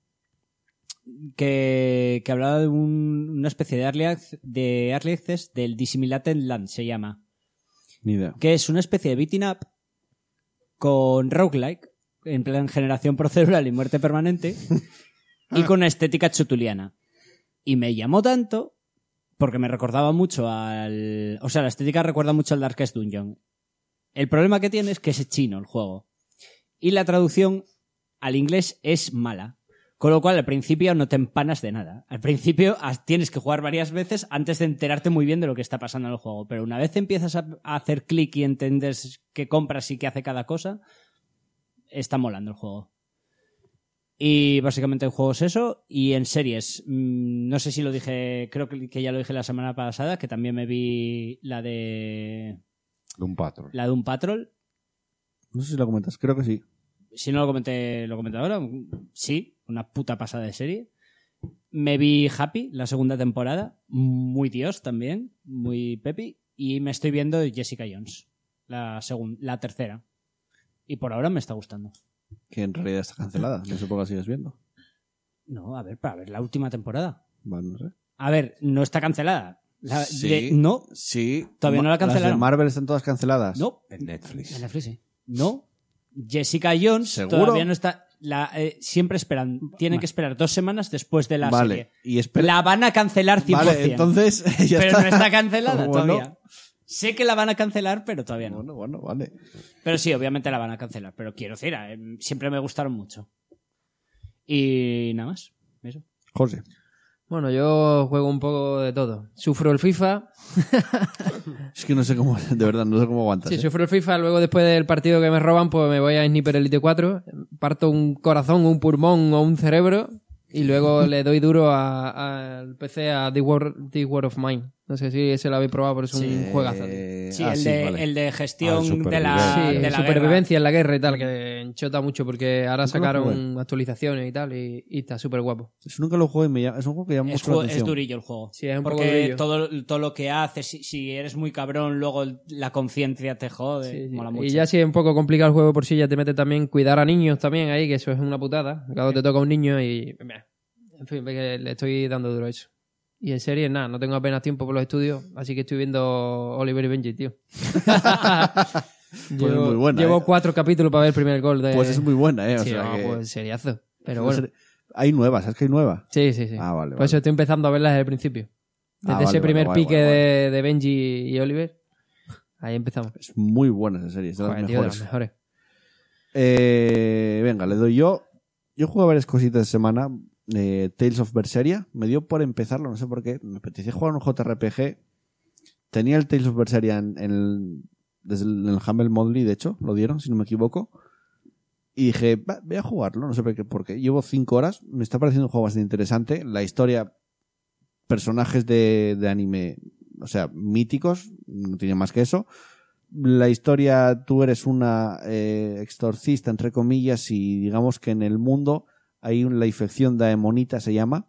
C: que, que hablaba de un- una especie de early, ac- de early access del Dissimulated Land, se llama.
A: Ni idea.
C: Que es una especie de beating up con roguelike, en plan generación procedural y muerte permanente, y con estética chutuliana. Y me llamó tanto porque me recordaba mucho al... O sea, la estética recuerda mucho al Darkest Dungeon. El problema que tiene es que es chino el juego. Y la traducción al inglés es mala. Con lo cual, al principio no te empanas de nada. Al principio has- tienes que jugar varias veces antes de enterarte muy bien de lo que está pasando en el juego. Pero una vez empiezas a, a hacer clic y entiendes qué compras y qué hace cada cosa, está molando el juego. Y básicamente en juegos eso. Y en series, mm, no sé si lo dije, creo que que ya lo dije la semana pasada, que también me vi la de,
B: De un patrón.
C: la de un patrol.
A: No sé si lo comentas, creo que sí.
C: si no lo comenté, lo comenté ahora, sí, una puta pasada de serie. Me vi Happy, la segunda temporada, muy Dios también, muy Pepi, y me estoy viendo Jessica Jones, la, segun- la tercera. Y por ahora me está gustando.
A: Que en realidad está cancelada. No sé por qué la sigues viendo.
C: No, a ver, para ver la última temporada.
A: Vale, no sé.
C: A ver, no está cancelada. La-
A: Sí.
C: de- no,
A: Sí.
C: Todavía no la
A: Las de
C: cancelaron.
A: Marvel están todas canceladas.
C: no,
B: En
D: En
B: Netflix.
D: Netflix, sí.
C: no. Jessica Jones
A: ¿Seguro?
C: todavía no está. La, eh, siempre esperan, tienen
D: Vale.
C: que esperar dos semanas después de la
A: vale.
C: serie.
A: Y espera.
C: La van a cancelar 100%.
A: Vale, entonces ya
C: pero
A: está.
C: no está cancelada
A: Bueno.
C: todavía. Sé que la van a cancelar, pero todavía no.
A: Bueno, bueno, vale.
C: Pero sí, obviamente la van a cancelar. Pero quiero decir, eh, siempre me gustaron mucho. Y nada más. Eso.
A: José.
E: Bueno, yo juego un poco de todo. Sufro el FIFA.
A: Es que no sé cómo, de verdad, no sé cómo aguantas.
E: Sí,
A: ¿eh?
E: sufro el FIFA. Luego, después del partido que me roban, pues me voy a Sniper Elite 4. Parto un corazón, un pulmón o un cerebro. Y luego le doy duro a- al PC a The World, The World of Mine. No sé si ese lo habéis probado, pero es un
C: Sí.
E: juegazo. tío.
A: Eh,
C: Sí,
A: ah,
C: el, de,
A: vale.
C: el de
B: Ah,
C: gestión
B: supervivencia.
C: de la,
E: Sí,
C: de la
E: supervivencia en la guerra y tal, que enchota mucho porque ahora
A: Nunca lo
E: sacaron
C: eh.
E: actualizaciones y tal y, y está súper guapo.
A: Eso nunca lo jugué, y me llama- es un juego que llama
C: guerra. Es,
A: mucho
C: juego-
A: la
C: es
A: atención.
C: durillo el juego.
E: Sí, es un poco
C: Porque
E: durillo.
C: todo, todo lo que haces, si, si eres muy cabrón, luego el- la conciencia te jode.
E: Sí, sí.
C: Mola mucho.
E: Y ya si es un poco complicado el juego por sí, ya te mete también cuidar a niños también ahí, que eso es una putada. Claro, te toca un niño y... meh. En fin, ve que le estoy dando duro a eso. Y en serie, nada, no tengo apenas tiempo por los estudios, así que estoy viendo Oliver y Benji, tío.
A: Pues es muy buena,
E: llevo
A: eh.
E: cuatro capítulos para ver el primer gol de...
A: Pues es muy buena, ¿eh? O
E: Sí,
A: sea
E: no,
A: que-
E: pues seriazo. Pero
A: no
E: bueno.
A: sé- Hay nuevas, ¿sabes que hay nuevas?
E: Sí, sí, Pues sí.
A: Ah, vale,
E: Por
A: vale.
E: eso estoy empezando a verlas desde el principio. Desde
A: Ah,
E: ese
A: vale, vale,
E: primer
A: guay,
E: pique
A: guay, guay.
E: De, de Benji y Oliver. Ahí empezamos.
A: Es muy buena esa serie, es de las
E: Joder, tío, de
A: mejores.
E: las mejores.
A: Eh, venga, le doy yo. Yo jugué varias cositas de semana. Eh, Tales of Berseria. Me dio por empezarlo, no sé por qué. Me apetecía jugar un JRPG. Tenía el Tales of Berseria en, en el, desde el, en el Humble Monthly, de hecho. Lo dieron, si no me equivoco. Y dije, "Va, voy a jugarlo, no sé por qué, por qué. Llevo cinco horas. Me está pareciendo un juego bastante interesante. La historia, personajes de, de anime, o sea, míticos. No tiene más que eso la historia, tú eres una eh, exorcista, entre comillas, y digamos que en el mundo hay un- la infección daemonita, se llama,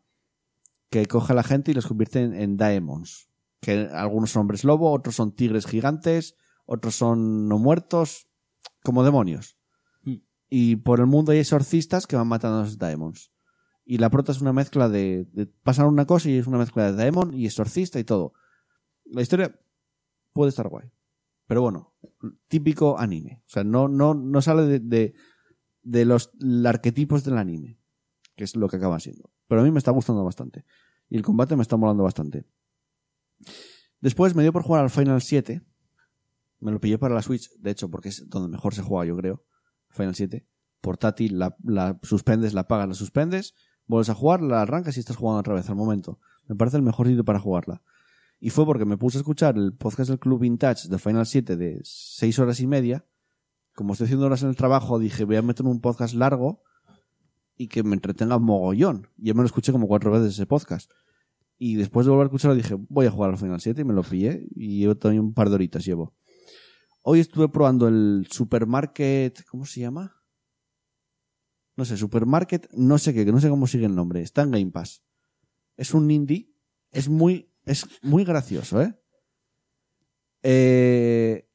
A: que coge a la gente y los convierte en, en daemons. Que algunos son hombres lobo, otros son tigres gigantes, otros son no muertos, como demonios.
C: Mm.
A: Y por el mundo hay exorcistas que van matando a los daemons. Y la prota es una mezcla de, de pasar una cosa y es una mezcla de daemon y exorcista y todo. La historia puede estar guay. Pero bueno, típico anime. O sea, no, no, no sale de, de, de los arquetipos del anime, que es lo que acaba siendo. Pero a mí me está gustando bastante. Y el combate me está molando bastante. Después me dio por jugar al Final 7. Me lo pillé para la Switch, de hecho, porque es donde mejor se juega, yo creo. Final 7. Portátil, la, la suspendes, la apagas, la suspendes. Vuelves a jugar, la arrancas y estás jugando otra vez al momento. Me parece el mejor sitio para jugarla. Y fue porque me puse a escuchar el podcast del Club Vintage de Final 7 de 6 horas y media. Como estoy haciendo horas en el trabajo, dije, voy a meter un podcast largo y que me entretenga mogollón. Y yo me lo escuché como cuatro veces ese podcast. Y después de volver a escucharlo dije, voy a jugar al Final 7 y me lo pillé. Y llevo también un par de horitas, llevo. Hoy estuve probando el Supermarket, ¿cómo se llama? No sé, Supermarket, no sé qué, que no sé cómo sigue el nombre. Está en Game Pass. Es un indie es muy, es muy gracioso, ¿eh? Eh,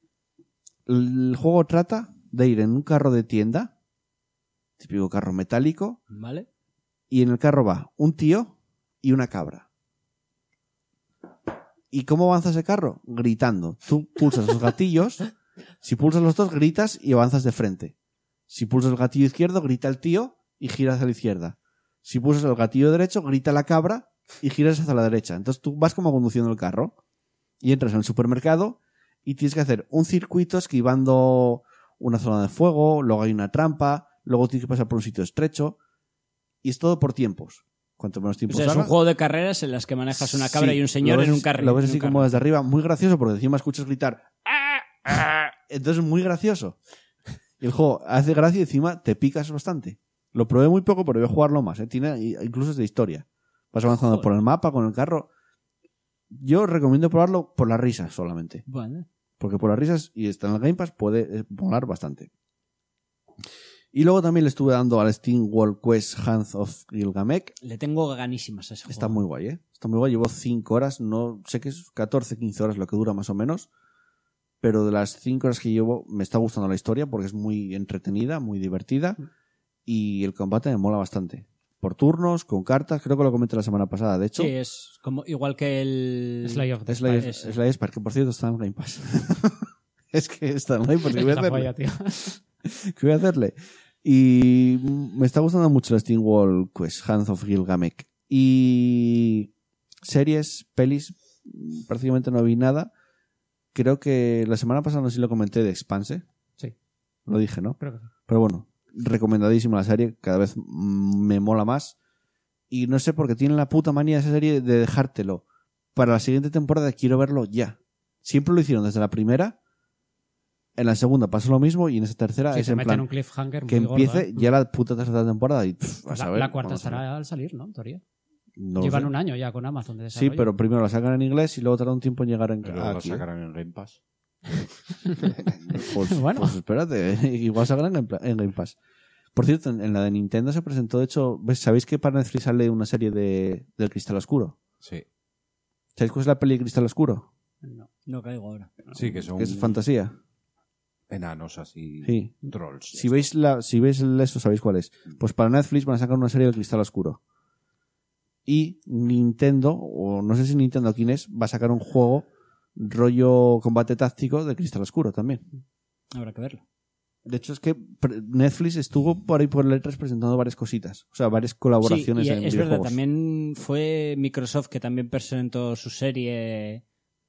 A: El juego trata de ir en un carro de tienda, típico carro metálico,
C: ¿Vale?
A: y en el carro va un tío y una cabra. ¿Y cómo avanza ese carro? Gritando. Tú pulsas los gatillos, si pulsas los dos, gritas y avanzas de frente. Si pulsas el gatillo izquierdo, grita el tío y giras hacia la izquierda. Si pulsas el gatillo derecho, grita la cabra y giras hacia la derecha. Entonces tú vas como conduciendo el carro y entras en el supermercado y tienes que hacer un circuito esquivando una zona de fuego, luego hay una trampa, luego tienes que pasar por un sitio estrecho y es todo por tiempos. Cuanto menos
C: O
A: tiempo
C: sea, Pues es un juego de carreras en las que manejas una cabra y un señor en un carril.
A: Pues Lo ves
C: en
A: así
C: un
A: como
C: carro.
A: desde arriba, muy gracioso, porque encima escuchas gritar. "Ah, ah". Entonces es muy gracioso. Y el juego hace gracia y encima te picas bastante. Lo probé muy poco, pero voy a jugarlo más. ¿eh? Tiene i- incluso es de historia. Vas avanzando
C: Joder.
A: por el mapa, con el carro. Yo recomiendo probarlo por las risas solamente.
C: Vale.
A: Porque por las risas y está en el Game Pass puede eh, molar bastante. Y luego también le estuve dando al Steam World Quest Hands of Gilgamesh.
C: Le tengo ganísimas a ese
A: Está
C: juego.
A: muy guay, ¿eh? Está muy guay. Llevo 5 horas, no sé que es 14, 15 horas lo que dura más o menos. Pero de las 5 horas que llevo, me está gustando la historia porque es muy entretenida, muy divertida. Y el combate me mola bastante. Por turnos, con cartas, creo que lo comenté la semana pasada, de hecho.
C: Sí, es como, igual que el...
D: Slay of the
A: Es la,
D: Spire.
A: es, la Espar, que por cierto está en Game Pass. es que está en Game Pass. ¿qué voy a
D: Esa
A: hacerle?
D: polla, tío.
A: ¿Qué voy a hacerle? Y mm, me está gustando mucho el Steam Wall Quest, Hands of Gilgamesh. Y series, pelis, mm, prácticamente no vi nada. Creo que la semana pasada no sé si lo comenté de Expanse.
D: Sí.
A: Lo dije, ¿no?
D: Creo que sí.
A: Pero bueno, recomendadísima la serie, cada vez mm, me mola más. y no sé por qué tienen la puta manía de esa serie de dejártelo. Para la siguiente temporada quiero verlo ya. Siempre lo hicieron desde la primera. En la segunda pasó lo mismo y en esa tercera
D: Sí,
A: es
D: se
A: en
D: meten
A: Ah, plan
D: un cliffhanger
A: que
D: muy gordo,
A: empiece
D: ¿eh?
A: ya la puta tercera temporada y pff, a
D: la,
A: saber,
D: la cuarta
A: vamos a ver.
D: estará al salir, ¿no? En teoría.
A: No lo
D: Llevan
A: sé.
D: un año ya con Amazon de
A: Sí,
D: desarrollo.
A: pero primero la sacan en inglés y luego tarda un tiempo en llegar en
B: Pero
A: ah,
B: lo
A: aquí.
B: sacarán en Game Pass.
A: Pues,
D: Bueno.
A: pues espérate, igual sacarán en, pla- en Game Pass. Por cierto, en en la de Nintendo se presentó, de hecho, ¿ves? ¿sabéis que para Netflix sale una serie de, del Cristal Oscuro?
B: Sí.
A: ¿Sabéis cuál es la peli de Cristal Oscuro?
D: No.
C: No caigo ahora.
B: Sí, que son
A: Que es fantasía.
B: enanos así.
A: Sí.
B: Trolls.
A: Si veis, la, si veis el- eso, sabéis cuál es. Pues para Netflix van a sacar una serie del Cristal Oscuro. Y Nintendo, o no sé si Nintendo quién es, va a sacar un juego rollo combate táctico de Cristal Oscuro también.
C: Habrá que verlo.
A: De hecho, es que pre- Netflix estuvo por ahí por el E3 presentando varias cositas. O sea, varias colaboraciones
C: Sí, y
A: en
C: es verdad,
A: videojuegos.
C: también fue Microsoft que también presentó su serie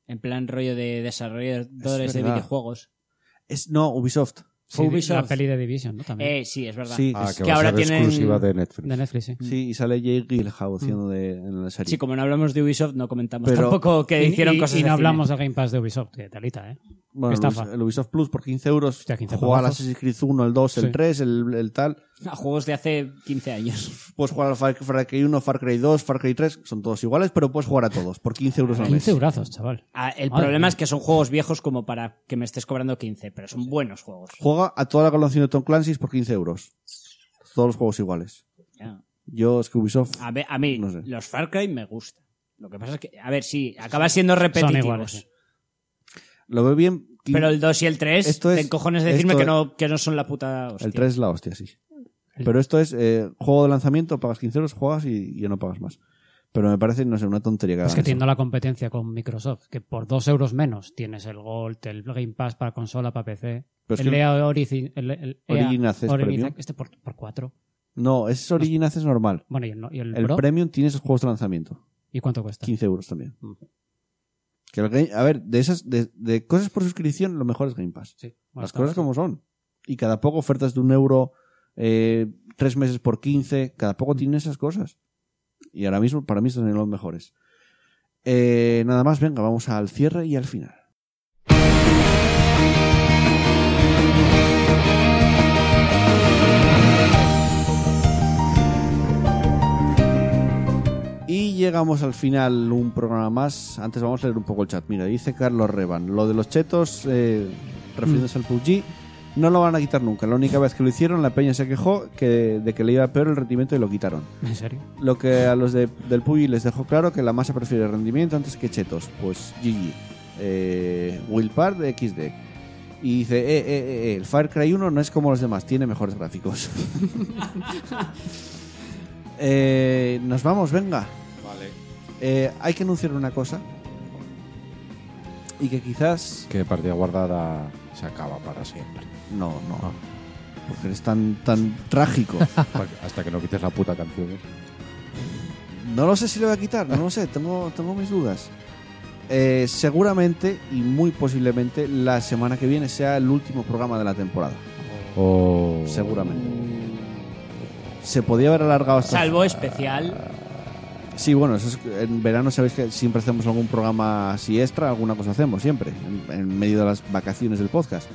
C: en plan rollo de desarrolladores
A: Es
C: de
A: verdad.
C: videojuegos.
A: Es, no, Ubisoft.
D: Sí,
C: Ubisoft.
D: La peli de Division, ¿no? También.
C: Eh, sí, es verdad.
A: Sí,
B: Ah,
A: es-
B: que,
C: que
B: va
C: ahora
B: a ser
C: tienen-
B: exclusiva de Netflix.
D: de Netflix, sí.
A: sí, y sale Jake Gyllenhaal haciendo de en la serie.
C: Sí, como no hablamos de Ubisoft, no comentamos
A: Pero-
C: tampoco que
D: Y-
C: Eh, hicieron
D: y,
C: cosas
D: y no
C: de
D: hablamos
C: cine.
D: del Game Pass de Ubisoft, que talita, ¿eh?
A: Bueno, el
D: estafa.
A: Ubis- el Ubisoft Plus por 15 euros.
D: Hostia, 15
A: juega al
D: pavazos.
A: Assassin's Creed 1, el 2, el
D: Sí.
A: 3, el, el tal.
C: a juegos de hace 15 años.
A: Puedes jugar al Far Far Cry 1, Far Cry 2, Far Cry 3. Son todos iguales, pero puedes jugar Pues a todos por 15 euros al mes.
D: 15 brazos, chaval.
C: Ah, el
D: Madre
C: problema
D: mía.
C: es que son juegos viejos como para que me estés cobrando 15, pero son buenos juegos.
A: Juega a toda la colaboración de Tom Clancy por 15 euros. Todos los juegos iguales.
C: Ya.
A: Yo, es que Ubisoft.
C: A, ver, a mí,
A: No sé.
C: los Far Cry me gustan. Lo que pasa es que, a ver, sí, acaba siendo repetitivos.
D: iguales, sí.
A: Lo veo bien.
C: Pero el 2 y el 3,
A: Esto es-
C: te encojones de decirme
A: esto
C: que
A: es-
C: no, que no son la puta hostia.
A: El 3 es la hostia, sí. Pero esto es eh, juego de lanzamiento, pagas 15 euros, juegas y, y ya no pagas más. Pero me parece, no sé, una tontería que
D: Es
A: hagan
D: que
A: eso.
D: tiendo la competencia con Microsoft, que por 2 euros menos tienes el Gold, el Game Pass para consola, para PC.
A: Pero es
D: el
A: que-
D: EA Origin, el, el E EA
A: Pues Origin Access Premium.
D: Ac- Este por, por 4.
A: No, ese es Origin Access normal.
D: Bueno, y el, no- y el
A: El
D: Pro.
A: Premium tiene esos juegos de lanzamiento.
D: ¿Y cuánto cuesta?
A: 15 euros también. Que el Game- a ver, de esas de, de cosas por suscripción, lo mejor es Game Pass.
D: Sí, bueno,
A: Las
D: está
A: cosas
D: bastante.
A: como son. Y cada poco ofertas de un euro, eh, tres meses por 15, cada poco tiene esas cosas. Y ahora mismo, para mí, son los mejores. Eh, nada más, venga, vamos al cierre y al final. Y llegamos al final, un programa más. Antes vamos a leer un poco el chat. Mira, dice Carlos Revan, lo de los chetos, eh, refiriéndose al PUBG, no lo van a quitar nunca. La única vez que lo hicieron, la peña se quejó que, de que le iba peor el rendimiento y lo quitaron.
D: ¿En serio?
A: Lo que a los de- del PUBG les dejó claro que la masa prefiere rendimiento antes que chetos. Pues GG. Eh, Willpar de XD. Y dice, eh, eh, eh, eh, el Far Cry 1 no es como los demás, tiene mejores gráficos. Eh, nos vamos, venga.
B: Vale.
A: Eh, hay que anunciar una cosa. Y que quizás.
B: Que partida guardada se acaba para siempre.
A: No, no. Porque eres tan, tan trágico.
B: Pa- Hasta que no quites la puta canción. ¿eh?
A: No lo sé si lo voy a quitar, no lo sé, tengo, tengo mis dudas. Eh, seguramente y muy posiblemente la semana que viene sea el último programa de la temporada.
B: O...
A: Seguramente. Se podía haber alargado hasta.
C: Salvo especial.
A: Sí, bueno, eso es que en verano sabéis que siempre hacemos algún programa así extra, alguna cosa hacemos siempre, en, en medio de las vacaciones del podcast.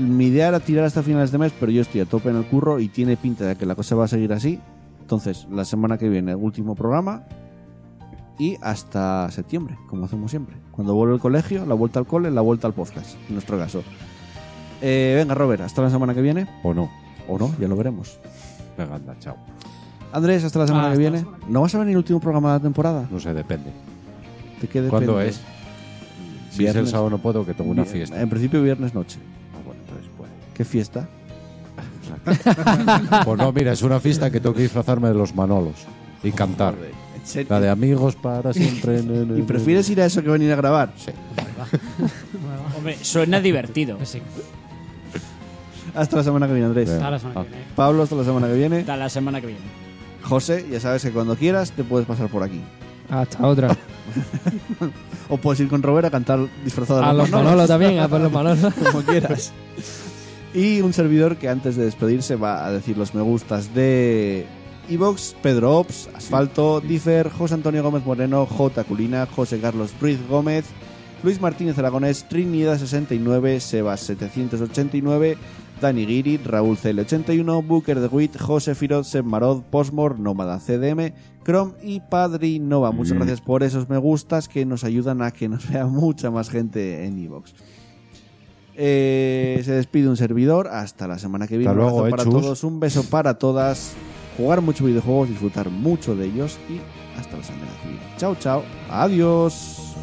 A: Mi idea era tirar hasta finales de mes, pero yo estoy a tope en el curro y tiene pinta de que la cosa va a seguir así. Entonces, la semana que viene, último programa y hasta septiembre, como hacemos siempre. Cuando vuelve al colegio, la vuelta al cole, la vuelta al podcast, en nuestro caso. Eh, venga, Robert, hasta la semana que viene,
B: O no.
A: o no, ya lo veremos.
B: Venga, anda, chao.
A: Andrés, hasta la semana
D: Ah,
A: que
D: hasta la
A: viene. ¿No vas a venir el último programa de la temporada?
B: No sé, depende.
A: ¿De qué
B: ¿Cuándo
A: depende?
B: es? Si es el
A: Viernes.
B: sábado no puedo, que tengo una
A: Bien,
B: fiesta.
A: En principio viernes noche.
B: Ah, bueno, entonces puede.
A: ¿Qué fiesta?
B: Pues no, mira, es una fiesta que tengo que disfrazarme de los Manolos y cantar. La de amigos para siempre. ne, ne,
A: ¿Y
B: ne.
A: prefieres ir a eso que venir a grabar?
B: Sí.
C: Hombre, suena divertido.
D: Pues sí,
A: Hasta la semana que viene, Andrés.
B: Venga.
D: está la semana que
B: Ah.
D: viene.
A: Pablo, hasta la semana que viene.
C: Hasta la semana que viene.
A: José, ya sabes que cuando quieras te puedes pasar por aquí.
E: Hasta otra.
A: O puedes ir con Robert a cantar disfrazado de
E: A los
A: Manolo,
E: manolos también, a por los manolos.
A: como quieras. Y un servidor que antes de despedirse va a decir los me gustas de Evox, Pedro Ops, Asfalto, Differ, José Antonio Gómez Moreno, J. Culina, José Carlos Ruiz Gómez, Luis Martínez Aragonés, Trinidad69, Sebas789, Dani Guiri, Raúl CL81, Booker de Witt, José Firot, Seb Marod, Posmor, Nómada CDM, Chrome y Padri Nova. Muchas gracias por esos me gustas que nos ayudan a que nos vea mucha más gente en Evox. se despide un servidor. Hasta la semana que viene.
B: Hasta
A: Un
B: luego,
A: abrazo
B: eh,
A: para
B: chus.
A: todos, un beso para todas. Jugar mucho videojuegos, disfrutar mucho de ellos y hasta la semana que viene. Chao, chao. Adiós.